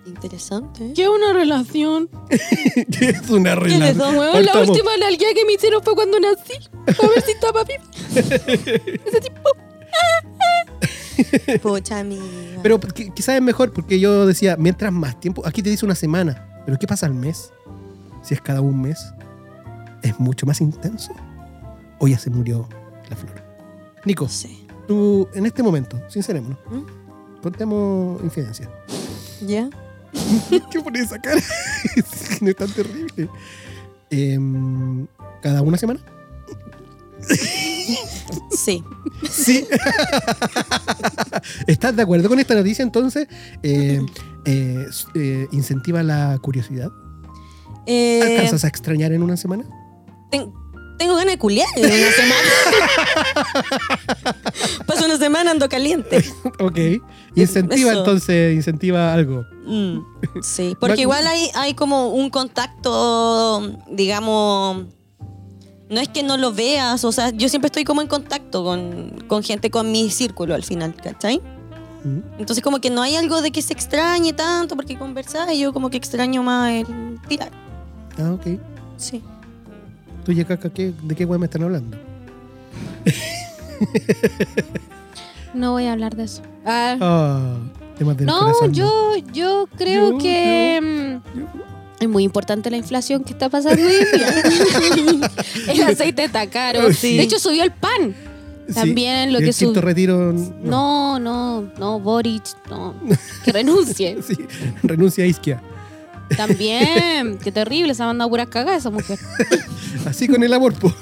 Speaker 2: Interesante. ¿eh?
Speaker 3: ¿Qué es una relación?
Speaker 1: es una
Speaker 2: es
Speaker 1: relación.
Speaker 2: eso,
Speaker 3: Weón, la última nalguea que me hicieron fue cuando nací. A ver si estaba viva.
Speaker 2: Pucha, amiga.
Speaker 1: Pero qui- quizás es mejor porque yo decía, mientras más tiempo, aquí te dice una semana, pero ¿qué pasa al mes? Si es cada un mes, es mucho más intenso. O ya se murió la flor. Nico,
Speaker 2: No sé.
Speaker 1: tú en este momento, sincerémonos,
Speaker 2: ¿Mm?
Speaker 1: contemos infidencia.
Speaker 2: ¿Ya?
Speaker 1: ¿Qué pones esa cara? es tan terrible. Em, ¿Cada una semana?
Speaker 2: Sí.
Speaker 1: Sí. ¿Estás de acuerdo con esta noticia entonces? Eh, eh, s- eh, ¿Incentiva la curiosidad?
Speaker 2: Eh,
Speaker 1: ¿Alcanzas a extrañar en una semana?
Speaker 2: ten- tengo ganas de culiar en una semana. Paso una semana ando caliente.
Speaker 1: Ok. Incentiva
Speaker 2: eso.
Speaker 1: entonces, incentiva algo.
Speaker 2: Mm, sí, porque
Speaker 1: Bueno.
Speaker 2: igual hay, hay como un contacto, digamos, no es que no lo veas, o sea, yo siempre estoy como en contacto con, con gente, con mi círculo al final, ¿cachai?
Speaker 1: Mm.
Speaker 2: Entonces como que no hay algo de que se extrañe tanto porque conversar y yo como que extraño más el tirar.
Speaker 1: Ah, ok.
Speaker 2: Sí.
Speaker 1: Tú ya caca, ¿qué- ¿de qué weá me están hablando?
Speaker 3: No voy a hablar de eso. Ah.
Speaker 1: Ah, temas del
Speaker 3: no,
Speaker 1: corazón,
Speaker 3: yo, yo creo
Speaker 1: Yo,
Speaker 3: que mm, es muy importante la inflación que está pasando hoy en día. el aceite está caro.
Speaker 1: Oh, sí.
Speaker 3: De hecho, subió el pan.
Speaker 1: Sí.
Speaker 3: También lo
Speaker 1: El
Speaker 3: que
Speaker 1: quinto
Speaker 3: subió.
Speaker 1: retiro. No.
Speaker 3: No, no, no, Boric, no. Que renuncie.
Speaker 1: Sí, renuncia a Isquia.
Speaker 3: También. Qué terrible, se ha mandado puras cagadas esa mujer.
Speaker 1: Así con el amor, po.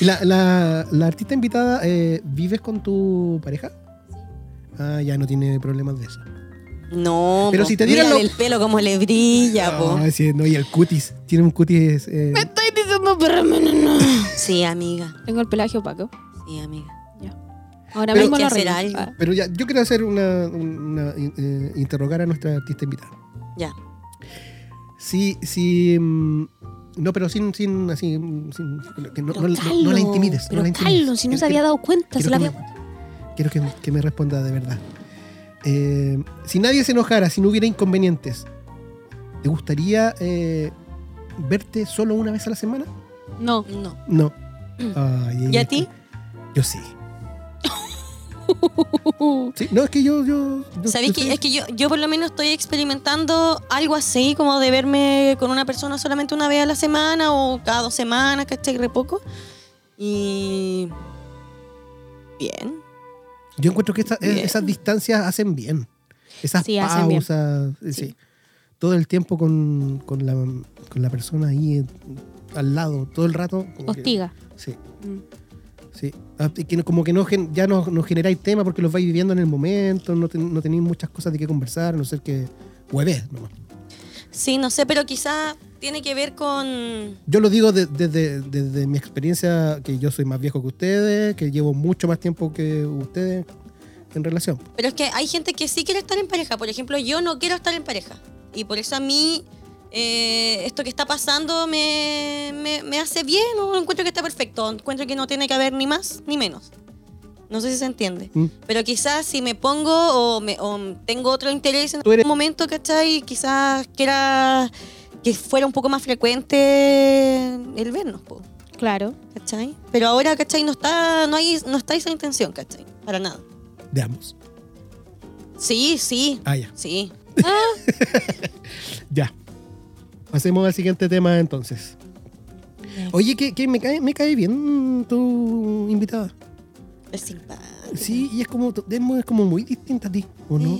Speaker 1: la, la- la artista invitada, eh, ¿vives con tu pareja? Ah, ya no tiene problemas de eso.
Speaker 2: No,
Speaker 1: Pero
Speaker 2: po,
Speaker 1: si te dieran
Speaker 2: mira
Speaker 1: lo-
Speaker 2: el pelo como le brilla, po.
Speaker 1: Ah, sí, no, y el cutis. Tiene un cutis. eh,
Speaker 3: Me estoy diciendo, pero no, no, no.
Speaker 2: Sí, amiga.
Speaker 3: Tengo el pelagio opaco.
Speaker 2: Sí, amiga.
Speaker 3: Ahora
Speaker 1: Pero-
Speaker 3: mismo
Speaker 2: Hay
Speaker 3: lo
Speaker 2: que hacer
Speaker 3: arreglo.
Speaker 2: algo.
Speaker 1: pero ya, yo quiero hacer una. una, eh, interrogar a nuestra artista invitada.
Speaker 2: Ya.
Speaker 1: Sí, sí. mm, no, pero sin. sin así. mm, sin- que no,
Speaker 3: Pero
Speaker 1: no- no- no la
Speaker 3: Carlos,
Speaker 1: intimides. no
Speaker 3: Pero
Speaker 1: la intimides.
Speaker 3: Carlos, si no
Speaker 1: Quiero-
Speaker 3: se había dado cuenta, se
Speaker 1: Quiero
Speaker 3: la
Speaker 1: que
Speaker 3: había
Speaker 1: me- quiero que, que me responda de verdad. Eh, si nadie se enojara, si no hubiera inconvenientes, ¿te gustaría eh, verte solo una vez a la semana?
Speaker 3: No.
Speaker 2: No.
Speaker 1: No. Ay,
Speaker 2: ¿Y
Speaker 1: ella-
Speaker 2: a ti?
Speaker 1: Yo sí. Sí, No, es que yo... yo, yo-
Speaker 2: ¿Sabéis
Speaker 1: yo
Speaker 2: que
Speaker 1: soy-
Speaker 2: es que yo, yo por lo menos estoy experimentando algo así, como de verme con una persona solamente una vez a la semana o cada dos semanas, ¿cachai? Re poco. Y. Bien.
Speaker 1: Yo encuentro que esa- eh,
Speaker 2: Bien.
Speaker 1: esas distancias hacen bien. Esas
Speaker 3: Sí, hacen bien.
Speaker 1: pausas. eh, Sí. todo el tiempo con, con, la, con la persona ahí eh, al lado, todo el rato. como que-
Speaker 3: Hostiga.
Speaker 1: sí,
Speaker 3: Mm.
Speaker 1: sí. Ah, y que no- Como que no, gen- ya no, no generáis tema porque los vais viviendo en el momento, no, ten- no tenéis muchas cosas de qué conversar, a no ser que hueves nomás.
Speaker 2: Sí, no sé, pero quizá tiene que ver con...
Speaker 1: Yo lo digo de- desde desde mi experiencia, que yo soy más viejo que ustedes, que llevo mucho más tiempo que ustedes en relación.
Speaker 2: Pero es que hay gente que sí quiere estar en pareja. Por ejemplo, yo no quiero estar en pareja. Y por eso a mí eh, esto que está pasando me, me- me hace bien o encuentro que está perfecto. Encuentro que no tiene que haber ni más ni menos. No sé si se entiende.
Speaker 1: Mm.
Speaker 2: Pero quizás si me pongo o, me- o tengo otro interés en
Speaker 1: Tú eres-
Speaker 2: algún momento, ¿cachai? Quizás quiera que fuera un poco más frecuente el vernos, po,
Speaker 3: Claro.
Speaker 2: ¿cachai? Pero ahora, ¿cachai? No está, no, hay, no está esa intención, ¿cachai? Para nada.
Speaker 1: De ambos.
Speaker 2: Sí, sí,
Speaker 1: Ah, ya.
Speaker 2: sí.
Speaker 1: Ya. Pasemos al siguiente tema entonces. Oye, que, que me, cae, me cae bien tu invitada.
Speaker 2: Es simpático.
Speaker 1: Sí, y es como, es muy- es como muy distinta a ti, ¿o no?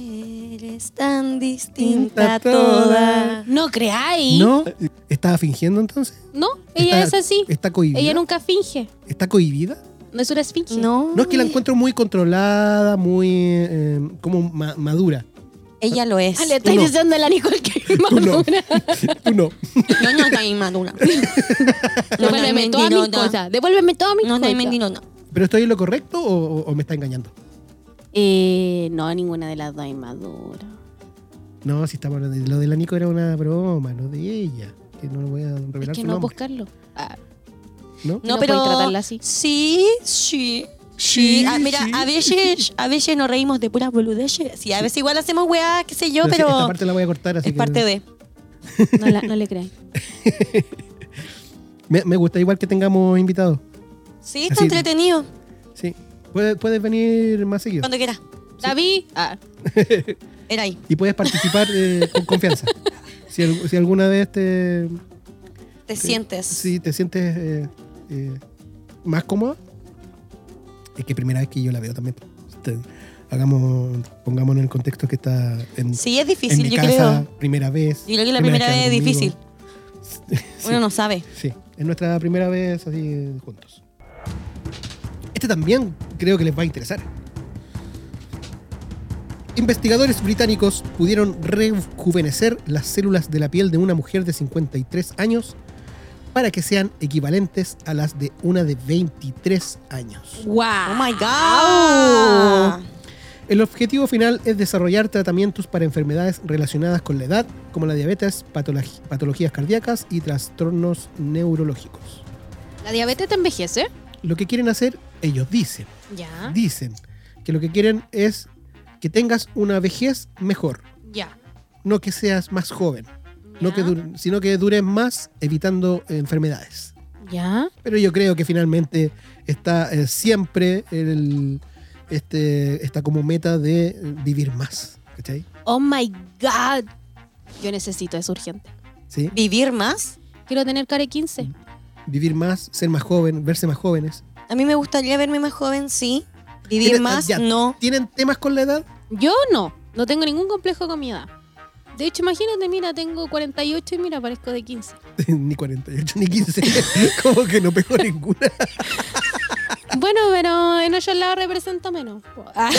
Speaker 2: Eres tan
Speaker 1: Distinta
Speaker 2: distinta toda.
Speaker 3: No creáis. No.
Speaker 1: ¿No? ¿Estaba fingiendo entonces?
Speaker 3: ella
Speaker 1: ¿Está-
Speaker 3: es así.
Speaker 1: ¿Está cohibida?
Speaker 3: Ella nunca finge.
Speaker 1: ¿Está cohibida?
Speaker 3: No es una esfinge.
Speaker 2: No.
Speaker 1: No, es que la encuentro muy controlada, muy eh, como ma- madura.
Speaker 2: Ella lo es.
Speaker 3: Ah, Le estoy
Speaker 1: Tú no.
Speaker 3: diciendo a la Nicole que es
Speaker 1: Tú no.
Speaker 3: madura.
Speaker 1: Tú no.
Speaker 2: No, no, está inmadura.
Speaker 3: Devuélveme todas mis
Speaker 2: mentirona.
Speaker 3: cosas. Devuélveme todas mis
Speaker 2: No, no,
Speaker 3: cosas.
Speaker 2: mentirona.
Speaker 1: ¿Pero estoy en lo correcto o, o- o me está engañando?
Speaker 3: Eh, no, ninguna de las dos es madura.
Speaker 1: No, si estamos hablando de lo de la Nico era una broma, no de ella. Que no voy a revelar
Speaker 3: Es que
Speaker 1: su
Speaker 3: no
Speaker 1: nombre,
Speaker 3: buscarlo. Ah,
Speaker 1: ¿no?
Speaker 2: No,
Speaker 3: No
Speaker 2: pero.
Speaker 3: pueden tratarla así.
Speaker 2: Sí, sí. Sí, Ah, mira, a veces, a veces nos reímos de puras boludeces. Sí, a veces igual hacemos weá, qué sé yo,
Speaker 1: sí,
Speaker 2: pero,
Speaker 1: esta parte la voy a cortar, así
Speaker 2: es
Speaker 1: que-
Speaker 2: parte de.
Speaker 3: no, la- no le creáis.
Speaker 1: Me, me gusta igual que tengamos invitados.
Speaker 2: Sí, está
Speaker 1: Así-
Speaker 2: entretenido.
Speaker 1: Sí. Puedes, puedes venir más seguido.
Speaker 2: Cuando quieras.
Speaker 3: David. Ah,
Speaker 2: Era ahí.
Speaker 1: Y puedes participar eh, con confianza. Si, al- si alguna vez te,
Speaker 2: Te sientes.
Speaker 1: si te sientes eh, eh, más cómoda. Es que primera vez que yo la veo también. Este, hagamos, pongamos en el contexto que está en,
Speaker 2: Sí, es
Speaker 1: en
Speaker 2: difícil,
Speaker 1: mi
Speaker 2: yo
Speaker 1: casa,
Speaker 2: creo.
Speaker 1: primera vez.
Speaker 2: Yo creo que la primera vez es
Speaker 1: que hablo
Speaker 2: difícil.
Speaker 1: conmigo. Sí.
Speaker 2: Uno no sabe.
Speaker 1: Sí, es nuestra primera vez así eh, juntos. Este también creo que les va a interesar. Investigadores británicos pudieron rejuvenecer las células de la piel de una mujer de 53 años para que sean equivalentes a las de una de 23 años.
Speaker 3: wow.
Speaker 2: Oh my god.
Speaker 1: El objetivo final es desarrollar tratamientos para enfermedades relacionadas con la edad, como la diabetes, patolog- patologías cardíacas y trastornos neurológicos.
Speaker 3: ¿La diabetes te envejece?
Speaker 1: Lo que quieren hacer, ellos dicen,
Speaker 2: Ah.
Speaker 3: Ya.
Speaker 1: dicen que lo que quieren es que tengas una vejez mejor,
Speaker 3: Ya.
Speaker 1: no que seas más joven, no
Speaker 3: ya,
Speaker 1: que dure- sino que dures más evitando enfermedades.
Speaker 3: Ya.
Speaker 1: Pero yo creo que finalmente está eh, siempre el, este, está como meta de eh, vivir más, ¿cachai?
Speaker 3: Oh my god. Yo necesito, es urgente.
Speaker 1: ¿Sí?
Speaker 2: ¿Vivir más?
Speaker 3: Quiero tener care 15.
Speaker 1: Vivir más, ser más joven, verse más jóvenes.
Speaker 2: A mí me gustaría verme más joven, sí. Vivir
Speaker 1: Tiene-
Speaker 2: más,
Speaker 1: ya.
Speaker 2: no.
Speaker 1: ¿Tienen temas con la edad?
Speaker 3: Yo no. No tengo ningún complejo con mi edad. De hecho, imagínate, mira, tengo 48 y mira, parezco de 15.
Speaker 1: ni 48 ni 15. como que no pego ninguna.
Speaker 3: Bueno, pero en otros lados represento menos. Ah,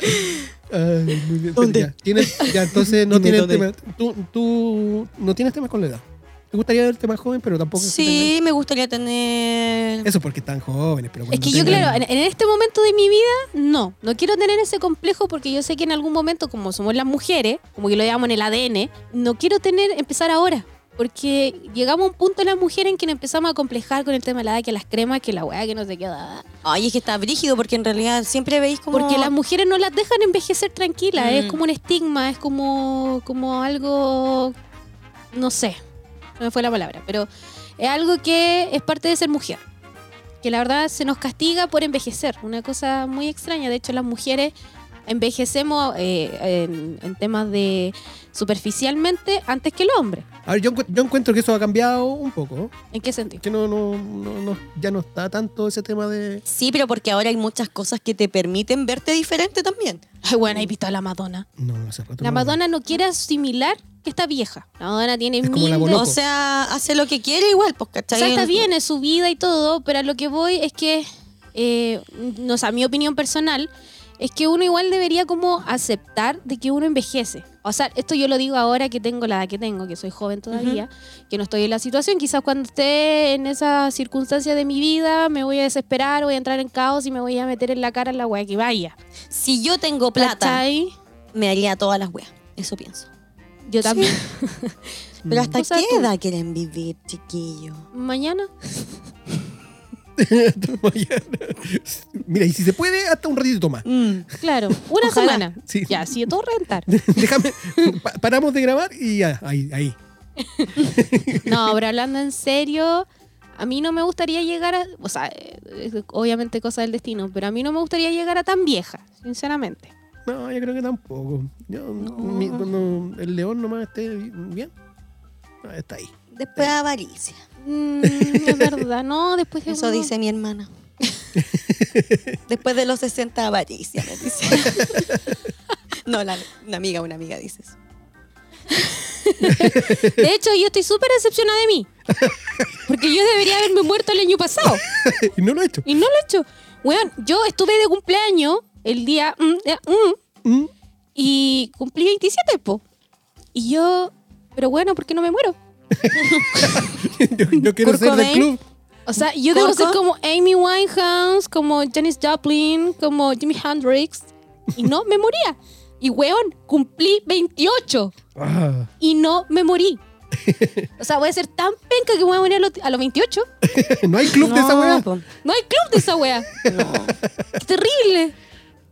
Speaker 1: Ay, muy bien. pero
Speaker 2: ¿Dónde?
Speaker 1: Ya, tienes- ya, entonces no
Speaker 2: Dime
Speaker 1: tienes
Speaker 2: dónde.
Speaker 1: temas. Tú, tú no tienes temas con la edad. Te gustaría verte más joven, pero tampoco. es que
Speaker 2: Sí, me gustaría tener.
Speaker 1: tengas- Eso porque están jóvenes, pero
Speaker 3: es
Speaker 1: cuando
Speaker 3: que yo,
Speaker 1: tengan-
Speaker 3: claro, en, en este momento de mi vida, no. No quiero tener ese complejo porque yo sé que en algún momento, como somos las mujeres, como que lo llevamos en el ADN, no quiero tener, empezar ahora. Porque llegamos a un punto en las mujeres en que nos empezamos a complejar con el tema de la edad, que las cremas, que la weá, que no se queda.
Speaker 2: Ay, es que está brígido porque en realidad siempre veis como.
Speaker 3: Porque las mujeres no las dejan envejecer tranquilas, es
Speaker 2: Mm.
Speaker 3: como un estigma, es como, como algo, no sé, no me fue la palabra, pero es algo que es parte de ser mujer, que la verdad se nos castiga por envejecer, una cosa muy extraña, de hecho las mujeres envejecemos eh, en, en temas de superficialmente antes que el hombre.
Speaker 1: A ver, yo, encu- yo encuentro que eso ha cambiado un poco.
Speaker 3: ¿En qué sentido?
Speaker 1: Que no, no, no, no- ya no está tanto ese tema de.
Speaker 2: Sí, pero porque ahora hay muchas cosas que te permiten verte diferente también.
Speaker 3: Ay, bueno, ahí visto a la Madonna.
Speaker 1: No, hace rato.
Speaker 3: Mm. La
Speaker 1: no.
Speaker 3: Madonna no quiere asimilar que está vieja. La Madonna tiene
Speaker 1: Es como
Speaker 3: mil
Speaker 1: la
Speaker 3: de-
Speaker 1: Loco.
Speaker 2: O sea, hace lo que quiere igual, pues,
Speaker 3: O
Speaker 2: ¿cachai?
Speaker 3: sea, está bien, es su vida y todo, pero a lo que voy es que, eh, no, o sea, mi opinión personal es que uno igual debería como aceptar de que uno envejece. O sea, esto yo lo digo ahora que tengo la edad que tengo, que soy joven todavía, que no estoy en la situación. Quizás cuando esté en esa circunstancia de mi vida me voy a desesperar, voy a entrar en caos y me voy a meter en la cara la weá que vaya.
Speaker 2: Si yo tengo plata,
Speaker 3: ¿Cachai?
Speaker 2: me haría todas las weas. Eso pienso.
Speaker 3: Yo también.
Speaker 2: Pero
Speaker 1: Mm.
Speaker 2: ¿hasta
Speaker 3: O sea,
Speaker 2: qué
Speaker 3: tú-
Speaker 2: edad quieren vivir, chiquillo?
Speaker 3: Mañana.
Speaker 1: Mira, y si se puede, hasta un ratito más.
Speaker 3: Claro, una
Speaker 2: Ojalá.
Speaker 3: semana.
Speaker 1: Sí.
Speaker 3: Ya, si todo rentar.
Speaker 1: Déjame. pa- paramos de grabar y ya, ahí, ahí.
Speaker 3: No, pero hablando en serio, a mí no me gustaría llegar a. O sea, eh, es obviamente cosa del destino, pero a mí no me gustaría llegar a tan vieja, sinceramente.
Speaker 1: No, yo creo que tampoco. Yo, mi- cuando el león nomás esté bien, ah, está ahí.
Speaker 2: Después avaricia.
Speaker 3: Mm, es verdad, no, después de
Speaker 2: Eso
Speaker 3: uno-
Speaker 2: dice mi hermana. Después de los 60, avaricia, me dice. no, la, una amiga, una amiga dice eso.
Speaker 3: De hecho, yo estoy súper decepcionada de mí. Porque yo debería haberme muerto el año pasado.
Speaker 1: Y no lo he hecho.
Speaker 3: Y no lo he hecho. Weón, yo estuve de cumpleaños el día. mm, eh, mm,
Speaker 1: Mm,
Speaker 3: Y cumplí 27, po. Y yo, pero bueno, ¿por qué no me muero?
Speaker 1: Yo, yo quiero
Speaker 2: Kurt
Speaker 1: ser del
Speaker 2: Cobain.
Speaker 1: club.
Speaker 3: O sea, yo debo
Speaker 2: ¿Corco?
Speaker 3: ser como Amy Winehouse, como Janis Joplin, como Jimi Hendrix. Y no me moría. Y weón, cumplí 28
Speaker 1: Ah,
Speaker 3: y no me morí. O sea, voy a ser tan penca que voy a morir a los, a los 28.
Speaker 1: no hay club de esa
Speaker 2: No,
Speaker 1: weá.
Speaker 2: po.
Speaker 3: No hay club de esa wea. Qué terrible.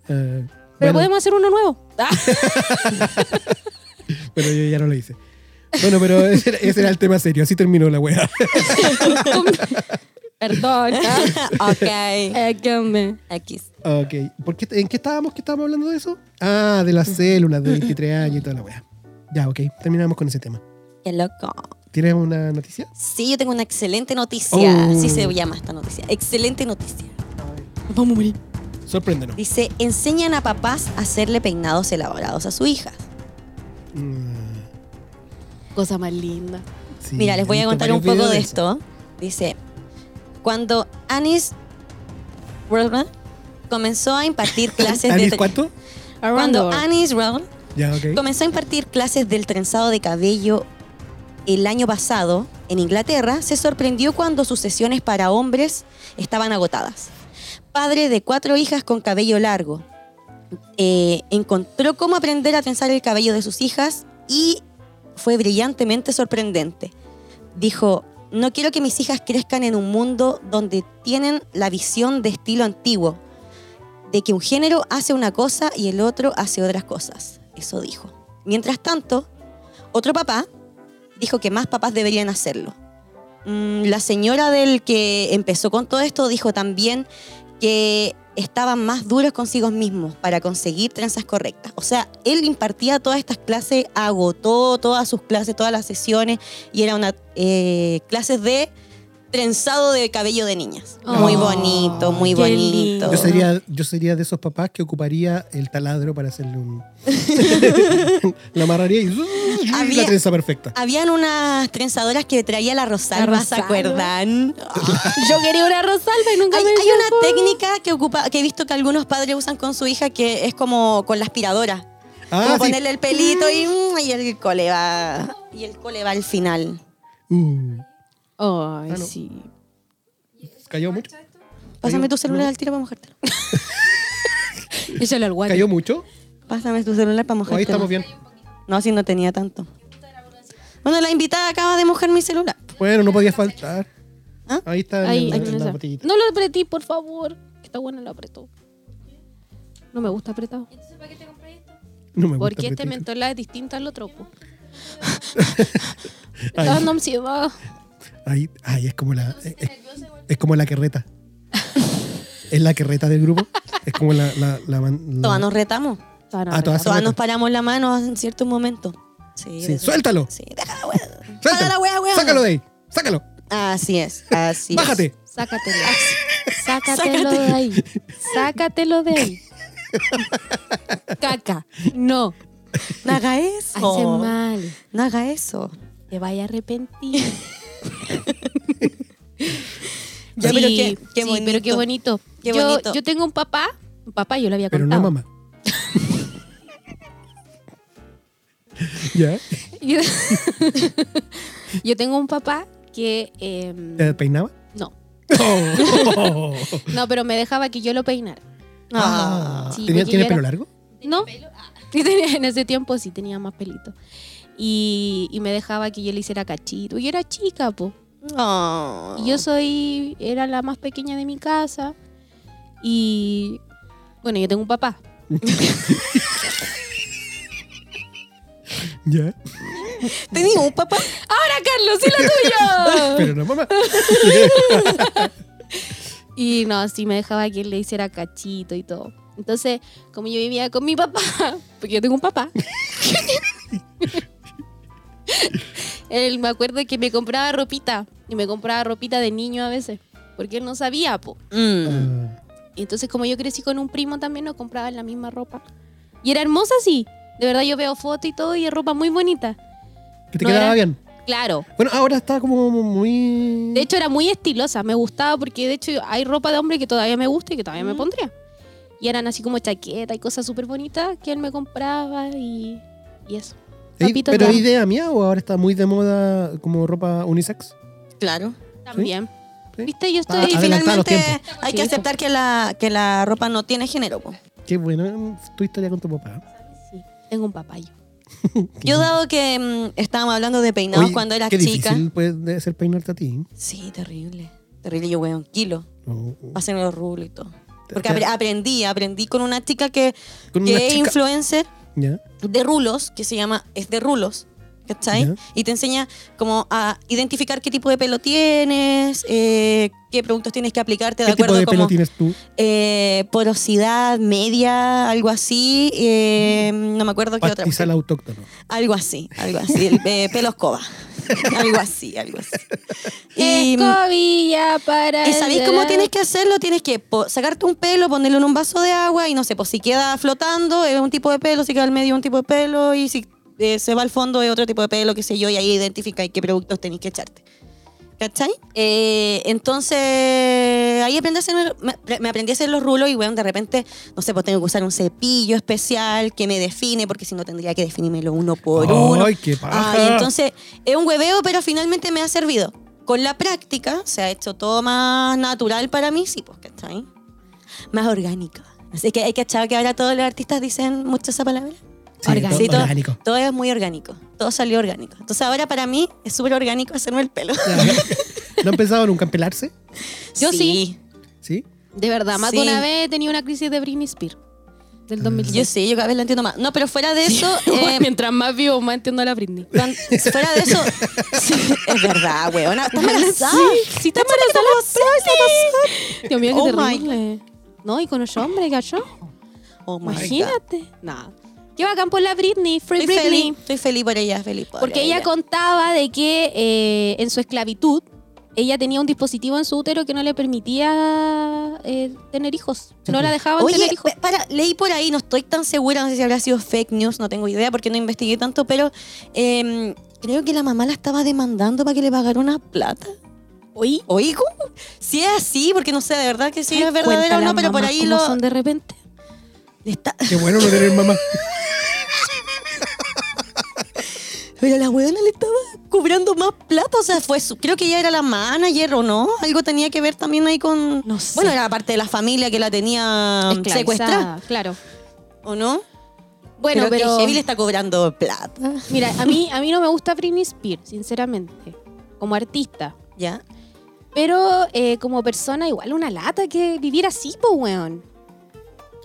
Speaker 1: Eh,
Speaker 3: Pero
Speaker 1: bueno,
Speaker 3: podemos hacer uno nuevo. Ah,
Speaker 1: pero yo ya no lo hice. Bueno, pero ese era, ese era el tema serio. Así terminó la weá.
Speaker 3: Perdón. ah.
Speaker 2: ok.
Speaker 3: Eh, que me-
Speaker 2: Aquí.
Speaker 1: Ok. ¿Por qué- ¿En qué estábamos? ¿Qué estábamos hablando de eso? Ah, de las células de 23 años y toda la weá. Ya, ok. Terminamos con ese tema.
Speaker 2: Qué loco.
Speaker 1: ¿Tienes una noticia?
Speaker 2: Sí, yo tengo una excelente noticia.
Speaker 1: Oh.
Speaker 2: Sí se llama esta noticia. Excelente noticia.
Speaker 3: Vamos a morir.
Speaker 1: Sorpréndenos.
Speaker 2: Dice, enseñan a papás a hacerle peinados elaborados a su hija.
Speaker 1: Mm,
Speaker 3: Cosa más linda.
Speaker 1: sí,
Speaker 2: Mira, les voy
Speaker 1: he
Speaker 2: a
Speaker 1: visto
Speaker 2: contar un
Speaker 1: varios
Speaker 2: poco
Speaker 1: videos
Speaker 2: de
Speaker 1: eso.
Speaker 2: esto. Dice, cuando Anis Rodman comenzó a impartir clases de...
Speaker 1: ¿Anis
Speaker 2: tre-
Speaker 1: cuánto?
Speaker 2: Cuando
Speaker 3: Around the world.
Speaker 2: Anis Rodman
Speaker 1: Ah, Ya, ok.
Speaker 2: comenzó a impartir clases del trenzado de cabello el año pasado en Inglaterra, se sorprendió cuando sus sesiones para hombres estaban agotadas. Padre de cuatro hijas con cabello largo, eh, encontró cómo aprender a trenzar el cabello de sus hijas y fue brillantemente sorprendente. Dijo, no quiero que mis hijas crezcan en un mundo donde tienen la visión de estilo antiguo, de que un género hace una cosa y el otro hace otras cosas. Eso dijo. Mientras tanto, otro papá dijo que más papás deberían hacerlo. Mm, La señora del que empezó con todo esto dijo también que estaban más duros consigo mismos para conseguir trenzas correctas. O sea, él impartía todas estas clases, agotó todas sus clases, todas las sesiones, y era una eh, clases de trenzado de cabello de niñas. muy
Speaker 3: Oh,
Speaker 2: bonito, muy
Speaker 3: qué
Speaker 2: bonito.
Speaker 3: lindo.
Speaker 1: Yo sería, yo sería de esos papás que ocuparía el taladro para hacerle un. la amarraría y. uh, y
Speaker 2: Había-
Speaker 1: la trenza perfecta.
Speaker 2: Habían unas trenzadoras que traía la Rosalba, Ah.
Speaker 3: La
Speaker 2: ¿se
Speaker 3: Rosalba.
Speaker 2: acuerdan?
Speaker 3: Yo quería una Rosalba y nunca
Speaker 2: Hay,
Speaker 3: me
Speaker 2: hay
Speaker 3: dio
Speaker 2: una
Speaker 3: por-
Speaker 2: técnica que, ocupa, que he visto que algunos padres usan con su hija que es como con la aspiradora. como
Speaker 1: Ah, sí.
Speaker 2: ponerle el pelito y, mm, y el cole va. Y el cole va al final.
Speaker 1: Uh,
Speaker 3: Ay,
Speaker 1: Ah, no.
Speaker 3: sí.
Speaker 1: cayó mucho.
Speaker 2: Pásame
Speaker 1: Cayó-
Speaker 2: tu celular al tiro para mojártelo.
Speaker 3: Échale al guate.
Speaker 1: Cayó mucho.
Speaker 2: Pásame tu celular para mojártelo.
Speaker 1: Ahí estamos bien.
Speaker 2: No, si no tenía tanto. Bueno, la invitada acaba de mojar mi celular.
Speaker 1: Bueno, no podía faltar.
Speaker 2: ¿Ah?
Speaker 1: Ahí está
Speaker 3: Ahí,
Speaker 1: la,
Speaker 3: ahí
Speaker 1: la
Speaker 3: no sé.
Speaker 1: botellita.
Speaker 3: No lo apretí, por favor. Que Está bueno, lo apretó. No me gusta apretado.
Speaker 1: No me gusta
Speaker 3: Porque este
Speaker 1: el
Speaker 3: mentol es distinto al otro. po. Me
Speaker 1: Ay.
Speaker 3: Está dando ansiedad.
Speaker 1: Ahí, ahí es como la. Es, es como la querreta. es la querreta del grupo. Es como la. la, la, man- la-
Speaker 2: Todas nos retamos.
Speaker 3: Está, no,
Speaker 1: Mm. Ah, todas
Speaker 3: apretado.
Speaker 1: se
Speaker 2: Todas nos
Speaker 1: retan.
Speaker 2: paramos la mano en cierto momento. Sí,
Speaker 1: Sí,
Speaker 2: de-
Speaker 1: suéltalo.
Speaker 2: Sí, deja la wea.
Speaker 1: Suéltalo.
Speaker 2: Para la wea, wea.
Speaker 1: Sácalo de ahí. Sácalo.
Speaker 2: Así es, así
Speaker 1: Bájate.
Speaker 2: es.
Speaker 3: Sácatelo. Sácatelo de ahí. Sácatelo de ahí. Caca. No.
Speaker 2: No haga
Speaker 3: Hace
Speaker 2: eso.
Speaker 3: mal.
Speaker 2: No haga eso.
Speaker 3: Te vaya a arrepentir.
Speaker 2: Ya,
Speaker 3: Sí,
Speaker 2: pero qué- qué
Speaker 3: sí,
Speaker 2: bonito.
Speaker 3: pero qué bonito.
Speaker 2: Qué
Speaker 3: yo,
Speaker 2: bonito.
Speaker 3: yo tengo un papá. Un papá, yo lo había
Speaker 1: Pero
Speaker 3: contado.
Speaker 1: no mamá. ¿Ya?
Speaker 3: Yo, Yo tengo un papá que... em,
Speaker 1: ¿Te peinaba?
Speaker 3: no.
Speaker 1: Oh.
Speaker 3: No, pero me dejaba que yo lo peinara.
Speaker 1: Ah.
Speaker 3: Sí,
Speaker 1: ¿Tenía-
Speaker 3: porque
Speaker 1: ¿Tiene
Speaker 3: yo
Speaker 1: pelo
Speaker 3: era-
Speaker 1: largo?
Speaker 3: ¿No? Y tenía- en ese tiempo sí tenía más pelito. Y, y me dejaba que yo le hiciera cachito. Yo era chica, po.
Speaker 2: Oh.
Speaker 3: Y yo soy, era la más pequeña de mi casa. Y bueno, yo tengo un papá.
Speaker 1: ¿Ya?
Speaker 2: Tenía un papá.
Speaker 3: ¡Ahora, Carlos! ¡Y
Speaker 1: Pero
Speaker 3: lo tuyo!
Speaker 1: no mamá.
Speaker 3: y no, sí me dejaba que él le hiciera cachito y todo. Entonces, como yo vivía con mi papá, porque yo tengo un papá. él me acuerdo que me compraba ropita. Y me compraba ropita de niño a veces. Porque él no sabía, po.
Speaker 2: Mm.
Speaker 1: Ah.
Speaker 3: Y entonces, como yo crecí con un primo, también nos compraban la misma ropa. Y era hermosa, sí. De verdad, yo veo fotos y todo, y es ropa muy bonita.
Speaker 1: Que te
Speaker 3: No
Speaker 1: quedaba
Speaker 3: era-
Speaker 1: bien.
Speaker 3: Claro.
Speaker 1: Bueno, ahora está como muy...
Speaker 3: De hecho, era muy estilosa. Me gustaba porque, de hecho, hay ropa de hombre que todavía me gusta y que todavía me pondría. Y eran así como chaqueta y cosas súper bonitas que él me compraba y, y eso.
Speaker 1: Ey,
Speaker 3: Papito
Speaker 1: ¿Pero
Speaker 3: Tom.
Speaker 1: idea mía o ahora está muy de moda como ropa unisex?
Speaker 2: Claro.
Speaker 3: También.
Speaker 1: Sí.
Speaker 3: ¿Viste? Yo
Speaker 1: Ah,
Speaker 3: estoy...
Speaker 2: Y
Speaker 1: adelantado los
Speaker 2: finalmente
Speaker 1: tiempos.
Speaker 2: hay
Speaker 3: Sí,
Speaker 2: que aceptar que la, que la ropa no tiene género. po.
Speaker 1: Qué bueno tu historia con tu papá.
Speaker 3: Sí, tengo un papá yo.
Speaker 2: Yo dado que mm, estábamos hablando de peinados
Speaker 1: Oye,
Speaker 2: cuando era
Speaker 1: qué
Speaker 2: chica.
Speaker 1: difícil puede debe ser peinarte a ti.
Speaker 2: Sí, terrible. Terrible, yo weón, kilo.
Speaker 1: No.
Speaker 2: Hacen los rulos y todo. Porque
Speaker 1: Te-
Speaker 2: apre- aprendí, aprendí con una chica que,
Speaker 1: Con
Speaker 2: que
Speaker 1: una
Speaker 2: es
Speaker 1: chica.
Speaker 2: influencer
Speaker 1: ¿Ya?
Speaker 2: de rulos, que se llama, es de rulos, ¿cachai?
Speaker 1: Ya.
Speaker 2: Y te enseña como a identificar qué tipo de pelo tienes, eh, qué productos tienes que aplicarte de
Speaker 1: ¿Qué tipo
Speaker 2: acuerdo
Speaker 1: de pelo
Speaker 2: como
Speaker 1: tienes tú?
Speaker 2: eh, porosidad media, algo así, eh,
Speaker 1: Mm.
Speaker 2: no me acuerdo qué otra.
Speaker 1: Pastizal autóctono.
Speaker 2: Algo así, algo así, el, eh, pelo escoba, algo así, algo así. Y, mm,
Speaker 3: mm, Escobilla para...
Speaker 2: ¿Y sabéis cómo tienes que hacerlo? Tienes que po- sacarte un pelo, ponerlo en un vaso de agua y no sé, pues si queda flotando es un tipo de pelo, si queda al medio un tipo de pelo y si eh, se va al fondo es otro tipo de pelo, qué sé yo, y ahí identificáis qué productos tenéis que echarte. ¿Cachai? Eh, entonces, ahí aprendí a hacer, me, me aprendí a hacer los rulos y, weón, de repente, no sé, pues tengo que usar un cepillo especial que me define, porque si no tendría que definírmelo uno por uno.
Speaker 1: ¡Ay, qué paja!
Speaker 2: Ay, Ah, entonces es un hueveo, pero finalmente me ha servido. Con la práctica se ha hecho todo más natural para mí, sí, pues, ¿cachai? Más orgánico. Así que hay que achar que ahora todos los artistas dicen mucho esa palabra.
Speaker 1: Sí,
Speaker 3: orgánico.
Speaker 1: todo
Speaker 2: Sí, todo-
Speaker 1: orgánico.
Speaker 2: Todo es muy orgánico. Todo salió orgánico. Entonces ahora para mí es súper orgánico hacerme el pelo.
Speaker 1: ¿No han pensado nunca en pelarse?
Speaker 3: Yo sí.
Speaker 1: ¿Sí?
Speaker 3: De verdad, más de
Speaker 2: Sí.
Speaker 3: una vez tenía una crisis de Britney Spears.
Speaker 1: Ah.
Speaker 3: Del 2006.
Speaker 2: Yo sí, yo cada vez lo entiendo más. No, pero fuera de eso, eh,
Speaker 3: Mientras más vivo, más entiendo a la Britney.
Speaker 2: cuan- fuera de eso, sí, es verdad, weona. ¿Estás embarazada?
Speaker 3: Sí, sí, está embarazada. Dios mío, qué
Speaker 2: Oh my
Speaker 3: terrible. No, y con los hombres, gallo.
Speaker 2: Oh my God.
Speaker 3: Imagínate. Nada. Qué bacán por la Britney, Free
Speaker 2: Estoy feliz,
Speaker 3: Britney.
Speaker 2: estoy feliz por ella, feliz por
Speaker 3: Porque ella contaba de que eh, en su esclavitud ella tenía un dispositivo en su útero que no le permitía eh, tener hijos. No la dejaban
Speaker 2: Oye,
Speaker 3: tener hijos.
Speaker 2: pe- para, leí por ahí, no estoy tan segura, no sé si habrá sido fake news, no tengo idea porque no investigué tanto, pero em, creo que la mamá la estaba demandando para que le pagara una plata.
Speaker 3: Oye,
Speaker 2: Oye, ¿cómo? Si es así, porque no sé de verdad que si es verdadero o
Speaker 3: cuenta
Speaker 2: no,
Speaker 3: las
Speaker 2: pero por
Speaker 3: mamás
Speaker 2: ahí
Speaker 3: cómo
Speaker 2: lo.
Speaker 3: son de repente.
Speaker 2: le está-
Speaker 1: Qué bueno no tener mamá.
Speaker 2: Pero la weona le estaba cobrando más plata, o sea, fue su- creo que ella era la manager o no, algo tenía que ver también ahí con.
Speaker 3: No sé.
Speaker 2: Bueno, era parte de la familia que la tenía em,
Speaker 3: Esclavizada,
Speaker 2: secuestrada,
Speaker 3: Claro.
Speaker 2: ¿o no?
Speaker 3: Bueno,
Speaker 2: que
Speaker 3: pero.
Speaker 2: Heavy le está cobrando plata.
Speaker 3: Mira, a mí, a mí no me gusta Britney Spears, sinceramente. Como artista.
Speaker 2: ¿Ya?
Speaker 3: Pero eh, como persona, igual una lata que vivir así, po, weón.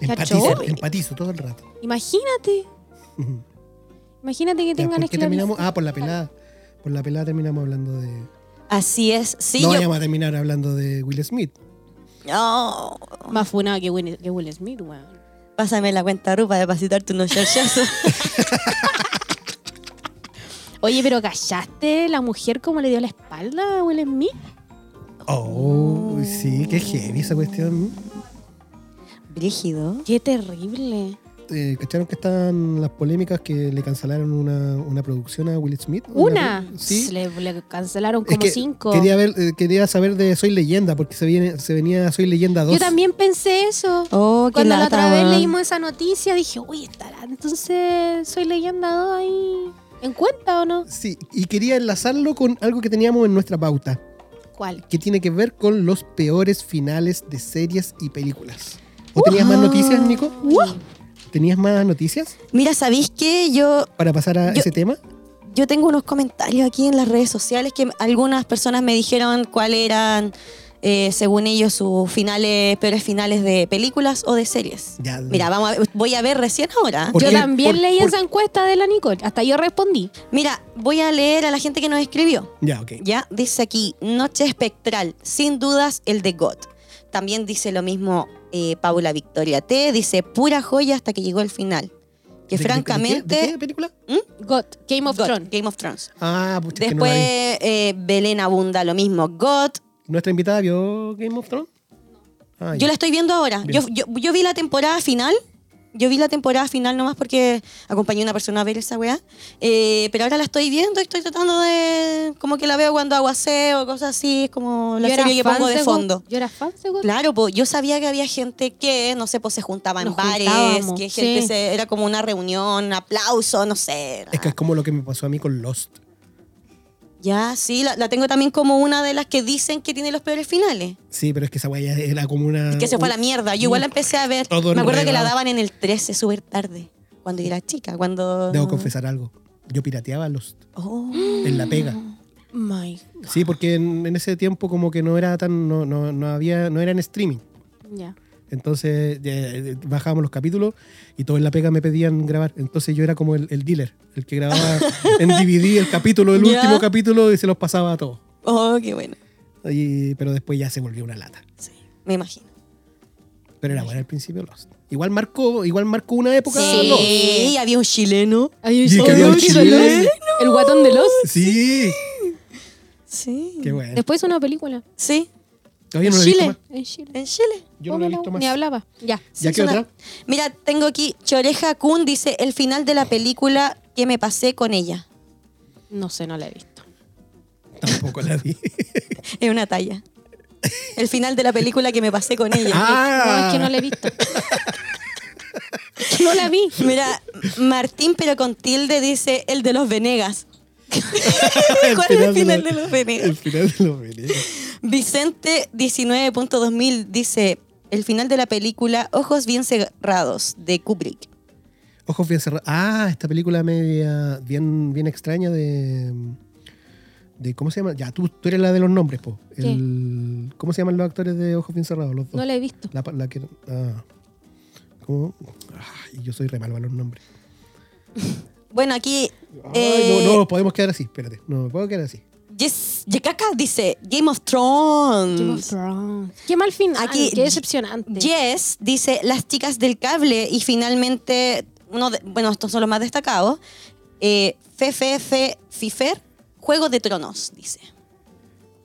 Speaker 1: Empatizo,
Speaker 3: Cachó.
Speaker 1: empatizo todo el rato.
Speaker 3: Imagínate, imagínate que
Speaker 1: Ya,
Speaker 3: tengan
Speaker 1: ¿Por qué
Speaker 3: esclavitud.
Speaker 1: terminamos? Ah, por la pelada. Por la pelada terminamos hablando de...
Speaker 2: Así es, sí.
Speaker 1: no
Speaker 2: yo-
Speaker 1: vayamos a terminar hablando de Will Smith.
Speaker 2: No.
Speaker 3: Más funado que Will, que Will Smith, weón.
Speaker 2: Pásame la cuenta Rupa para depositarte unos chachazos.
Speaker 3: Oye, pero ¿callaste la mujer como le dio la espalda a Will Smith?
Speaker 1: Oh, sí, qué heavy esa cuestión.
Speaker 2: Brígido.
Speaker 3: Qué terrible.
Speaker 1: Eh, ¿Cacharon que están las polémicas que le cancelaron una, una producción a Will Smith?
Speaker 3: ¿Una?
Speaker 1: Sí.
Speaker 3: Le, le cancelaron
Speaker 1: Es
Speaker 3: como
Speaker 1: que
Speaker 3: cinco.
Speaker 1: Quería, ver, eh, quería saber de Soy Leyenda, porque se, viene, se venía Soy Leyenda 2.
Speaker 3: Yo también pensé eso.
Speaker 2: Oh, qué
Speaker 3: Cuando la
Speaker 2: lata,
Speaker 3: otra vez
Speaker 2: weón.
Speaker 3: leímos esa noticia, dije, uy, estará. Entonces, soy leyenda 2 ahí. ¿En cuenta o no?
Speaker 1: Sí, y quería enlazarlo con algo que teníamos en nuestra pauta,
Speaker 3: ¿Cuál?
Speaker 1: que tiene que ver con los peores finales de series y películas. ¿O tenías más noticias, Nico? ¿Tenías más noticias
Speaker 2: Mira, ¿sabéis qué? Yo,
Speaker 1: para pasar a
Speaker 2: Yo-
Speaker 1: ese tema?
Speaker 2: yo tengo unos comentarios aquí en las redes sociales que algunas personas me dijeron cuáles eran, eh, según ellos, sus finales, peores finales de películas o de series.
Speaker 1: Ya.
Speaker 2: Mira, vamos a ver- voy a ver recién ahora.
Speaker 1: ¿Por
Speaker 3: Yo
Speaker 1: qué?
Speaker 3: también
Speaker 1: ¿Por-
Speaker 3: leí
Speaker 1: por-
Speaker 3: esa encuesta de la Nicole. Hasta yo respondí.
Speaker 2: Mira, voy a leer a la gente que nos escribió.
Speaker 1: Ya, ok.
Speaker 2: Ya dice aquí, Noche Espectral, sin dudas el de God. También dice lo mismo eh, Paula Victoria T. Dice, pura joya hasta que llegó el final. Que
Speaker 1: ¿De- de- de qué-
Speaker 2: francamente...
Speaker 1: ¿De qué, película?
Speaker 3: God, Game of
Speaker 2: God,
Speaker 3: Thrones.
Speaker 2: Game of Thrones.
Speaker 1: Ah, pucha, es que no
Speaker 2: Después
Speaker 1: la vi.
Speaker 2: eh, Belén abunda lo mismo. God.
Speaker 1: ¿Nuestra invitada vio Game of Thrones? Ah,
Speaker 2: Yo
Speaker 1: ya.
Speaker 2: la estoy viendo ahora.
Speaker 1: Bien.
Speaker 2: Yo, yo- yo vi la temporada final. Yo vi la temporada final nomás porque acompañé a una persona a ver esa weá. Eh, pero ahora la estoy viendo y estoy tratando de... Como que la veo cuando aguaceo, cosas así. Es como la
Speaker 3: Yo era
Speaker 2: serie que
Speaker 3: fan
Speaker 2: pongo de
Speaker 3: God.
Speaker 2: fondo.
Speaker 3: Yo era fan de God.
Speaker 2: Claro, po, yo sabía que había gente que, no sé, pues se juntaba en
Speaker 3: Nos
Speaker 2: bares,
Speaker 3: juntábamos,
Speaker 2: que gente
Speaker 3: sí.
Speaker 2: se- era como una reunión, aplauso, no sé.
Speaker 1: Es que es como lo que me pasó a mí con Lost.
Speaker 2: Ya, sí, la, la tengo también como una de las que dicen que tiene los peores finales.
Speaker 1: Sí, pero es que esa weá ya era como una...
Speaker 2: Es que se fue a la mierda. Yo igual la empecé a ver.
Speaker 1: Mm, Todo
Speaker 2: Me acuerdo que la
Speaker 1: enredado.
Speaker 2: daban en el 13, súper tarde, cuando yo era chica, cuando...
Speaker 1: Debo confesar algo. Yo pirateaba Lost
Speaker 2: Oh.
Speaker 1: en la pega.
Speaker 3: My.
Speaker 1: Sí, porque en, en ese tiempo como que no era tan... No, no, no había... No era en streaming.
Speaker 3: Ya.
Speaker 1: Entonces eh, eh, bajábamos los capítulos y todo en la pega me pedían grabar. Entonces yo era como el, el dealer, el que grababa en DVD el capítulo, el
Speaker 2: Ya.
Speaker 1: último capítulo y se los pasaba a todos.
Speaker 2: oh, qué bueno.
Speaker 1: Y- pero después ya se volvió una lata.
Speaker 2: Sí, me imagino.
Speaker 1: Pero era bueno al principio Lost. Igual marcó, igual marcó una época
Speaker 3: Sí.
Speaker 1: Lost.
Speaker 2: Sí, había un chileno.
Speaker 3: Ay,
Speaker 1: Y que había un
Speaker 3: ¿qué hizo el
Speaker 1: chileno.
Speaker 3: Lost? El guatón de los.
Speaker 1: Sí.
Speaker 2: Sí.
Speaker 1: Qué bueno.
Speaker 3: Después hizo una película.
Speaker 2: Sí,
Speaker 1: Todavía no lo he visto
Speaker 3: Chile.
Speaker 1: más.
Speaker 3: En Chile.
Speaker 2: en Chile.
Speaker 1: Yo no lo he visto más.
Speaker 3: Ni hablaba. Ya.
Speaker 1: ¿Ya
Speaker 2: Sí,
Speaker 1: qué
Speaker 2: es una-
Speaker 1: otra?
Speaker 2: Mira, tengo aquí Choreja Kun dice el final de la película que me pasé con ella.
Speaker 3: No sé, no la he visto.
Speaker 1: Tampoco la vi.
Speaker 2: Es una talla. El final de la película que me pasé con ella.
Speaker 1: Ah.
Speaker 3: No, es que no la he visto. no la vi.
Speaker 2: Mira, Martín pero con tilde dice el de los Venegas. ¿Cuál es el final de los Venegas?
Speaker 1: El final de los venegas.
Speaker 2: Vicente 19.2000 dice el final de la película Ojos bien cerrados de Kubrick.
Speaker 1: Ojos bien cerrados. Ah, esta película media bien, bien extraña de, de. ¿Cómo se llama? Ya, tú, tú eres la de los nombres, po. El, ¿Cómo se llaman los actores de Ojos bien cerrados? Los dos.
Speaker 3: No la he visto.
Speaker 1: La, pa- la que. Ah. ¿Cómo? Ay, yo soy re malo para los nombres.
Speaker 2: Bueno, aquí
Speaker 1: Ay,
Speaker 2: eh,
Speaker 1: no, no, podemos quedar así. Espérate. No, me puedo quedar así.
Speaker 2: Yes- Yekaka dice Game of Thrones.
Speaker 3: Game of Thrones. Qué mal final.
Speaker 2: Aquí,
Speaker 3: qué decepcionante.
Speaker 2: Yes dice Las chicas del cable y finalmente, uno de- bueno, estos son los más destacados. Eh, Fefe Fe- Fifer, Juego de Tronos, dice.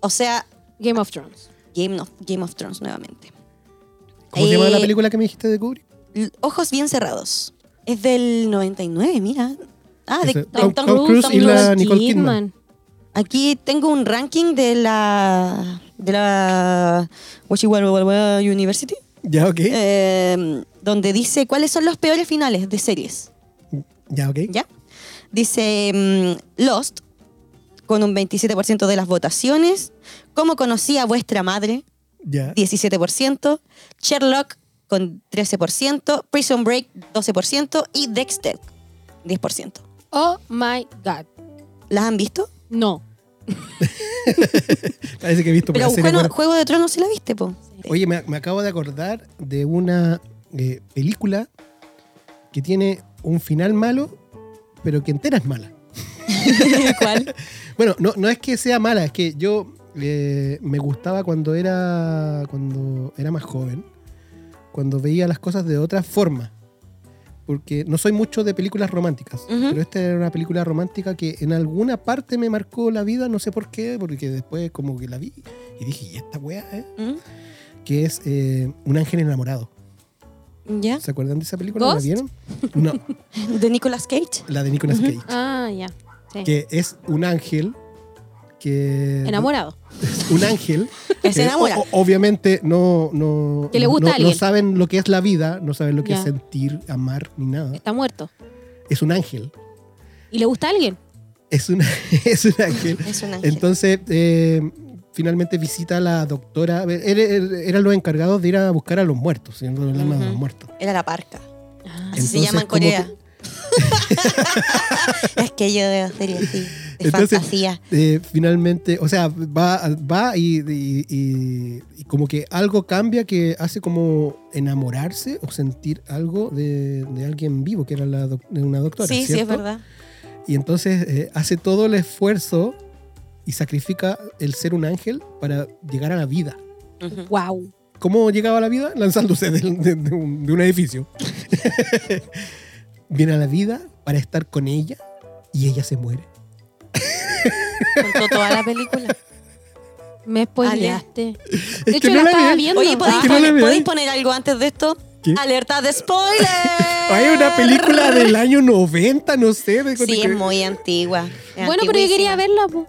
Speaker 2: O sea,
Speaker 3: Game of Thrones.
Speaker 2: Game of, Game of Thrones nuevamente.
Speaker 1: ¿Cómo se llama
Speaker 2: Eh,
Speaker 1: la película que me dijiste de Kubrick?
Speaker 2: L- Ojos bien cerrados. Es del 99, mira. Ah, de
Speaker 1: Ese-
Speaker 2: Tom, Tom Cruise. Tom
Speaker 1: y la
Speaker 2: Cruise.
Speaker 1: Nicole Kidman.
Speaker 2: Aquí tengo un ranking de la de la Washiwa University.
Speaker 1: Ya, ok.
Speaker 2: eh, donde dice cuáles son los peores finales de series.
Speaker 1: ya, ok.
Speaker 2: ¿Ya? Dice mm, Lost, con un 27% de las votaciones. ¿Cómo conocí a vuestra madre?
Speaker 1: Ya.
Speaker 2: 17%. Sherlock, con 13%. Prison Break, 12%. Y Dexter, 10%.
Speaker 3: Oh my God.
Speaker 2: ¿Las han visto?
Speaker 3: No.
Speaker 1: Parece que he visto
Speaker 2: Pero
Speaker 1: pura serie
Speaker 2: bueno,
Speaker 1: buena.
Speaker 2: Juego de Tronos sí la viste, po.
Speaker 1: Oye, me, me acabo de acordar de una eh, película que tiene un final malo, pero que entera es mala.
Speaker 2: ¿Cuál?
Speaker 1: Bueno, no, no es que sea mala, es que yo eh, me gustaba cuando era, cuando era más joven, cuando veía las cosas de otra forma. porque no soy mucho de películas románticas,
Speaker 2: Ujú.
Speaker 1: pero esta era una película romántica que en alguna parte me marcó la vida, no sé por qué, porque después como que la vi y dije, ¿y esta weá? eh?",
Speaker 2: ¿Mm?
Speaker 1: Que es eh, Un ángel enamorado.
Speaker 2: ¿Mm? ¿Ya?
Speaker 1: ¿Se acuerdan de esa película? ¿No ¿La
Speaker 3: ¿Ghost?
Speaker 1: vieron? No,
Speaker 2: ¿De Nicolas Cage?
Speaker 1: la de Nicolas Cage.
Speaker 3: Ah, ya. Sí.
Speaker 1: Que es un ángel que...
Speaker 3: Enamorado.
Speaker 1: un ángel
Speaker 2: Que se
Speaker 1: eh,
Speaker 2: enamora.
Speaker 1: o- o- obviamente no no
Speaker 3: Que le gusta
Speaker 1: no-
Speaker 3: a alguien.
Speaker 1: no saben lo que es la vida no saben lo que es
Speaker 3: Ya.
Speaker 1: sentir amar ni nada
Speaker 3: Está muerto.
Speaker 1: es un ángel
Speaker 3: ¿Y le gusta a alguien?
Speaker 1: es un es un ángel
Speaker 2: Es un ángel.
Speaker 1: entonces eh, finalmente visita a la doctora er- er- er- eran los encargados de ir a buscar a los muertos siendo el alma de los
Speaker 2: Ujú.
Speaker 1: muertos
Speaker 2: Era la parca.
Speaker 3: Ah.
Speaker 2: Así se
Speaker 1: Entonces,
Speaker 2: llama en
Speaker 1: como
Speaker 2: Corea. es que yo de serie así, de
Speaker 1: Entonces-
Speaker 2: fantasía.
Speaker 1: Eh, finalmente o sea va va y, y- y- y como que algo cambia que hace como enamorarse o sentir algo de, de alguien vivo que era la doc- de una doctora
Speaker 2: sí, sí, es
Speaker 1: ¿cierto?
Speaker 2: verdad.
Speaker 1: Y entonces eh, hace todo el esfuerzo y sacrifica el ser un ángel para llegar a la vida.
Speaker 2: Ujú.
Speaker 3: Wow.
Speaker 1: ¿Cómo llegaba a la vida? Lanzándose del- de, de un, de un edificio. Viene a la vida para estar con ella y ella se muere.
Speaker 2: Contó toda la película.
Speaker 3: Me spoileaste. De
Speaker 1: que
Speaker 3: hecho, la
Speaker 1: no la
Speaker 3: estaba
Speaker 1: vi.
Speaker 3: viendo.
Speaker 2: Oye, ¿podéis,
Speaker 1: ¿Por qué no
Speaker 2: poner,
Speaker 1: la vi?
Speaker 2: podéis poner algo antes de esto?
Speaker 1: ¿Qué?
Speaker 2: ¡Alerta de spoiler!
Speaker 1: Hay una película del año 90, no sé. De,
Speaker 2: Sí,
Speaker 1: de-
Speaker 2: es muy antigua. es
Speaker 3: Bueno, pero yo quería
Speaker 2: antiguísima.
Speaker 3: verla, po.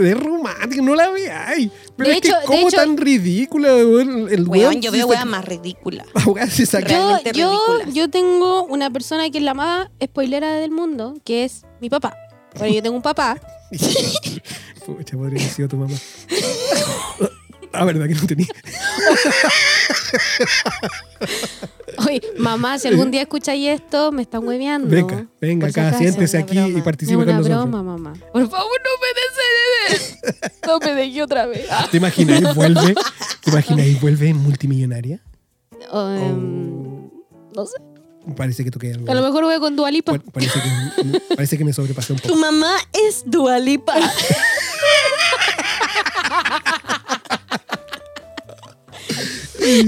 Speaker 1: de romántica, no la veáis. Pero
Speaker 3: De
Speaker 1: es
Speaker 3: hecho-
Speaker 1: que
Speaker 3: de
Speaker 1: cómo
Speaker 3: hecho-
Speaker 1: tan ridícula, weón, el
Speaker 2: Weón,
Speaker 1: weón
Speaker 2: yo
Speaker 1: se
Speaker 2: veo
Speaker 1: sac-
Speaker 2: weas más ridículas.
Speaker 1: La weá se saca-
Speaker 3: Yo,
Speaker 2: Realmente
Speaker 3: yo,
Speaker 2: ridículas.
Speaker 3: yo tengo una persona que es la más spoilera del mundo, que es mi papá. Bueno, yo tengo un papá.
Speaker 1: Pucha, podría haber sido tu mamá. Ah, verdad que no tenía.
Speaker 3: Oye, mamá, si algún día escucháis esto, me están hueveando.
Speaker 1: Venga, venga
Speaker 3: Por si
Speaker 1: acá,
Speaker 3: acaso.
Speaker 1: siéntese
Speaker 2: Es
Speaker 1: aquí
Speaker 2: una
Speaker 1: y
Speaker 2: broma.
Speaker 3: Es
Speaker 1: participe con
Speaker 3: una
Speaker 1: nosotros.
Speaker 3: broma, mamá. Por favor, no me dejes. No me dejé otra vez. Ah.
Speaker 1: ¿Te imagináis vuelve? ¿Te imagináis vuelve en multimillonaria?
Speaker 2: Oh.
Speaker 3: Um, no sé.
Speaker 1: Parece que toqué algo.
Speaker 3: A lo mejor voy con Dualipa.
Speaker 1: Pa- Parece que, parece que me sobrepasé un
Speaker 2: Tu
Speaker 1: poco.
Speaker 2: mamá es Dualipa.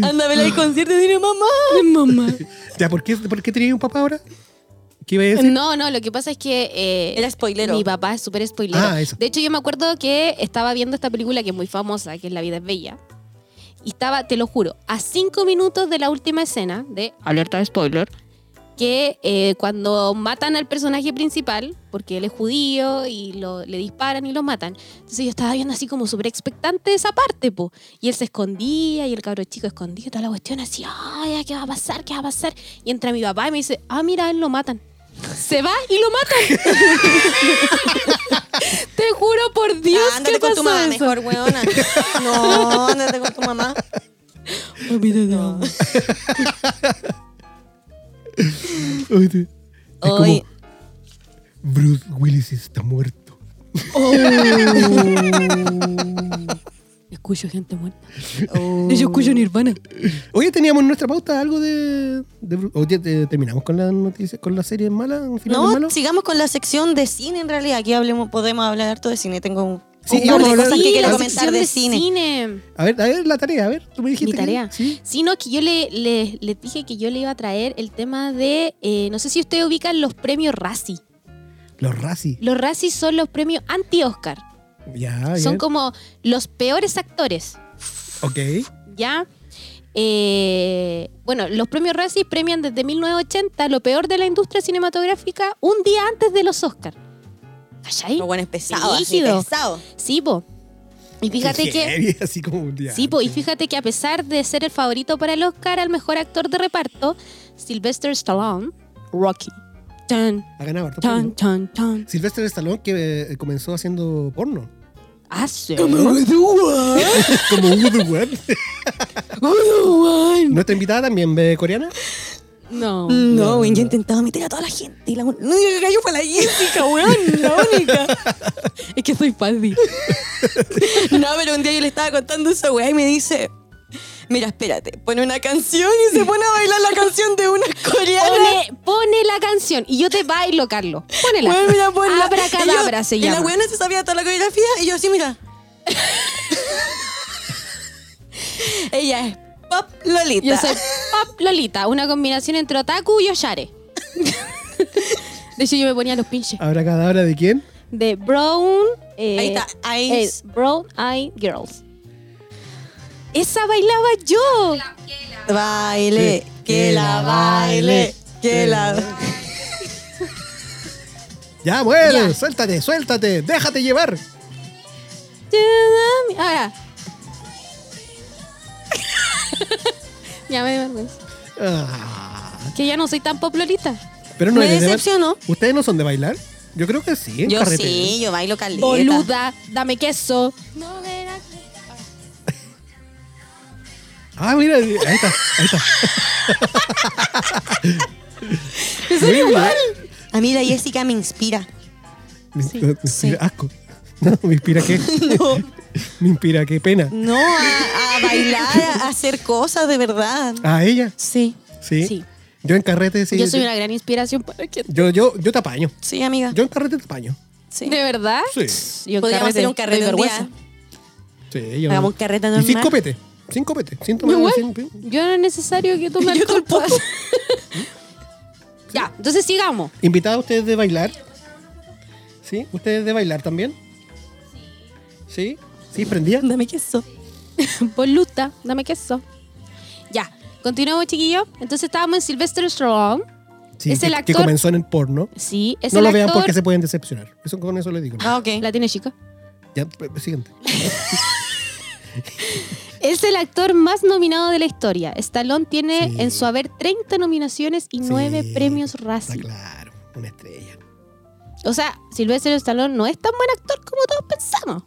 Speaker 2: Anda a ver el concierto y dile, mamá.
Speaker 3: mamá.
Speaker 1: Ya, ¿por qué, por qué tenía un papá ahora? ¿Qué iba a decir?
Speaker 3: No, no, lo que pasa es que. eh,
Speaker 2: Era spoilero.
Speaker 3: Mi papá es súper spoilero.
Speaker 1: Ah, eso.
Speaker 3: De hecho, yo me acuerdo que estaba viendo esta película que es muy famosa, que es La vida es bella. Y estaba, te lo juro, a cinco minutos de la última escena de Alerta de Spoiler, que eh, cuando matan al personaje principal, porque él es judío y lo- le disparan y lo matan. Entonces yo estaba viendo así como súper expectante esa parte, po. Y él se escondía y el cabro chico escondía toda la cuestión así, ay, ¿qué va a pasar? ¿Qué va a pasar? Y entra mi papá y me dice, ah, mira, él lo matan. Se va y lo matan. Te juro por Dios
Speaker 2: Ah,
Speaker 3: que
Speaker 2: ándate con
Speaker 3: pasó
Speaker 2: tu mamá,
Speaker 3: eso.
Speaker 2: mejor weona. No, ándate con tu mamá. No.
Speaker 1: Ay, te- es como,
Speaker 2: Hoy,
Speaker 1: Bruce Willis está muerto.
Speaker 3: Escucho gente muerta. Yo escucho Nirvana.
Speaker 1: Oye, teníamos en nuestra pauta algo de. de Bru- Oye, te- terminamos con las noticias, con las series malas, un final
Speaker 2: no,
Speaker 1: malo.
Speaker 2: sigamos con la sección de cine en realidad. Aquí hablemos, podemos hablar harto de cine. Tengo un
Speaker 1: Sí,
Speaker 2: un
Speaker 1: íbamos
Speaker 2: par de
Speaker 1: a hablar-
Speaker 2: cosas que
Speaker 1: Sí,
Speaker 2: quiero
Speaker 1: la
Speaker 2: comentar de cine.
Speaker 1: A ver, a ver la tarea, a ver, tú me dijiste.
Speaker 3: Mi
Speaker 1: que-
Speaker 3: tarea.
Speaker 1: sí.
Speaker 3: Sino que yo le, le- les dije que yo le iba a traer el tema de. eh, no sé si ustedes ubican los premios Razzie.
Speaker 1: Los Razzie.
Speaker 3: Los Razzie son los premios anti-Oscar.
Speaker 1: Ya,
Speaker 3: Son
Speaker 1: ya.
Speaker 3: como los peores actores.
Speaker 1: Ok.
Speaker 3: ¿Ya? Eh, bueno, los premios Razzie premian desde 1980 lo peor de la industria cinematográfica un día antes de los Oscar. ¿Cachai?
Speaker 2: Lo bueno es pesado, así,
Speaker 3: Rígido.
Speaker 2: pesado.
Speaker 3: Sí, po. Y fíjate
Speaker 1: Qué
Speaker 3: que.
Speaker 1: heavy, Así como un día.
Speaker 3: Sí, po, y fíjate que a pesar de ser el favorito para el Oscar al mejor actor de reparto, Sylvester Stallone, Rocky. Tan,
Speaker 1: Ha ganado harto
Speaker 3: tan,
Speaker 1: premio.
Speaker 3: tan, tan.
Speaker 1: Sylvester Stallone que eh, comenzó haciendo porno.
Speaker 3: Ah, sí.
Speaker 1: como Hugo the One. Nuestra invitada también, ¿ve coreana?
Speaker 3: No.
Speaker 2: No, weón, yo intentaba meter a toda la gente. Y la, lo única que cayó fue la Jessica, weón. La única.
Speaker 3: Es que soy fácil.
Speaker 2: No, pero un día yo le estaba contando esa weá y me dice. Mira, espérate, pone una canción y se pone a bailar la canción de una coreana.
Speaker 3: Pone, pone la canción y yo te bailo, Carlos. Ponela.
Speaker 2: Weón, mira, ponla.
Speaker 3: Abracadabra
Speaker 2: Y yo-
Speaker 3: se
Speaker 2: Y la
Speaker 3: llama.
Speaker 2: weá no se sabía toda la coreografía y yo así, mira. Ella es Pop Lolita.
Speaker 3: Yo soy Pap Lolita, una combinación entre otaku y oshare. De hecho, yo me ponía los pinches.
Speaker 1: ¿Habrá cadabra de quién?
Speaker 3: De Brown. eh,
Speaker 2: Ahí está, ahí
Speaker 3: eh,
Speaker 2: es-
Speaker 3: Brown Eye Girls. Esa bailaba yo.
Speaker 2: Baile,
Speaker 1: Sí.
Speaker 2: que la baile, que la...
Speaker 1: Ya, muere,
Speaker 3: Ya.
Speaker 1: suéltate, suéltate, déjate llevar.
Speaker 3: Ah, ya. ya me dio vergüenza.
Speaker 1: Ah,
Speaker 3: Que ya no soy tan poplolita.
Speaker 1: pero no
Speaker 2: Me
Speaker 1: eres de ba-
Speaker 2: decepcionó.
Speaker 1: ¿Ustedes no son de bailar? Yo creo que sí. en
Speaker 2: Yo
Speaker 1: carretera.
Speaker 2: sí, yo bailo caleta.
Speaker 3: Boluda, dame queso.
Speaker 1: Ah, mira, ahí está, ahí está. Muy bien.
Speaker 2: A mí la Jessica me inspira.
Speaker 1: Me-
Speaker 3: Sí,
Speaker 1: me inspira asco. No, me inspira qué.
Speaker 2: No,
Speaker 1: Me inspira qué pena.
Speaker 2: no, a, a bailar, a hacer cosas de verdad.
Speaker 1: ¿A ella?
Speaker 2: Sí,
Speaker 1: Sí.
Speaker 3: Sí.
Speaker 1: Yo en carrete sí.
Speaker 3: yo soy una gran inspiración para que.
Speaker 1: yo, yo, yo te apaño.
Speaker 2: sí, amiga.
Speaker 1: Yo en carrete te apaño.
Speaker 2: Sí.
Speaker 3: ¿De verdad?
Speaker 1: Sí.
Speaker 3: Yo en
Speaker 2: Podríamos hacer un
Speaker 3: doy
Speaker 2: carrete un
Speaker 3: vergüenza.
Speaker 2: día.
Speaker 1: Sí, yo.
Speaker 2: Hagamos un carrete
Speaker 1: Y sin
Speaker 2: normal.
Speaker 1: copete. Sin copete. Sin tomar
Speaker 3: Igual,
Speaker 1: sin-
Speaker 3: yo no es necesario que tome
Speaker 2: Yo
Speaker 3: alcohol. pues. ya, entonces sigamos.
Speaker 1: ¿Invitadas ustedes de bailar? ¿Sí? ¿Ustedes de bailar también? Sí. ¿Sí? ¿Sí? ¿Prendía?
Speaker 2: Dame queso.
Speaker 3: Boluta, dame queso. Ya, continuamos, chiquillos. Entonces estábamos en Sylvester Stallone.
Speaker 1: Sí,
Speaker 3: Es
Speaker 1: que,
Speaker 3: el
Speaker 1: que
Speaker 3: actor-
Speaker 1: comenzó en el porno.
Speaker 3: Sí, es
Speaker 1: no
Speaker 3: el
Speaker 1: lo
Speaker 3: actor.
Speaker 1: vean porque se pueden decepcionar. Eso con eso le digo.
Speaker 2: Ah, ok.
Speaker 3: La tiene chica.
Speaker 1: Ya, p- p- siguiente.
Speaker 3: Es el actor más nominado de la historia. Stallone tiene
Speaker 1: Sí.
Speaker 3: en su haber 30 nominaciones y 9
Speaker 1: Sí,
Speaker 3: premios
Speaker 1: está
Speaker 3: Razzie.
Speaker 1: claro, una estrella.
Speaker 3: O sea, Sylvester Stallone no es tan buen actor como todos pensamos.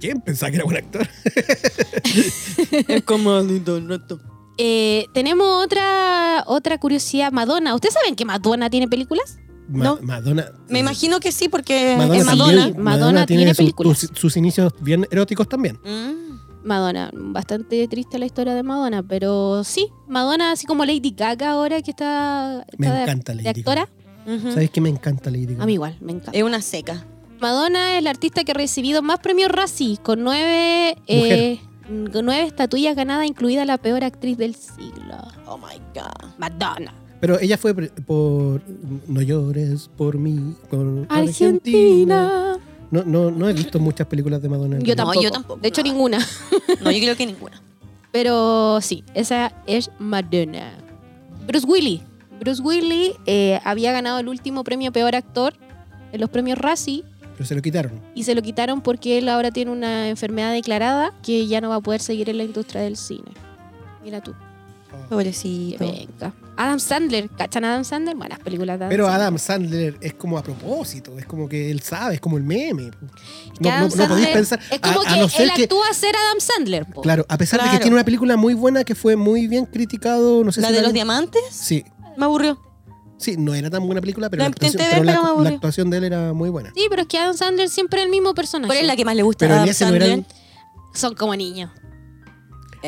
Speaker 1: ¿Quién pensaba que era buen actor?
Speaker 2: Es como el rato.
Speaker 3: Eh, tenemos otra, otra curiosidad, Madonna. ¿Ustedes saben que Madonna tiene películas?
Speaker 1: Ma-
Speaker 2: No.
Speaker 1: Madonna.
Speaker 2: Me imagino que sí, porque
Speaker 1: Madonna
Speaker 2: es
Speaker 1: también-
Speaker 2: Madonna.
Speaker 3: Madonna tiene
Speaker 1: sus-
Speaker 3: películas.
Speaker 1: tus- sus inicios bien eróticos también.
Speaker 2: Mm.
Speaker 3: Madonna, bastante triste la historia de Madonna, pero sí, Madonna así como Lady Gaga ahora que está,
Speaker 1: Me
Speaker 3: está de-
Speaker 1: encanta Lady
Speaker 3: de actora.
Speaker 2: Ujú.
Speaker 1: ¿Sabes qué me encanta Lady Gaga?
Speaker 3: A mí igual, me encanta. Eh,
Speaker 2: Es una seca.
Speaker 3: Madonna es la artista que ha recibido más premios Razzie, con nueve, eh, con nueve estatuillas ganadas, incluida la peor actriz del siglo.
Speaker 2: Oh my God.
Speaker 3: Madonna.
Speaker 1: Pero ella fue pre- por No llores por mí, por por
Speaker 3: Argentina.
Speaker 1: No, no, no he visto muchas películas de Madonna.
Speaker 3: Yo
Speaker 2: No,
Speaker 3: tampoco.
Speaker 2: yo tampoco,
Speaker 3: De hecho,
Speaker 2: nada.
Speaker 3: ninguna.
Speaker 2: No, yo creo que ninguna.
Speaker 3: Pero sí, esa es Madonna. Bruce Willis. Bruce Willis eh, había ganado el último premio Peor Actor en los premios Razzie
Speaker 1: Pero se lo quitaron.
Speaker 3: y se lo quitaron porque él ahora tiene una enfermedad declarada que ya no va a poder seguir en la industria del cine. Mira tú, que
Speaker 2: Pobrecito.
Speaker 3: venga. Adam Sandler, ¿cachan Adam Sandler? Buenas películas de Adam
Speaker 1: Pero
Speaker 3: Sandler.
Speaker 1: Adam Sandler es como a propósito, es como que él sabe, es como el meme. No,
Speaker 3: Que Adam
Speaker 1: no, no podéis
Speaker 3: Sandler-
Speaker 1: pensar.
Speaker 3: Es como
Speaker 1: a,
Speaker 3: que
Speaker 1: a no
Speaker 3: él
Speaker 1: ser que.
Speaker 3: actúa a ser Adam Sandler. po.
Speaker 1: Claro, a pesar de que
Speaker 2: Claro.
Speaker 1: tiene una película muy buena que fue muy bien criticado, no sé
Speaker 2: ¿La
Speaker 1: si
Speaker 2: de los
Speaker 1: habían-
Speaker 2: diamantes?
Speaker 1: Sí,
Speaker 2: Me aburrió.
Speaker 1: sí, no era tan buena película, pero,
Speaker 2: La
Speaker 1: la actuación,
Speaker 2: intenté ver,
Speaker 1: pero la-
Speaker 2: pero me
Speaker 1: la
Speaker 2: aburrió.
Speaker 1: actuación de él era muy buena.
Speaker 3: Sí, pero es que Adam Sandler siempre es el mismo personaje.
Speaker 2: ¿Cuál es la que más le gusta?
Speaker 1: Pero en
Speaker 2: Adam
Speaker 1: ese no era
Speaker 2: Sandler?
Speaker 3: Son como niños.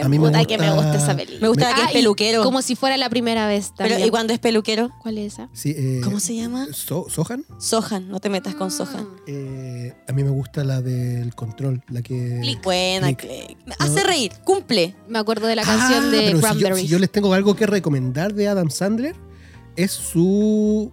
Speaker 1: A mí me
Speaker 3: Puta, que me
Speaker 1: gusta-
Speaker 3: gusta esa película.
Speaker 2: Me gusta
Speaker 1: Ah,
Speaker 2: que es
Speaker 3: Ah, y
Speaker 2: peluquero.
Speaker 3: Como si fuera la primera vez también.
Speaker 2: Pero, ¿Y cuando es peluquero?
Speaker 3: ¿Cuál es esa?
Speaker 1: Sí, eh,
Speaker 2: ¿Cómo se llama?
Speaker 1: So- ¿Sohan?
Speaker 2: Sohan, no te metas con Sohan.
Speaker 1: Eh, a mí me gusta la del control, la que.
Speaker 2: Click. Buena, click. Hace reír, cumple.
Speaker 3: Me acuerdo de la
Speaker 1: Ah,
Speaker 3: canción de
Speaker 1: pero si yo-
Speaker 3: Cranberries.
Speaker 1: Si yo, les tengo algo que recomendar de Adam Sandler, es su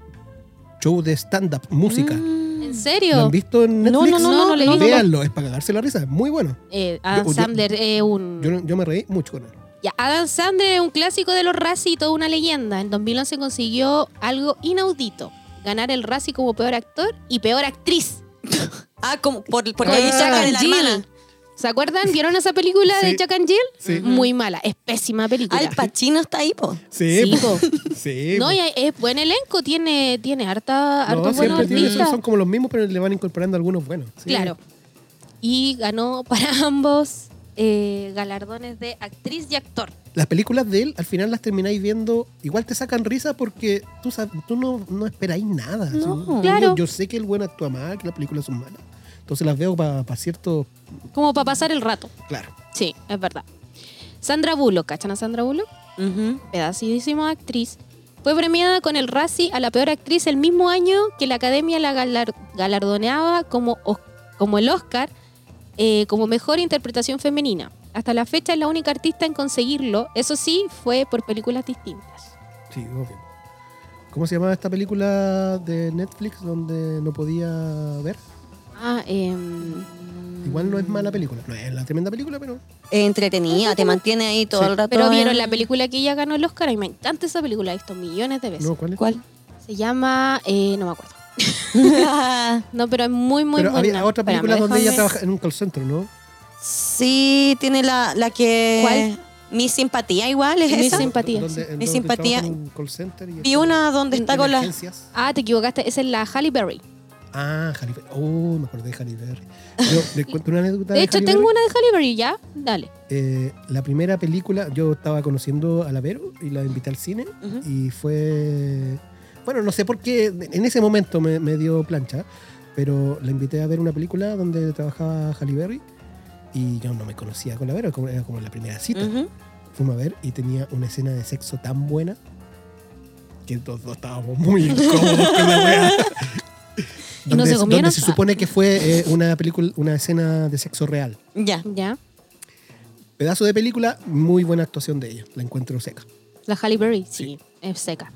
Speaker 1: show de stand-up, música.
Speaker 3: ¿En
Speaker 1: ¿Lo
Speaker 3: serio?
Speaker 1: han visto en
Speaker 2: No,
Speaker 1: Netflix?
Speaker 2: no, no,
Speaker 3: Mm, No,
Speaker 2: no,
Speaker 3: no
Speaker 2: no,
Speaker 3: le
Speaker 2: no,
Speaker 3: digo.
Speaker 2: no.
Speaker 1: Véanlo, es para cagarse la risa, es muy bueno.
Speaker 3: Eh, Adam
Speaker 1: Yo- yo-
Speaker 3: Sandler es un...
Speaker 1: Yo, yo me reí mucho con él.
Speaker 3: Ya, Adam Sandler es un clásico de los Razzie y toda una leyenda. En 2011 consiguió algo inaudito. Ganar el Razzie como peor actor y peor actriz.
Speaker 2: Ah, como por, por
Speaker 1: Ah,
Speaker 2: la bisaca de la
Speaker 3: Jill.
Speaker 2: hermana.
Speaker 3: ¿Se acuerdan? ¿Vieron esa película de
Speaker 1: Sí.
Speaker 3: Jack and Jill?
Speaker 1: Sí.
Speaker 3: Muy mala. Es pésima película.
Speaker 2: Al Pacino está ahí, po.
Speaker 1: Sí,
Speaker 3: Sí,
Speaker 1: po.
Speaker 3: po.
Speaker 1: sí,
Speaker 3: No,
Speaker 1: po.
Speaker 3: y hay- es buen elenco. Tiene, tiene harta,
Speaker 1: No,
Speaker 3: hartos buenos
Speaker 1: siempre tiene-
Speaker 3: artistas.
Speaker 1: son, son como los mismos, pero le van incorporando algunos buenos. sí.
Speaker 3: Claro. Y ganó para ambos eh, galardones de actriz y actor.
Speaker 1: Las películas de él, al final las termináis viendo, igual te sacan risa porque tú, sabes, tú no, no esperáis nada.
Speaker 2: No,
Speaker 1: Yo-
Speaker 3: claro.
Speaker 1: Yo sé que el buen actúa mal, que las películas son malas. Entonces las veo para cierto.
Speaker 3: Como para pasar el rato.
Speaker 1: Claro.
Speaker 3: Sí, es verdad. Sandra Bullock, ¿cachan a Sandra Bullock? Pedacidísima actriz. Fue premiada con el Razzie a la peor actriz el mismo año que la Academia la galar- galardoneaba como, os- como el Oscar eh, como mejor interpretación femenina. Hasta la fecha es la única artista en conseguirlo. Eso sí, fue por películas distintas.
Speaker 1: Sí, obvio. ¿Cómo se llamaba esta película de Netflix donde no podía ver?
Speaker 3: Ah, em,
Speaker 1: Igual no es
Speaker 3: Mm.
Speaker 1: mala película. No es la tremenda película, pero.
Speaker 2: Entretenida, te mantiene ahí todo
Speaker 1: Sí.
Speaker 2: el rato.
Speaker 3: pero vieron
Speaker 2: en-
Speaker 3: la película que ella ganó el Oscar. Y me encanta esa película, he visto millones de veces.
Speaker 1: No, ¿cuál es?
Speaker 2: ¿Cuál?
Speaker 3: Se llama. eh, no me acuerdo.
Speaker 2: Ah,
Speaker 3: No, pero es muy, muy
Speaker 1: pero
Speaker 3: buena.
Speaker 1: había otra
Speaker 3: Espérame,
Speaker 1: película donde ella
Speaker 3: déjame-
Speaker 1: trabaja en un call center, ¿no?
Speaker 2: sí, tiene la, la que.
Speaker 3: ¿Cuál?
Speaker 2: Mi simpatía igual es
Speaker 3: Mi
Speaker 2: esa.
Speaker 3: Sim- simpatía,
Speaker 1: Donde-
Speaker 3: sí.
Speaker 1: donde
Speaker 2: Mi
Speaker 1: trabaja
Speaker 2: simpatía-
Speaker 1: en un call center y
Speaker 2: Vi una donde está con la.
Speaker 1: Emergencias.
Speaker 3: Ah, te equivocaste. Esa es la Halle Berry.
Speaker 1: Ah, Halle Berry. Oh, me acordé de Halle Berry. Yo le cuento una anécdota.
Speaker 3: De hecho,
Speaker 1: Halle
Speaker 3: tengo
Speaker 1: Berry.
Speaker 3: una de Halle Berry ya. Dale.
Speaker 1: Eh, la primera película, yo estaba conociendo a la Vero y la invité al cine
Speaker 2: Ujú.
Speaker 1: y fue... Bueno, no sé por qué, en ese momento me, me dio plancha, pero la invité a ver una película donde trabajaba Halle Berry y yo no me conocía con la Vero, como- era como la primera cita.
Speaker 2: Ujú.
Speaker 1: Fuimos a ver y tenía una escena de sexo tan buena que todos dos estábamos muy incómodos con la wea.
Speaker 3: ¿Y no
Speaker 1: Donde-
Speaker 3: se comieron?
Speaker 1: donde se supone que fue eh, una película, una escena de sexo real
Speaker 2: Ya.
Speaker 3: Ya.
Speaker 1: pedazo de película, muy buena actuación de ella. La encuentro seca.
Speaker 3: La Halle Berry, sí, es seca.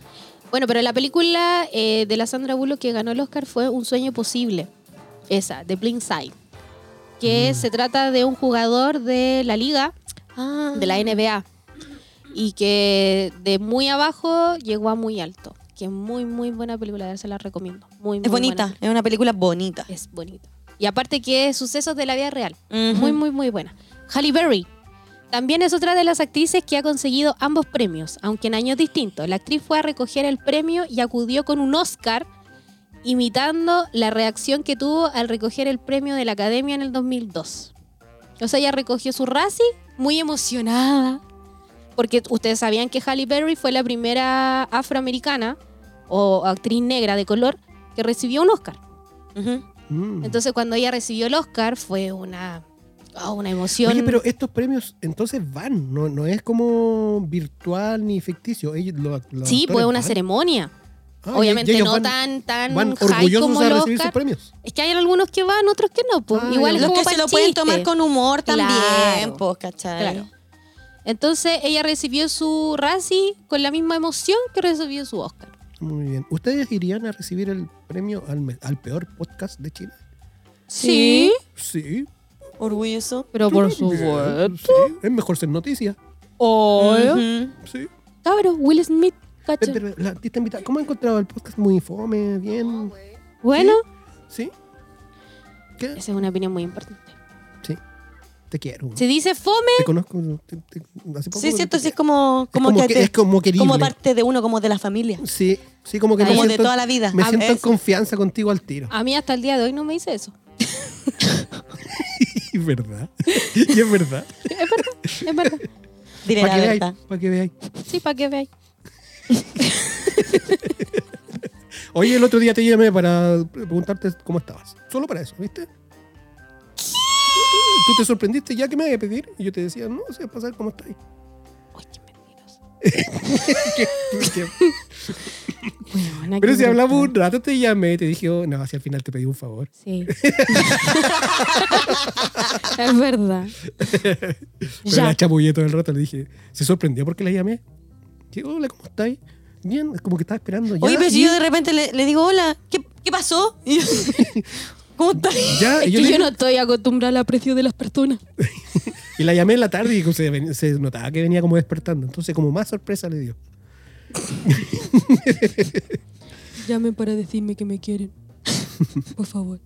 Speaker 3: Bueno, pero la película eh, de la Sandra Bullock que ganó el Oscar fue Un sueño posible. Esa, de Blind Side. Que
Speaker 1: Mm.
Speaker 3: se trata de un jugador de la liga,
Speaker 2: Ah.
Speaker 3: de la NBA. Y que de muy abajo llegó a muy alto. Que es muy, muy buena película, se la recomiendo. Muy, muy
Speaker 2: Es bonita,
Speaker 3: buena.
Speaker 2: es una película bonita.
Speaker 3: Es bonita. Y aparte que es sucesos de la vida real.
Speaker 2: Ujú.
Speaker 3: Muy, muy, muy buena. Halle Berry. También es otra de las actrices que ha conseguido ambos premios, aunque en años distintos. La actriz fue a recoger el premio y acudió con un Oscar, imitando la reacción que tuvo al recoger el premio de la Academia en el 2002. O sea, ella recogió su Razzie muy emocionada, porque ustedes sabían que Halle Berry fue la primera afroamericana o actriz negra de color que recibió un Oscar.
Speaker 2: Ujú.
Speaker 1: Mm.
Speaker 3: Entonces cuando ella recibió el Oscar fue una, ah, una emoción.
Speaker 1: Oye, pero estos premios entonces van, no, no es como virtual ni ficticio. Ellos, lo- los
Speaker 3: sí,
Speaker 1: actores
Speaker 3: fue una
Speaker 1: van.
Speaker 3: ceremonia.
Speaker 1: Ah, y- y
Speaker 3: Obviamente
Speaker 1: ellos
Speaker 3: no
Speaker 1: van-
Speaker 3: tan, tan
Speaker 1: Van
Speaker 3: high
Speaker 1: orgullosos
Speaker 3: como
Speaker 1: a
Speaker 3: el
Speaker 1: recibir
Speaker 3: Oscar.
Speaker 1: sus premios.
Speaker 3: Es que hay algunos que van, otros que no. pues.
Speaker 1: Ah,
Speaker 3: Igual
Speaker 1: ya.
Speaker 3: es
Speaker 2: Los
Speaker 3: como
Speaker 2: que
Speaker 3: para
Speaker 2: se
Speaker 3: el
Speaker 2: lo pueden
Speaker 3: chiste.
Speaker 2: tomar con humor también,
Speaker 3: Claro.
Speaker 2: pues, ¿cachai?
Speaker 3: Claro. Entonces ella recibió su Razzie con la misma emoción que recibió su Oscar.
Speaker 1: Muy bien. ¿Ustedes irían a recibir el premio al, me- al peor podcast de Chile?
Speaker 2: Sí.
Speaker 1: Sí.
Speaker 2: Orgulloso.
Speaker 3: pero por
Speaker 1: Bien, sí. Es mejor ser noticia.
Speaker 2: Ujú.
Speaker 1: Sí.
Speaker 3: Cabros, Ah, Will Smith,
Speaker 1: Eh,
Speaker 3: cacho.
Speaker 1: pero la artista invitada, ¿cómo ha encontrado el podcast muy infame? Bien.
Speaker 3: Ah, Bueno,
Speaker 1: ¿Sí? ¿Qué?
Speaker 3: esa es una opinión muy importante.
Speaker 1: Sí. Te quiero.
Speaker 3: Se dice fome,
Speaker 1: Te conozco. te- te- hace poco
Speaker 2: Sí,
Speaker 1: te
Speaker 2: cierto, sí,
Speaker 1: quiero.
Speaker 2: es como, como,
Speaker 1: como
Speaker 2: que
Speaker 1: que-
Speaker 2: te-
Speaker 1: es como querible.
Speaker 2: como parte de uno, como de la familia.
Speaker 1: Sí, sí, como que
Speaker 3: Ahí.
Speaker 1: me
Speaker 2: Como de
Speaker 1: siento-
Speaker 2: toda la vida.
Speaker 1: Me
Speaker 2: Ah,
Speaker 1: siento en
Speaker 2: eso.
Speaker 1: confianza contigo al tiro.
Speaker 3: a mí hasta el día de hoy no me dice eso.
Speaker 1: Y es verdad. Y es verdad.
Speaker 3: Es verdad.
Speaker 2: Diré
Speaker 1: Para
Speaker 2: la
Speaker 1: que
Speaker 2: verdad.
Speaker 1: veáis. Para que veáis.
Speaker 3: Sí, para que veáis.
Speaker 1: Oye, el otro día te llamé para preguntarte cómo estabas. Solo para eso, ¿viste? Tú te sorprendiste ya que me iba a pedir y yo te decía, no, se va a pasar cómo estáis.
Speaker 3: Ay, qué
Speaker 1: Porque-
Speaker 3: mentiroso. Weona,
Speaker 1: Pero
Speaker 3: qué
Speaker 1: si hablamos
Speaker 3: brutal.
Speaker 1: un rato, te llamé y te dije, oh, no, si al final te pedí un favor.
Speaker 3: Sí. es verdad.
Speaker 1: Pero la chamullé todo el rato, le dije, ¿se sorprendió porque la llamé? Dije, hola, ¿cómo estáis? Bien, es como que estaba esperando.
Speaker 2: Oye,
Speaker 1: ya,
Speaker 2: pero si
Speaker 1: y-
Speaker 2: yo de repente le, le digo, hola, ¿qué, qué pasó? Y yo, ¿Cómo estás?
Speaker 1: ya,
Speaker 3: Es
Speaker 1: y yo
Speaker 3: que yo,
Speaker 1: le-
Speaker 3: no estoy acostumbrada al precio de las personas.
Speaker 1: Y la llamé en la tarde y como se, ven- se notaba que venía como despertando. Entonces, como más sorpresa le dio.
Speaker 5: Llamen para decirme que me quieren. Por favor.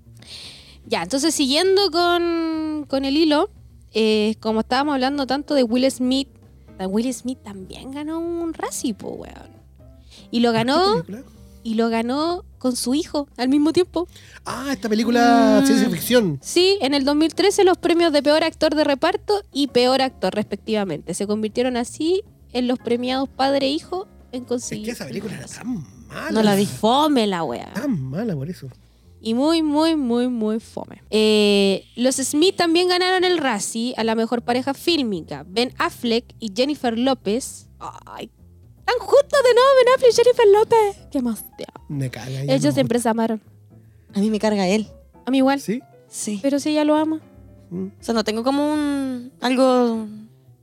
Speaker 3: Ya, entonces siguiendo con, con el hilo, eh, como estábamos hablando tanto de Will Smith, a Will Smith también ganó un Razzie, po, weón. Y lo ganó,
Speaker 1: ¿Esta película?
Speaker 3: y lo ganó con su hijo al mismo tiempo.
Speaker 1: Ah, esta película
Speaker 3: Ah.
Speaker 1: ciencia ficción.
Speaker 3: Sí, en el 2013 los premios de peor actor de reparto y peor actor respectivamente se convirtieron así en los premiados padre e hijo en
Speaker 1: es
Speaker 3: conseguir.
Speaker 1: que esa película era tan mala.
Speaker 3: no la vi fome la wea.
Speaker 1: Tan mala por eso.
Speaker 3: Y muy, muy, muy, muy fome. Eh, los Smith también ganaron el Razzie a la mejor pareja fílmica. Ben Affleck y Jennifer López. Ay, tan justos de nuevo Ben Affleck y Jennifer López. ¿Qué más? te amo?
Speaker 1: Me caga. ya
Speaker 3: Ellos
Speaker 1: no-
Speaker 3: siempre se amaron.
Speaker 2: A mí me carga él.
Speaker 3: A mí igual.
Speaker 1: Sí.
Speaker 2: Sí.
Speaker 3: Pero si ella lo ama.
Speaker 1: Mm.
Speaker 2: O sea, no tengo como un. algo.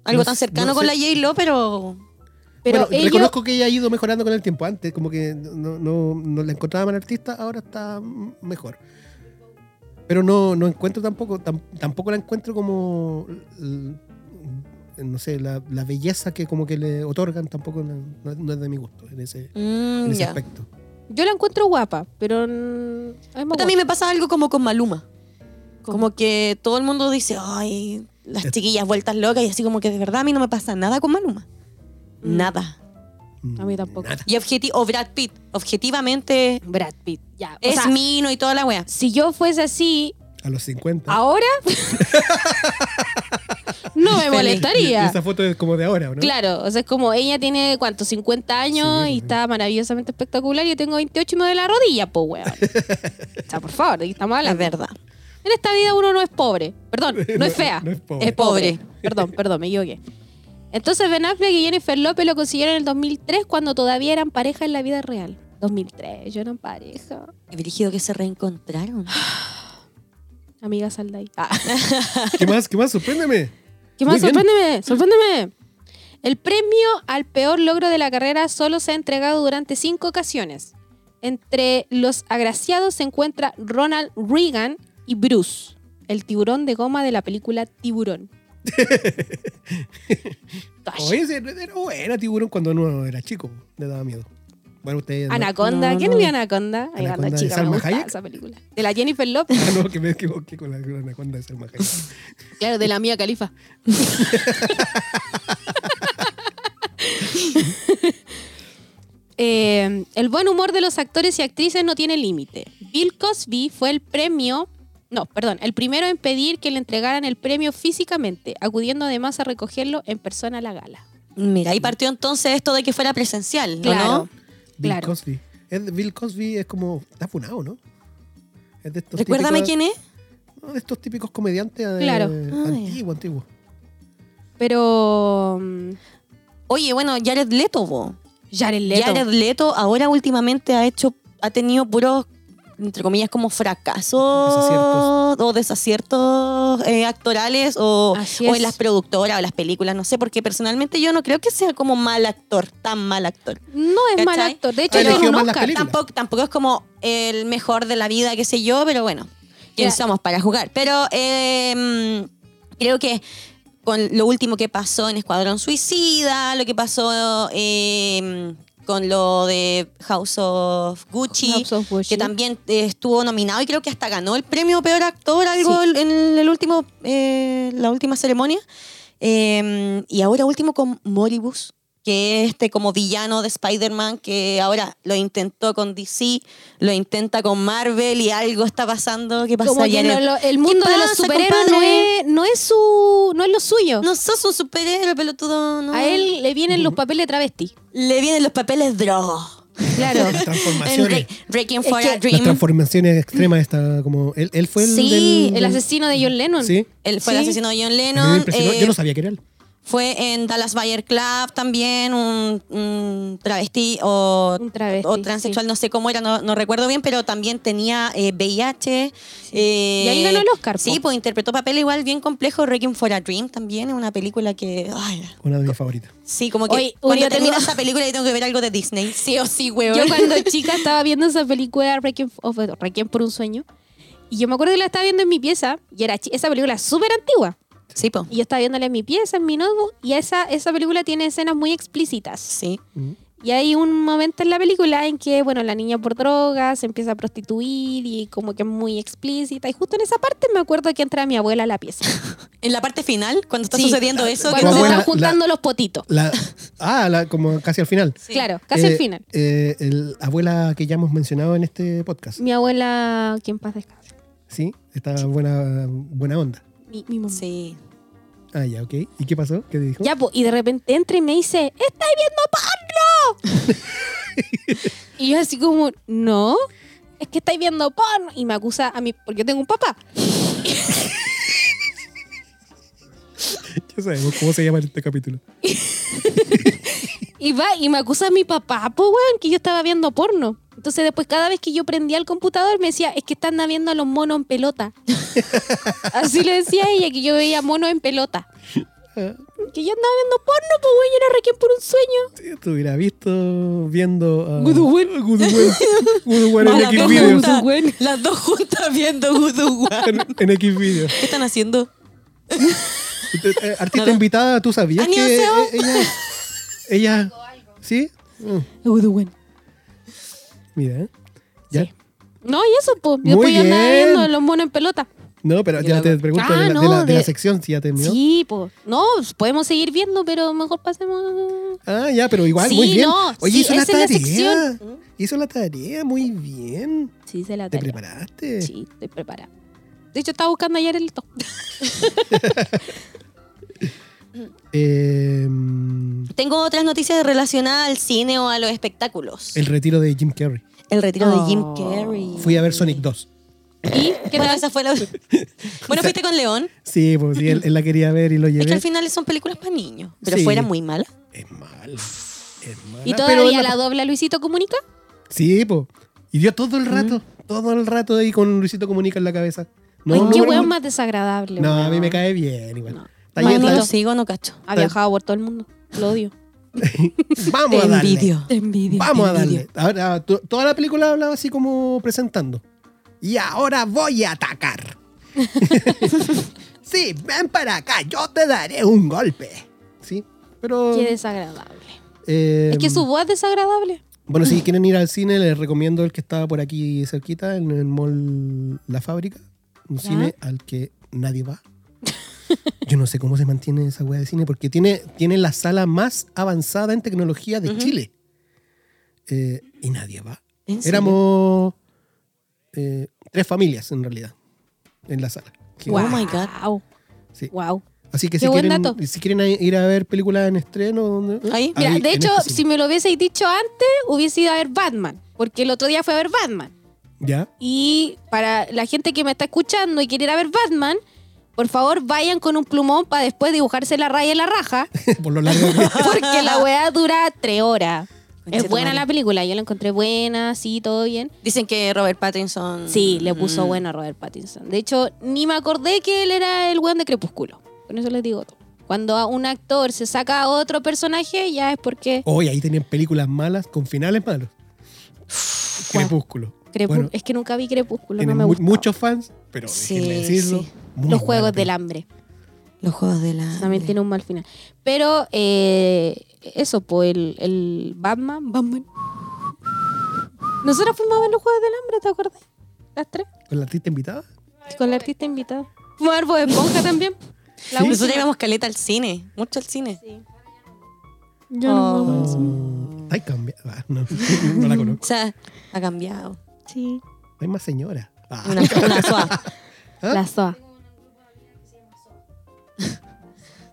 Speaker 2: algo
Speaker 1: No
Speaker 2: tan
Speaker 1: sé-
Speaker 2: cercano
Speaker 1: no
Speaker 2: con
Speaker 1: sé.
Speaker 2: la J-Lo, pero.
Speaker 3: Pero
Speaker 1: bueno,
Speaker 3: ellos-
Speaker 1: reconozco que ella ha ido mejorando con el tiempo. Antes, como que no, no, no la encontraba mal artista, ahora está mm, mejor. Pero no, no encuentro tampoco, tam- tampoco la encuentro como, l- l- no sé, la, la belleza que como que le otorgan tampoco no, no- no es de mi gusto en ese, en
Speaker 2: Mm,
Speaker 1: ese
Speaker 2: ya.
Speaker 1: aspecto.
Speaker 3: Yo la encuentro guapa, pero. mm, es más
Speaker 2: Pero también
Speaker 3: guapa.
Speaker 2: me pasa algo como con Maluma.
Speaker 3: ¿Cómo?
Speaker 2: Como que todo el mundo dice, ay, las
Speaker 1: Es-
Speaker 2: chiquillas vueltas locas y así como que de verdad a mí no me pasa nada con Maluma.
Speaker 3: Mm.
Speaker 2: Nada.
Speaker 1: Mm,
Speaker 3: A mí tampoco.
Speaker 1: nada.
Speaker 2: Y objeti o Brad Pitt, objetivamente
Speaker 3: Brad Pitt. Ya. o
Speaker 2: es
Speaker 3: sea,
Speaker 2: mino y toda la wea.
Speaker 3: Si yo fuese así
Speaker 1: A los 50.
Speaker 3: ahora. no me
Speaker 2: Feliz.
Speaker 1: Y- y
Speaker 3: molestaría.
Speaker 1: esa foto es como de ahora, ¿o ¿no?
Speaker 3: Claro, o sea, es como ella tiene, ¿cuánto? 50 años
Speaker 1: Sí,
Speaker 3: y
Speaker 1: pues.
Speaker 3: está maravillosamente espectacular. y Yo tengo 28 y me doy la rodilla, pues, weón. o sea, por favor, de qué estamos
Speaker 2: La
Speaker 3: hablando.
Speaker 2: verdad.
Speaker 3: En esta vida uno no es pobre. Perdón, no es fea.
Speaker 1: No es pobre.
Speaker 3: Es pobre. Perdón, perdón, me equivoqué. Entonces Ben Affleck y Jennifer López lo consiguieron en el 2003 cuando todavía eran pareja en la vida real. 2003, yo eran pareja.
Speaker 2: He dirigido que se reencontraron.
Speaker 3: Amiga, sal de ahí.
Speaker 1: ¿Qué más? ¿Qué más? Sorpréndeme.
Speaker 3: ¿Qué más?
Speaker 1: Muy bien.
Speaker 3: Sorpréndeme, sorpréndeme. El premio al peor logro de la carrera solo se ha entregado durante cinco ocasiones. Entre los agraciados se encuentra Ronald Reagan y Bruce, el tiburón de goma de la película Tiburón.
Speaker 1: Oye, ese era buena tiburón cuando uno era chico. Le daba miedo. Bueno, ustedes. no.
Speaker 3: Anaconda,
Speaker 2: No,
Speaker 3: ¿quién
Speaker 2: no.
Speaker 3: vio Anaconda? Ay,
Speaker 1: Anaconda
Speaker 3: anda,
Speaker 1: de
Speaker 3: chica, me
Speaker 1: Salma
Speaker 3: gusta
Speaker 1: Hayek.
Speaker 3: esa película. De la Jennifer López,
Speaker 1: Ah, no, que me equivoqué con la con la anaconda de Salma Hayek.
Speaker 3: claro, de la mía Califa. Eh, el buen humor de los actores y actrices no tiene límite. Bill Cosby fue el premio, no, perdón, el primero en pedir que le entregaran el premio físicamente, acudiendo además a recogerlo en persona a la gala.
Speaker 2: Mira, ahí partió entonces esto de que fuera presencial, ¿o
Speaker 3: Claro.
Speaker 2: ¿no?
Speaker 1: Bill
Speaker 3: Claro.
Speaker 1: Cosby. Es- Bill Cosby es como. Está funado, ¿no? Es de estos
Speaker 2: Recuérdame
Speaker 1: típicos,
Speaker 2: quién es.
Speaker 1: no, de estos típicos comediantes eh,
Speaker 3: Claro.
Speaker 1: antiguos,
Speaker 2: Ah, ya.
Speaker 1: antiguos.
Speaker 3: Pero mm,
Speaker 2: Oye, bueno, Jared Leto, vos.
Speaker 3: Jared Leto.
Speaker 2: Jared Leto ahora últimamente ha hecho, ha tenido puros, entre comillas, como fracasos
Speaker 1: Desaciertos.
Speaker 2: o desaciertos eh, actorales o,
Speaker 3: Así
Speaker 2: o
Speaker 3: es.
Speaker 2: en las productoras o las películas, no sé, porque personalmente yo no creo que sea como mal actor, tan mal actor.
Speaker 3: No es mal
Speaker 2: ¿Cachai?
Speaker 3: actor. De hecho,
Speaker 1: Ha
Speaker 3: le dieron
Speaker 1: elegido
Speaker 3: un
Speaker 1: mal las
Speaker 3: Oscar.
Speaker 1: películas.
Speaker 2: Tampoco, tampoco es como el mejor de la vida, qué sé yo, pero bueno, quién
Speaker 3: Ya.
Speaker 2: somos para jugar. Pero eh, creo que con lo último que pasó en Escuadrón Suicida, lo que pasó eh, con lo de House of Gucci,
Speaker 3: House of Gucci.
Speaker 2: que también eh, estuvo nominado y creo que hasta ganó el premio Peor Actor algo en el último, eh, la última ceremonia. Eh, y ahora último con Moribus, que es este como villano de Spider-Man, que ahora lo intentó con DC, lo intenta con Marvel y algo está pasando. ¿Qué pasa,
Speaker 3: Como que
Speaker 2: Jared?
Speaker 3: no lo- el mundo
Speaker 2: ¿Qué
Speaker 3: de los
Speaker 2: pasa,
Speaker 3: superhéroes no
Speaker 2: compadre?
Speaker 3: es, no es su no es lo suyo.
Speaker 2: No sos un superhéroe, pelotudo. no.
Speaker 3: A él le vienen los papeles de travesti.
Speaker 2: le vienen los papeles drogos.
Speaker 3: Claro.
Speaker 1: Las
Speaker 2: En
Speaker 1: transformaciones.
Speaker 2: Re- Breaking
Speaker 3: Es
Speaker 2: for
Speaker 3: que-
Speaker 2: a
Speaker 1: Las
Speaker 2: Dream.
Speaker 1: transformaciones extremas. Está como. Él, él fue el.
Speaker 3: Sí,
Speaker 1: del-
Speaker 3: el asesino de John Lennon.
Speaker 1: Sí.
Speaker 2: Él fue el
Speaker 3: Sí.
Speaker 2: asesino de John
Speaker 1: A mí me
Speaker 2: Lennon.
Speaker 1: impresionó.
Speaker 2: eh,
Speaker 1: Yo no sabía que era él.
Speaker 2: Fue en Dallas Buyer Club también, un, un travesti o,
Speaker 3: Un travesti,
Speaker 2: o transexual, no sé cómo era, no, no recuerdo bien, pero también tenía eh, VIH. eh,
Speaker 3: Y ahí ganó el Oscar,
Speaker 2: Sí,
Speaker 3: po.
Speaker 2: pues interpretó papel igual bien complejo. Wrecking for a Dream también, es una película que. ay,
Speaker 1: Una de mis favoritas.
Speaker 2: sí, como que
Speaker 3: Oye, oye,
Speaker 2: cuando
Speaker 3: yo tengo-
Speaker 2: termina esa película yo tengo que ver algo de Disney. Sí o sí, weón.
Speaker 3: Yo cuando chica estaba viendo esa película Requiem, of- Requiem por un sueño y yo me acuerdo que la estaba viendo en mi pieza y era chi- esa película es súper antigua
Speaker 2: Sí, po.
Speaker 3: y yo estaba viéndola en mi pieza en mi notebook y esa esa película tiene escenas muy explícitas.
Speaker 2: Sí.
Speaker 1: Mm.
Speaker 3: Y hay un momento en la película en que, bueno, la niña por drogas se empieza a prostituir y como que es muy explícita. Y justo en esa parte me acuerdo que entra mi abuela a la pieza.
Speaker 2: En la parte final, cuando está
Speaker 3: Sí.
Speaker 2: sucediendo eso, que
Speaker 3: Cuando se
Speaker 1: abuela-
Speaker 3: están juntando los potitos.
Speaker 1: La, ah, la, como casi al final.
Speaker 2: Sí.
Speaker 3: Claro, casi
Speaker 1: Eh,
Speaker 3: al final.
Speaker 1: eh, el abuela que ya hemos mencionado en este podcast.
Speaker 3: Mi abuela, quien paz descanse.
Speaker 1: Sí, está buena, buena onda.
Speaker 3: Mi, mi mamá.
Speaker 2: Sí.
Speaker 1: Ah, ya, ok. ¿Y qué pasó? ¿Qué dijo?
Speaker 3: Ya, po, y de repente entra y me dice, ¡Estáis viendo porno! y yo así como, no, es que estáis viendo porno. Y me acusa a mí, porque yo tengo un papá.
Speaker 1: Ya sabemos cómo se llama este capítulo.
Speaker 3: Y va y me acusa a mi papá, pues, weón, que yo estaba viendo porno. Entonces después cada vez que yo prendía el computador me decía, es que están viendo a los monos en pelota. Así le decía ella, que yo veía monos en pelota. Porque yo andaba viendo porno, pues, weón, y era Requiem por un sueño.
Speaker 1: Si te hubiera visto viendo a.
Speaker 5: Good Will.
Speaker 1: Good Will. Good Will
Speaker 2: Las
Speaker 1: en X
Speaker 2: dos
Speaker 1: videos.
Speaker 5: Good Will.
Speaker 2: juntas- Las dos juntas viendo Guduguan.
Speaker 1: En, en X videos.
Speaker 2: ¿Qué están haciendo?
Speaker 1: Eh, eh, Artista invitada, ¿tú sabías que eh,
Speaker 2: Annyeonghaseyo.
Speaker 1: ella. Ella. ¿Sí? Mm,
Speaker 5: Good Will.
Speaker 1: mira, ¿eh? Ya.
Speaker 3: No, y eso, pues.
Speaker 1: Muy
Speaker 3: Yo pues yo andaba
Speaker 1: bien.
Speaker 3: viendo los monos en pelota.
Speaker 1: No, pero ya te pregunto
Speaker 3: Ah,
Speaker 1: de, la,
Speaker 3: no,
Speaker 1: de la- de la
Speaker 3: de-
Speaker 1: sección si ya terminó.
Speaker 3: Sí, pues. No, podemos seguir viendo, pero mejor pasemos.
Speaker 1: Ah, ya, pero igual,
Speaker 3: Sí,
Speaker 1: muy bien.
Speaker 3: no,
Speaker 1: Oye,
Speaker 3: sí,
Speaker 1: hizo la
Speaker 3: esa es la
Speaker 1: tarea.
Speaker 3: sección.
Speaker 1: hizo la tarea, muy bien.
Speaker 3: Sí, se la
Speaker 1: ¿Te
Speaker 3: tarea.
Speaker 1: preparaste?
Speaker 3: Sí, estoy preparada. De hecho, estaba buscando ayer el top.
Speaker 1: Eh,
Speaker 2: Tengo otras noticias relacionadas al cine o a los espectáculos.
Speaker 1: el
Speaker 2: El,
Speaker 1: retiro de Jim Carrey.
Speaker 2: retiro de Jim
Speaker 3: Oh.
Speaker 2: Carrey.
Speaker 1: Fui a ver Sonic 2.
Speaker 3: ¿Y qué
Speaker 2: Bueno,
Speaker 3: tal?
Speaker 2: esa fue la... bueno, fuiste con León.
Speaker 1: Sí, pues sí, él, él la quería ver y lo llevé.
Speaker 2: Es que al final son películas para niños. Pero
Speaker 1: Sí.
Speaker 2: fuera muy mala.
Speaker 1: Es mal. Es mal.
Speaker 3: ¿Y todavía la dobla Luisito Comunica?
Speaker 1: Sí, pues. Y dio todo el rato, todo el rato ahí con Luisito Comunica en la cabeza. No,
Speaker 3: Ay,
Speaker 1: no,
Speaker 3: qué
Speaker 1: no,
Speaker 3: weón
Speaker 1: no.
Speaker 3: más desagradable.
Speaker 1: No, a
Speaker 3: weón.
Speaker 1: mí me cae bien igual.
Speaker 3: No.
Speaker 1: Está
Speaker 3: Ay,
Speaker 2: Yo
Speaker 1: bien,
Speaker 2: no
Speaker 3: Maldito.
Speaker 2: lo
Speaker 1: está-
Speaker 2: sigo, no cacho.
Speaker 3: Ha viajado por todo el mundo. Lo odio.
Speaker 1: Vamos
Speaker 2: Te
Speaker 1: a darle.
Speaker 2: envidio.
Speaker 5: Te envidia.
Speaker 1: Vamos
Speaker 5: te
Speaker 1: a
Speaker 5: envidia.
Speaker 1: darle. Ahora, to- toda la película hablaba así como presentando. Y ahora voy a atacar. sí, ven para acá, yo te daré un golpe. Sí, pero...
Speaker 3: Qué desagradable.
Speaker 1: eh,
Speaker 3: Es que su voz es desagradable.
Speaker 1: Bueno, si quieren ir al cine, les recomiendo el que estaba por aquí cerquita, en el mall La Fábrica. Un
Speaker 3: Ya.
Speaker 1: cine al que nadie va. Yo no sé cómo se mantiene esa wea de cine, porque tiene, tiene la sala más avanzada en tecnología de Chile. Eh, y nadie va.
Speaker 2: ¿En serio?
Speaker 1: Éramos eh, tres familias, en realidad, en la sala. Que-
Speaker 2: Guau. Oh my God.
Speaker 3: Wow.
Speaker 1: Sí.
Speaker 3: Wow.
Speaker 1: Así que si
Speaker 3: Qué buen
Speaker 1: quieren,
Speaker 3: dato.
Speaker 1: si quieren ir a ver películas en estreno... ¿dónde?
Speaker 2: Ahí.
Speaker 3: Mira,
Speaker 1: Ahí,
Speaker 3: de
Speaker 1: en
Speaker 3: hecho,
Speaker 1: este
Speaker 3: si
Speaker 1: cine.
Speaker 3: me lo hubieseis dicho antes, hubiese ido a ver Batman. Porque el otro día fui a ver Batman.
Speaker 1: ¿Ya?
Speaker 3: Y para la gente que me está escuchando y quiere ir a ver Batman, por favor vayan con un plumón para después dibujarse la raya en la raja.
Speaker 1: por lo largo que...
Speaker 3: Porque la weá dura tres horas.
Speaker 2: Conchetumare.
Speaker 3: Es buena la película, yo la encontré buena, sí, todo bien.
Speaker 2: Dicen que Robert Pattinson...
Speaker 3: Sí, le puso
Speaker 2: Mm.
Speaker 3: bueno a Robert Pattinson. De hecho, ni me acordé que él era el weón de Crepúsculo. Con eso les digo todo. Cuando a un actor se saca a otro personaje, ya es porque
Speaker 1: Hoy ahí tenían películas malas con finales malos. Crepúsculo.
Speaker 3: Crepu-
Speaker 1: Bueno,
Speaker 3: es que nunca vi Crepúsculo, no
Speaker 1: tienen
Speaker 3: me
Speaker 1: mu-
Speaker 3: gusta.
Speaker 1: muchos fans, pero
Speaker 2: Sí,
Speaker 1: déjenme decirlo.
Speaker 2: sí.
Speaker 1: muy
Speaker 3: Los
Speaker 1: buena
Speaker 3: Juegos del
Speaker 1: película.
Speaker 3: Hambre.
Speaker 2: Los juegos de la...
Speaker 3: También tiene un mal final. Pero eh, eso, pues el, el Batman, Batman. Nosotros fuimos a ver los Juegos del Hambre, ¿te acuerdas? Las tres.
Speaker 1: ¿Con la artista invitada?
Speaker 3: Con la artista invitada. Fumar de Esponja también. La
Speaker 1: Sí.
Speaker 2: Nosotros
Speaker 3: última.
Speaker 2: llevamos caleta al cine. Mucho al cine.
Speaker 5: Ya no
Speaker 2: Oh.
Speaker 5: vamos.
Speaker 1: Oh, Ay, cambia. ah, no, no la
Speaker 2: O
Speaker 1: conozco.
Speaker 2: sea, ha cambiado.
Speaker 3: Sí.
Speaker 1: Hay más señora. Ah,
Speaker 2: Una, una suave.
Speaker 1: ¿Ah?
Speaker 3: La SOA.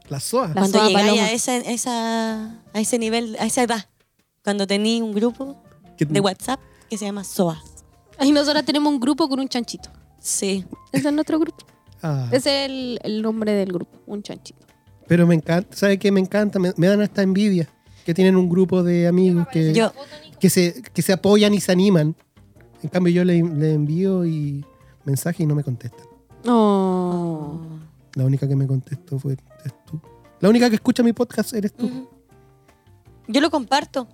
Speaker 1: La SOA.
Speaker 3: La
Speaker 2: Cuando
Speaker 3: soa
Speaker 2: llegáis
Speaker 3: paloma.
Speaker 2: a, esa, esa- a ese nivel, a esa edad, cuando tenéis un grupo
Speaker 1: Que-
Speaker 2: de WhatsApp que se llama SOA.
Speaker 3: Y nosotros tenemos un grupo con un chanchito.
Speaker 2: Sí.
Speaker 3: Ese es nuestro grupo.
Speaker 1: ah,
Speaker 3: Ese es el, el nombre del grupo, un chanchito.
Speaker 1: pero me encanta. ¿Sabe qué? Me encanta. Me, me dan hasta envidia. Que tienen un grupo de amigos que,
Speaker 2: Yo,
Speaker 1: que, se, que se apoyan y se animan. En cambio, yo le, le envío y mensaje y no me contestan.
Speaker 3: No.
Speaker 1: La única que me contestó fue eres tú. La única que escucha mi podcast eres tú.
Speaker 2: yo lo comparto.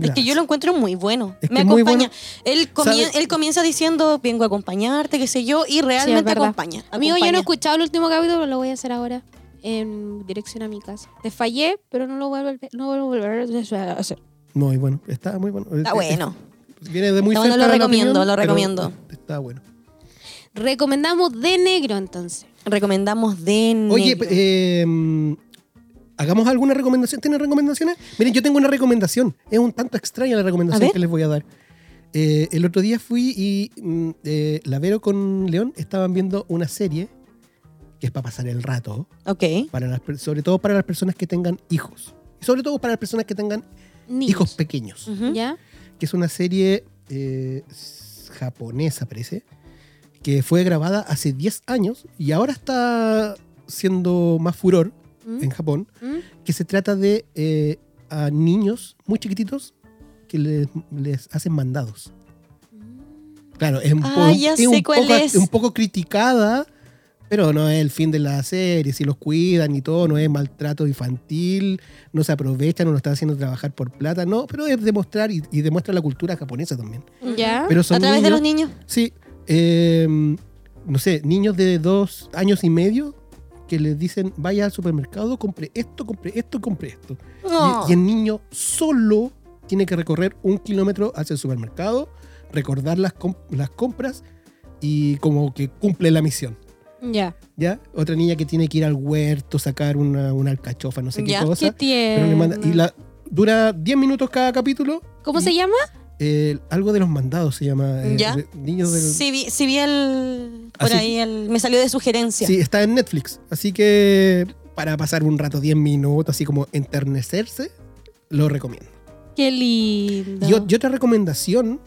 Speaker 2: Es que yo lo encuentro muy bueno.
Speaker 1: Es que
Speaker 2: Me
Speaker 1: es muy
Speaker 2: acompaña.
Speaker 1: bueno.
Speaker 2: Él, comien-
Speaker 1: ¿Sabe?
Speaker 2: él comienza diciendo, vengo a acompañarte, qué sé yo, y realmente
Speaker 3: verdad.
Speaker 2: acompaña.
Speaker 3: Amigo, yo no he
Speaker 2: acompaña.
Speaker 3: escuchado el último capítulo, pero lo voy a hacer ahora. En dirección a mi casa. Te fallé, pero no lo vuelvo a volver- no vuelvo a volver a hacer.
Speaker 1: No, y bueno, está muy bueno.
Speaker 2: Está bueno.
Speaker 1: Viene de muy
Speaker 2: Está
Speaker 1: cerca
Speaker 2: bueno, lo
Speaker 1: de la
Speaker 2: recomiendo,
Speaker 1: opinión,
Speaker 2: lo
Speaker 1: pero
Speaker 2: recomiendo.
Speaker 1: Está bueno.
Speaker 3: Recomendamos de negro entonces.
Speaker 2: Recomendamos de
Speaker 1: Oye,
Speaker 2: negro.
Speaker 1: eh, hagamos alguna recomendación. ¿Tienen recomendaciones? Miren, yo tengo una recomendación. Es un tanto extraña la
Speaker 2: A
Speaker 1: recomendación
Speaker 2: ver.
Speaker 1: que les voy a dar. Eh, el otro día fui y mm, eh, la Vero con León estaban viendo una serie que es para pasar el rato,
Speaker 2: ok.
Speaker 1: para las, per- sobre todo para las personas que tengan hijos. Y sobre todo para las personas que tengan
Speaker 3: Niños. Mm.
Speaker 1: hijos pequeños.
Speaker 2: Ujú.
Speaker 3: ¿Ya?
Speaker 1: que es una serie eh, s- japonesa, parece, que fue grabada hace 10 años y ahora está siendo más furor
Speaker 3: ¿Mm?
Speaker 1: en Japón,
Speaker 3: ¿Mm?
Speaker 1: que se trata de eh, a niños muy chiquititos que les, les hacen mandados. Claro, es un, po-
Speaker 2: Ah, ya
Speaker 1: es un
Speaker 2: sé cuál
Speaker 1: poco,
Speaker 2: es.
Speaker 1: un poco criticada Pero no es el fin de la serie, si los cuidan y todo, no es maltrato infantil, no se aprovechan, no lo están haciendo trabajar por plata, no, pero es demostrar y, y demuestra la cultura japonesa también.
Speaker 3: ¿Ya?
Speaker 1: Pero
Speaker 2: Ah, A
Speaker 1: son
Speaker 2: través de los
Speaker 1: niños-
Speaker 2: niños.
Speaker 1: Sí, eh, no sé, niños de dos años y medio que les dicen, vaya al supermercado, compre esto, compre esto, compre esto. Y-
Speaker 2: Oh.
Speaker 1: Y, el niño solo tiene que recorrer un kilómetro hacia el supermercado, recordar las, com- las compras y como que cumple la misión.
Speaker 3: Ya.
Speaker 1: ¿Ya? Otra niña que tiene que ir al huerto, sacar una, una alcachofa, no sé qué
Speaker 2: Ya, qué
Speaker 1: cosa. pero le
Speaker 3: tiene?
Speaker 1: manda- y la, dura 10 minutos cada capítulo.
Speaker 3: ¿Cómo se llama?
Speaker 1: llama? Algo de los mandados se llama. eh,
Speaker 2: Ya.
Speaker 1: de- niños del,
Speaker 2: Sí, vi, sí vi el. Por
Speaker 1: Así-
Speaker 2: ahí el. Me salió de sugerencia.
Speaker 1: Sí, está en Netflix. Así que para pasar un rato, 10 minutos, así como enternecerse, lo recomiendo.
Speaker 3: Qué lindo.
Speaker 1: Y, o- y otra recomendación,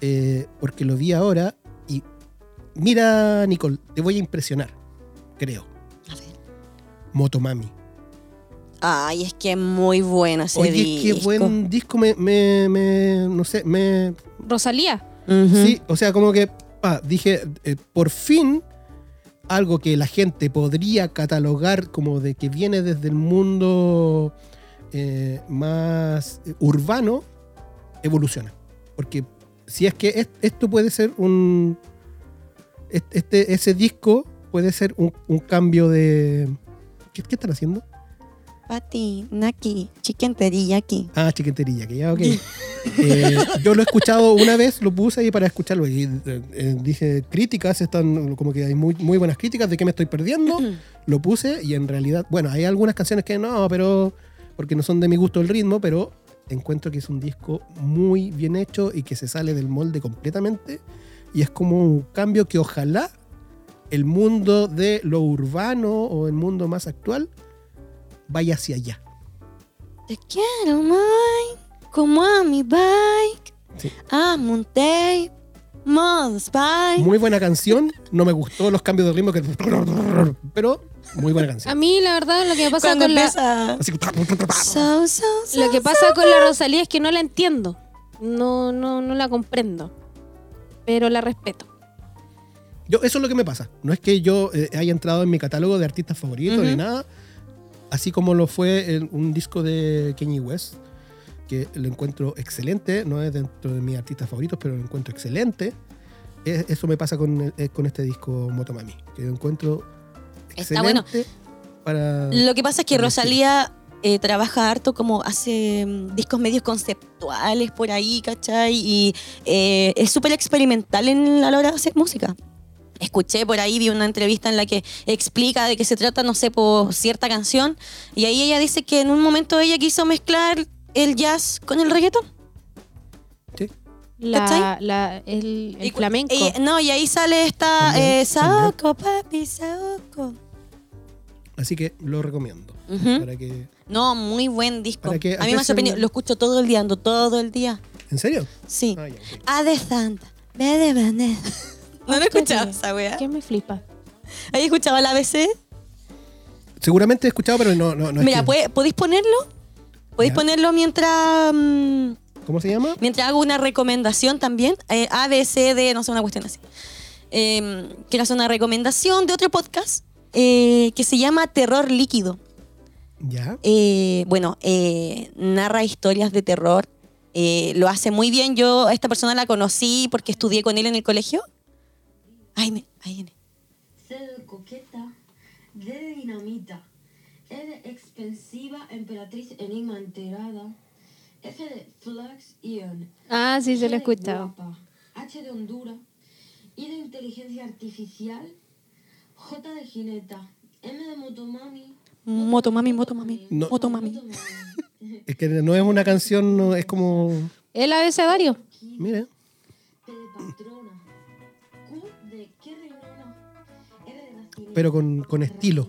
Speaker 1: eh, porque lo vi ahora, y mira, Nicole, te voy a impresionar, creo.
Speaker 2: A ver.
Speaker 1: Motomami.
Speaker 2: Ay, es que es muy buena ese
Speaker 1: Oye,
Speaker 2: disco.
Speaker 1: qué buen disco me, me- me- no sé, me...
Speaker 3: Rosalía.
Speaker 2: Ujú.
Speaker 1: Sí, o sea, como que pa, dije, eh, por fin, algo que la gente podría catalogar como de que viene desde el mundo eh, más eh, urbano, evoluciona. Porque si es que es- esto puede ser un... est- Este, ese disco puede ser un, un cambio de... ¿Qué, qué están haciendo?
Speaker 2: Pati, Naki, Chicken Teriyaki.
Speaker 1: Ah, chiquenterilla, que ya, ok. Eh, yo lo he escuchado una vez, lo puse ahí para escucharlo. Y eh, eh, dije, críticas, están como que hay muy, muy buenas críticas de que me estoy perdiendo. Lo puse y en realidad, bueno, hay algunas canciones que no, pero porque no son de mi gusto el ritmo, pero encuentro que es un disco muy bien hecho y que se sale del molde completamente. Y es como un cambio que ojalá el mundo de lo urbano o el mundo más actual vaya hacia allá.
Speaker 2: Te quiero, Mike, como a mi bike.
Speaker 1: Sí.
Speaker 2: I'm on tape, mother spy.
Speaker 1: Muy buena canción. No me gustó los cambios de ritmo que. Pero muy buena
Speaker 3: A
Speaker 1: canción.
Speaker 3: mí, la verdad, lo que pasa
Speaker 2: Cuando
Speaker 3: con la...
Speaker 2: empieza.
Speaker 1: Así que-
Speaker 2: So, so, so,
Speaker 3: Lo que
Speaker 2: so.
Speaker 3: pasa con la Rosalía es que no la entiendo. No, no, no la comprendo. Pero la respeto.
Speaker 1: Yo, eso es lo que me pasa. No es que yo eh, haya entrado en mi catálogo de artistas favoritos ni
Speaker 2: Ujú.
Speaker 1: nada. Así como lo fue el- un disco de Kanye West, que lo encuentro excelente. No es dentro de mis artistas favoritos, pero lo encuentro excelente. Es- eso me pasa con, el- eh, con este disco Motomami, que lo encuentro excelente.
Speaker 3: Está bueno.
Speaker 1: Para...
Speaker 2: Lo que pasa es que
Speaker 1: Con el
Speaker 2: Rosalía eh, trabaja harto como hace mm, discos medios conceptuales por ahí, ¿cachai? Y eh, es súper experimental en, a la hora de hacer música. Escuché por ahí, vi una entrevista en la que explica de qué se trata, no sé, por cierta canción. Y ahí ella dice que en un momento ella quiso mezclar el jazz con el reggaetón.
Speaker 3: La,
Speaker 2: ¿Cachai?
Speaker 3: la, el, el
Speaker 2: Y cu-
Speaker 3: flamenco.
Speaker 2: y- no, y ahí sale esta
Speaker 1: También,
Speaker 2: eh, Saoko, papi, Saoko.
Speaker 1: Así que lo recomiendo.
Speaker 2: Ujú.
Speaker 1: Para que...
Speaker 2: No, muy buen disco.
Speaker 1: Para que
Speaker 2: A mí me ha
Speaker 1: aprecien-
Speaker 2: sorprendido. Lo escucho todo el día, ando todo el día.
Speaker 1: ¿En serio?
Speaker 2: Sí.
Speaker 1: Ah, ya, ok.
Speaker 2: A de Santa, B de Vanessa. ¿No lo escuchaba esa weá?
Speaker 3: ¿Qué me flipa?
Speaker 2: ¿Ahí escuchaba la ABC?
Speaker 1: Seguramente he escuchado, pero no, no, no es
Speaker 2: Mira,
Speaker 1: que-
Speaker 2: pues, ¿puede- ¿podéis ponerlo? ¿Podéis
Speaker 1: Ya.
Speaker 2: ponerlo mientras mm,
Speaker 1: ¿Cómo se llama?
Speaker 2: mientras hago una recomendación también? Eh, A, B, C, D, no sé, una cuestión así. Eh, quiero hacer una recomendación de otro podcast eh, que se llama Terror Líquido.
Speaker 1: Ya.
Speaker 2: Eh, bueno, eh, narra historias de terror. Eh, lo hace muy bien. Yo a esta persona la conocí porque estudié con él en el colegio. Ay, me, ahí viene.
Speaker 6: sed coqueta, de dinamita, E de expensiva emperatriz enigma enterada, F de Flax Ion,
Speaker 3: Ah, sí, se
Speaker 6: G
Speaker 3: lo he
Speaker 6: de
Speaker 3: escuchado.
Speaker 6: guapa, H de Honduras, I de inteligencia artificial, J de jineta, M de motomami,
Speaker 2: Motomami, motomami,
Speaker 1: No.
Speaker 2: motomami.
Speaker 6: motomami.
Speaker 1: Es que no es una canción, no, es como.
Speaker 3: El abecedario.
Speaker 1: Mira.
Speaker 6: P de patrona, Q de qué reinona, R de racineta,
Speaker 1: Pero con- con estilo.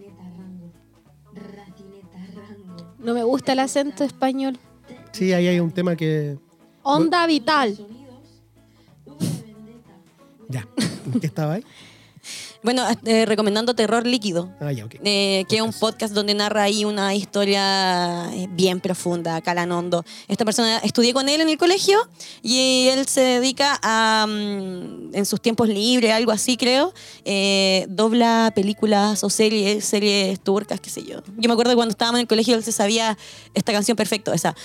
Speaker 6: racineta, rango, racineta, rango.
Speaker 3: No me gusta el acento español.
Speaker 1: Sí, ahí hay un tema que.
Speaker 3: Onda vital.
Speaker 6: Sonidos, V de vendetta,
Speaker 1: Ya. ¿En ¿Qué estaba ahí?
Speaker 2: Bueno, eh, recomendando Terror Líquido.
Speaker 1: Ah, ya, ok.
Speaker 2: eh, que es un podcast donde narra ahí una historia eh, bien profunda, Calanondo. Esta persona estudié con él en el colegio y él se dedica a, mm, en sus tiempos libres, algo así creo, eh, dobla películas o series, series turcas, qué sé yo. Yo me acuerdo que cuando estábamos en el colegio él se sabía esta canción perfecto, esa.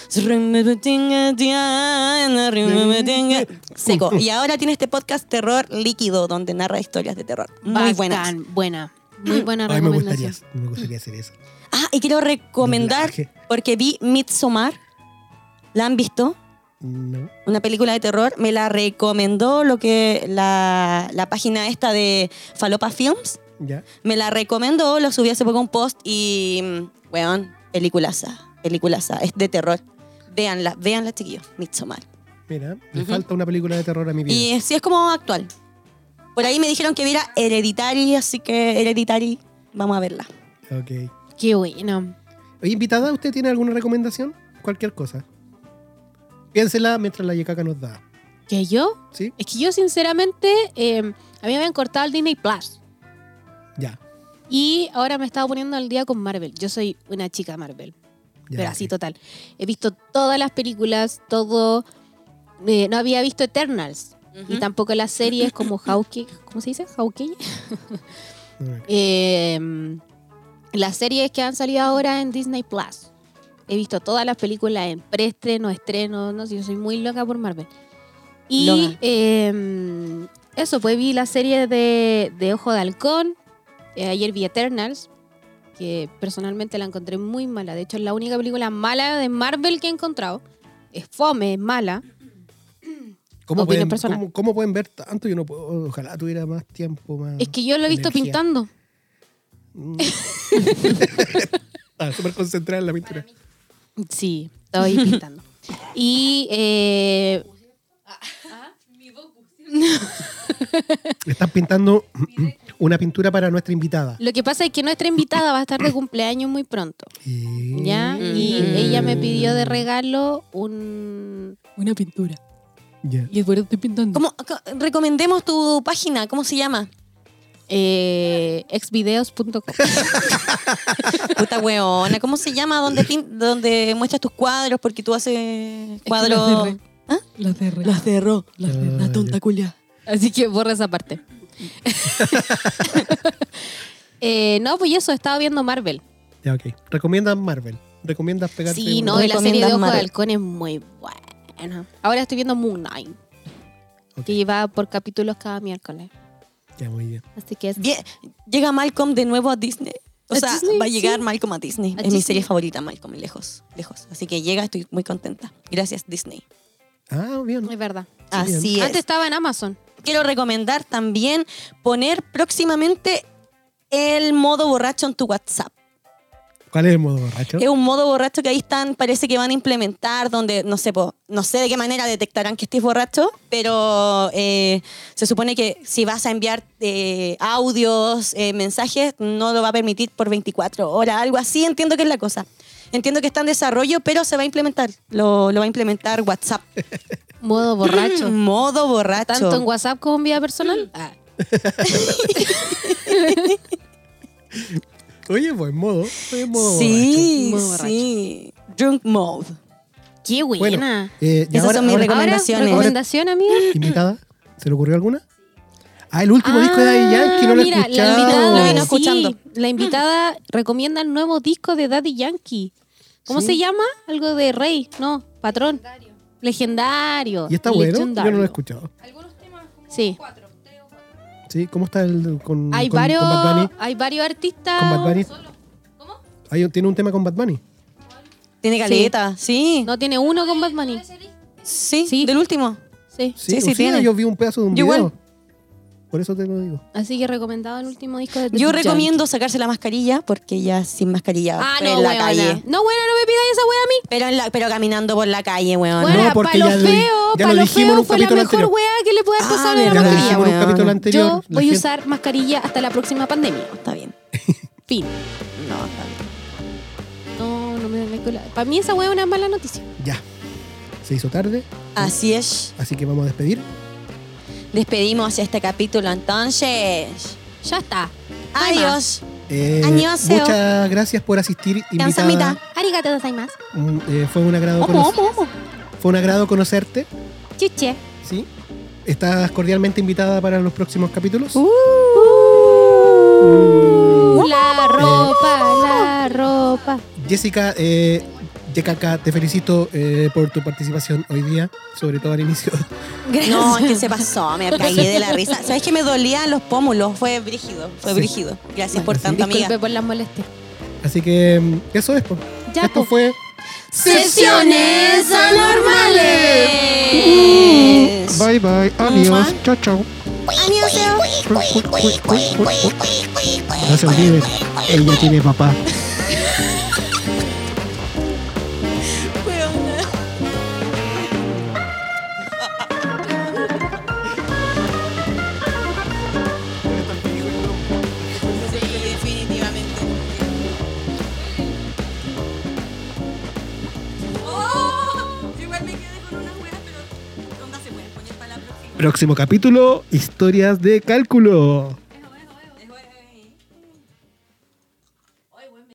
Speaker 2: Seco. Y ahora tiene este podcast Terror Líquido, donde narra historias de terror. Muy buenas.
Speaker 3: Bacán, Buena. Muy buena
Speaker 1: Ay, me gustaría,
Speaker 3: recomendación.
Speaker 1: me gustaría hacer eso.
Speaker 2: Ah, y quiero recomendar,
Speaker 1: Doblaje.
Speaker 2: porque vi Midsommar. ¿La han visto?
Speaker 1: No.
Speaker 2: Una película de terror. Me la recomendó lo que la, la página esta de Falopa Films.
Speaker 1: Ya.
Speaker 2: Me la recomendó, lo subí hace poco a un post y, mm, weón, peliculaza, peliculaza. Es de terror. Véanla, véanla, chiquillos. Midsommar.
Speaker 1: Mira, le
Speaker 2: Ujú.
Speaker 1: falta una película de terror a mi vida.
Speaker 2: Y eh, sí es como actual. Por ahí me dijeron que viera Hereditary, así que Hereditary, vamos a verla.
Speaker 1: Ok.
Speaker 3: Qué bueno.
Speaker 1: Oye, invitada, ¿usted tiene alguna recomendación? Cualquier cosa. Piénsela mientras la Yekaka nos da.
Speaker 3: ¿Que yo?
Speaker 1: ¿Sí?
Speaker 3: Es que yo, sinceramente, eh, a mí me habían cortado el Disney Plus.
Speaker 1: Ya.
Speaker 3: Y ahora me estaba poniendo al día con Marvel. Yo soy una chica Marvel.
Speaker 1: ya
Speaker 3: pero
Speaker 1: ok.
Speaker 3: así total. He visto todas las películas, todo. eh, no había visto Eternals. Y tampoco las series como Hawkeye. ¿Cómo se dice? Hawkeye.
Speaker 1: Ok.
Speaker 3: Eh, las series que han salido ahora en Disney Plus. He visto todas las películas en preestreno, estreno, no sé, yo soy muy loca por Marvel. Y
Speaker 2: Loca.
Speaker 3: eh, eso, pues vi la serie de, de Ojo de Halcón. Eh, ayer vi Eternals, que personalmente la encontré muy mala. De hecho, es la única película mala de Marvel que he encontrado. Es fome, es mala.
Speaker 1: ¿Cómo pueden,
Speaker 3: opinión personal.
Speaker 1: cómo, cómo pueden ver tanto? Yo no puedo. Ojalá tuviera más tiempo, más.
Speaker 3: Es que yo lo he visto
Speaker 1: Mm. energía.
Speaker 3: pintando.
Speaker 1: Mm. Estaba Ah, súper concentrada en la pintura.
Speaker 3: Sí, estoy pintando. y eh,
Speaker 1: Estás pintando una pintura para nuestra invitada.
Speaker 3: Lo que pasa es que nuestra invitada va a estar de cumpleaños muy pronto,
Speaker 1: Y-
Speaker 3: ¿ya? Y
Speaker 2: Mm.
Speaker 3: ella me pidió de regalo un...
Speaker 5: Una pintura.
Speaker 1: Ya.
Speaker 5: Y es verdad, estoy pintando.
Speaker 2: ¿Cómo- co- recomendemos tu página, ¿cómo se llama?
Speaker 3: eh, exvideos.com.
Speaker 2: Puta weona, ¿cómo se llama? Donde, pin- donde muestras tus cuadros, porque tú haces cuadros.
Speaker 5: La cerré. La cerró. La cerré.
Speaker 1: Ah,
Speaker 5: La tonta culia.
Speaker 3: Así que borra esa parte. Eh, no, pues eso, estaba viendo Marvel.
Speaker 1: Ya, ok. Recomiendas Marvel. Recomiendas pegarte.
Speaker 3: Sí,
Speaker 1: un-
Speaker 3: no, y la serie de
Speaker 2: Recomiendas
Speaker 3: Ojo de
Speaker 2: Marvel.
Speaker 3: Halcón es muy buena. Ahora estoy viendo Moon Knight,
Speaker 1: Ok,
Speaker 3: que lleva por capítulos cada miércoles.
Speaker 1: Ya, muy bien.
Speaker 3: Así que es...
Speaker 2: Bien, llega Malcolm de nuevo a Disney. O
Speaker 3: ¿A
Speaker 2: sea,
Speaker 3: Disney?
Speaker 2: va a llegar
Speaker 3: Sí.
Speaker 2: Malcolm a Disney.
Speaker 3: A
Speaker 2: es
Speaker 3: Disney.
Speaker 2: mi serie favorita, Malcolm, lejos, lejos. Así que llega, estoy muy contenta. Gracias, Disney.
Speaker 1: Ah, bien.
Speaker 3: Es verdad.
Speaker 2: Así es.
Speaker 3: Antes estaba en Amazon.
Speaker 2: quiero recomendar también poner próximamente el modo borracho en tu WhatsApp.
Speaker 1: ¿Cuál es el modo borracho?
Speaker 2: Es un modo borracho que ahí están, parece que van a implementar, donde no sé, po, no sé de qué manera detectarán que estés borracho, pero eh, se supone que si vas a enviar eh, audios, eh, mensajes, no lo va a permitir por 24 horas, algo así, entiendo que es la cosa. Entiendo que está en desarrollo, pero se va a implementar. Lo, lo va a implementar WhatsApp.
Speaker 3: Modo
Speaker 2: Mm.
Speaker 3: borracho.
Speaker 2: Modo borracho.
Speaker 3: Tanto en WhatsApp como en vida
Speaker 2: Mm.
Speaker 3: personal. Ah.
Speaker 1: Oye, buen modo. Buen modo
Speaker 2: sí,
Speaker 3: borracho. Modo borracho.
Speaker 2: sí. Drunk mode.
Speaker 3: Qué buena.
Speaker 1: Bueno, eh, y
Speaker 2: Esas
Speaker 1: ahora,
Speaker 2: son mis
Speaker 1: ahora-
Speaker 2: recom- recomendaciones.
Speaker 3: Ahora, recomendación, amiga.
Speaker 1: invitada, ¿se le ocurrió alguna? Ah, el último disco de Daddy Yankee, no lo he
Speaker 3: Ah, mira,
Speaker 1: escuchado.
Speaker 3: La invitada,
Speaker 2: Lo vino
Speaker 3: sí,
Speaker 2: escuchando.
Speaker 3: la invitada recomienda el nuevo disco de Daddy Yankee. ¿Cómo
Speaker 1: Sí.
Speaker 3: se llama? Algo de rey, no, patrón. Legendario.
Speaker 1: ¿Y está bueno? Yo
Speaker 3: Legendario.
Speaker 1: no lo he escuchado.
Speaker 4: Algunos temas como
Speaker 3: Sí.
Speaker 4: cuatro, tres o cuatro.
Speaker 1: ¿Sí? ¿Cómo está el con,
Speaker 3: Hay
Speaker 1: con- con
Speaker 3: varios,
Speaker 1: Bad Bunny?
Speaker 3: hay varios artistas.
Speaker 1: ¿Con Bad Bunny?
Speaker 4: ¿Cómo?
Speaker 1: Hay un- ¿Tiene un tema con Bad Bunny?
Speaker 2: Tiene caleta, sí.
Speaker 3: No tiene uno con Bad Bunny.
Speaker 2: Sí,
Speaker 3: Sí.
Speaker 2: del último.
Speaker 3: Sí.
Speaker 1: Sí,
Speaker 2: Sí, sí
Speaker 1: o sea,
Speaker 2: tiene.
Speaker 1: Yo vi un pedazo de un
Speaker 2: Yo
Speaker 1: video.
Speaker 2: igual.
Speaker 1: Por eso te lo digo.
Speaker 3: Así que recomendado el último disco de Daddy
Speaker 2: Yo
Speaker 3: Yankee.
Speaker 2: recomiendo sacarse la mascarilla porque ya sin mascarilla
Speaker 3: Ah,
Speaker 2: pero
Speaker 3: no,
Speaker 2: en la
Speaker 3: weona.
Speaker 2: calle.
Speaker 3: No, bueno, no me pidáis esa wea a mí.
Speaker 2: Pero, en la- pero caminando por la calle, weón.
Speaker 3: Bueno,
Speaker 1: No, porque
Speaker 3: pa' lo
Speaker 1: ya lo-
Speaker 3: feo,
Speaker 1: ya
Speaker 3: pa'
Speaker 1: lo
Speaker 3: lo
Speaker 1: dijimos en
Speaker 3: feo
Speaker 1: un
Speaker 3: fue la
Speaker 1: capítulo
Speaker 3: mejor
Speaker 1: anterior.
Speaker 3: weá que le puede
Speaker 2: Ah,
Speaker 3: pasar a la
Speaker 2: verdad.
Speaker 1: Ya lo
Speaker 3: mascarilla.
Speaker 1: dijimos en un
Speaker 2: weón.
Speaker 1: capítulo
Speaker 2: Yo
Speaker 1: anterior.
Speaker 3: Yo
Speaker 1: la
Speaker 3: voy a
Speaker 1: gente-
Speaker 3: usar mascarilla hasta la próxima pandemia.
Speaker 2: Está bien.
Speaker 3: Fin.
Speaker 2: No, está bien.
Speaker 3: No, no me me cola. Para mí esa weá es una mala noticia.
Speaker 1: Ya. Se hizo tarde,
Speaker 2: Así es.
Speaker 1: así que vamos a despedir.
Speaker 2: Despedimos este capítulo entonces.
Speaker 3: Ya está.
Speaker 2: Adiós.
Speaker 1: Eh,
Speaker 2: Annyeonghaseyo.
Speaker 1: muchas gracias por asistir, invitada.
Speaker 2: Kamsahamnida.
Speaker 3: Arigato gozaimasu.
Speaker 1: Mm, eh, fue un agrado
Speaker 3: Omo,
Speaker 1: conoc-
Speaker 3: omo, omo.
Speaker 1: fue un agrado conocerte,
Speaker 3: Chuche.
Speaker 1: ¿sí? Estás cordialmente invitada para los próximos capítulos.
Speaker 3: Uh. La ropa, la ropa.
Speaker 1: Jessica, eh, Yekaka, te felicito eh, por tu participación hoy día, sobre todo al inicio.
Speaker 2: No, es que se pasó, me caí de la risa. ¿Sabes que me dolían los pómulos? Fue brígido, fue
Speaker 1: Sí.
Speaker 2: brígido. Gracias por
Speaker 1: Bueno,
Speaker 2: tanto, amiga.
Speaker 3: Disculpe por las molestias.
Speaker 1: Así que mm, eso es. po.
Speaker 3: Ya,
Speaker 1: Esto
Speaker 3: po.
Speaker 1: fue
Speaker 3: Sesiones
Speaker 2: anormales.
Speaker 7: Bye bye, adiós, chao chao.
Speaker 2: Annyeonghaseyo.
Speaker 7: No se olviden, ella tiene papá.
Speaker 2: Sí, definitivamente. Oh, igual me quedé con unas weas, pero ¿dónde se pueden poner para la próxima?
Speaker 1: próximo capítulo, historias de cálculo.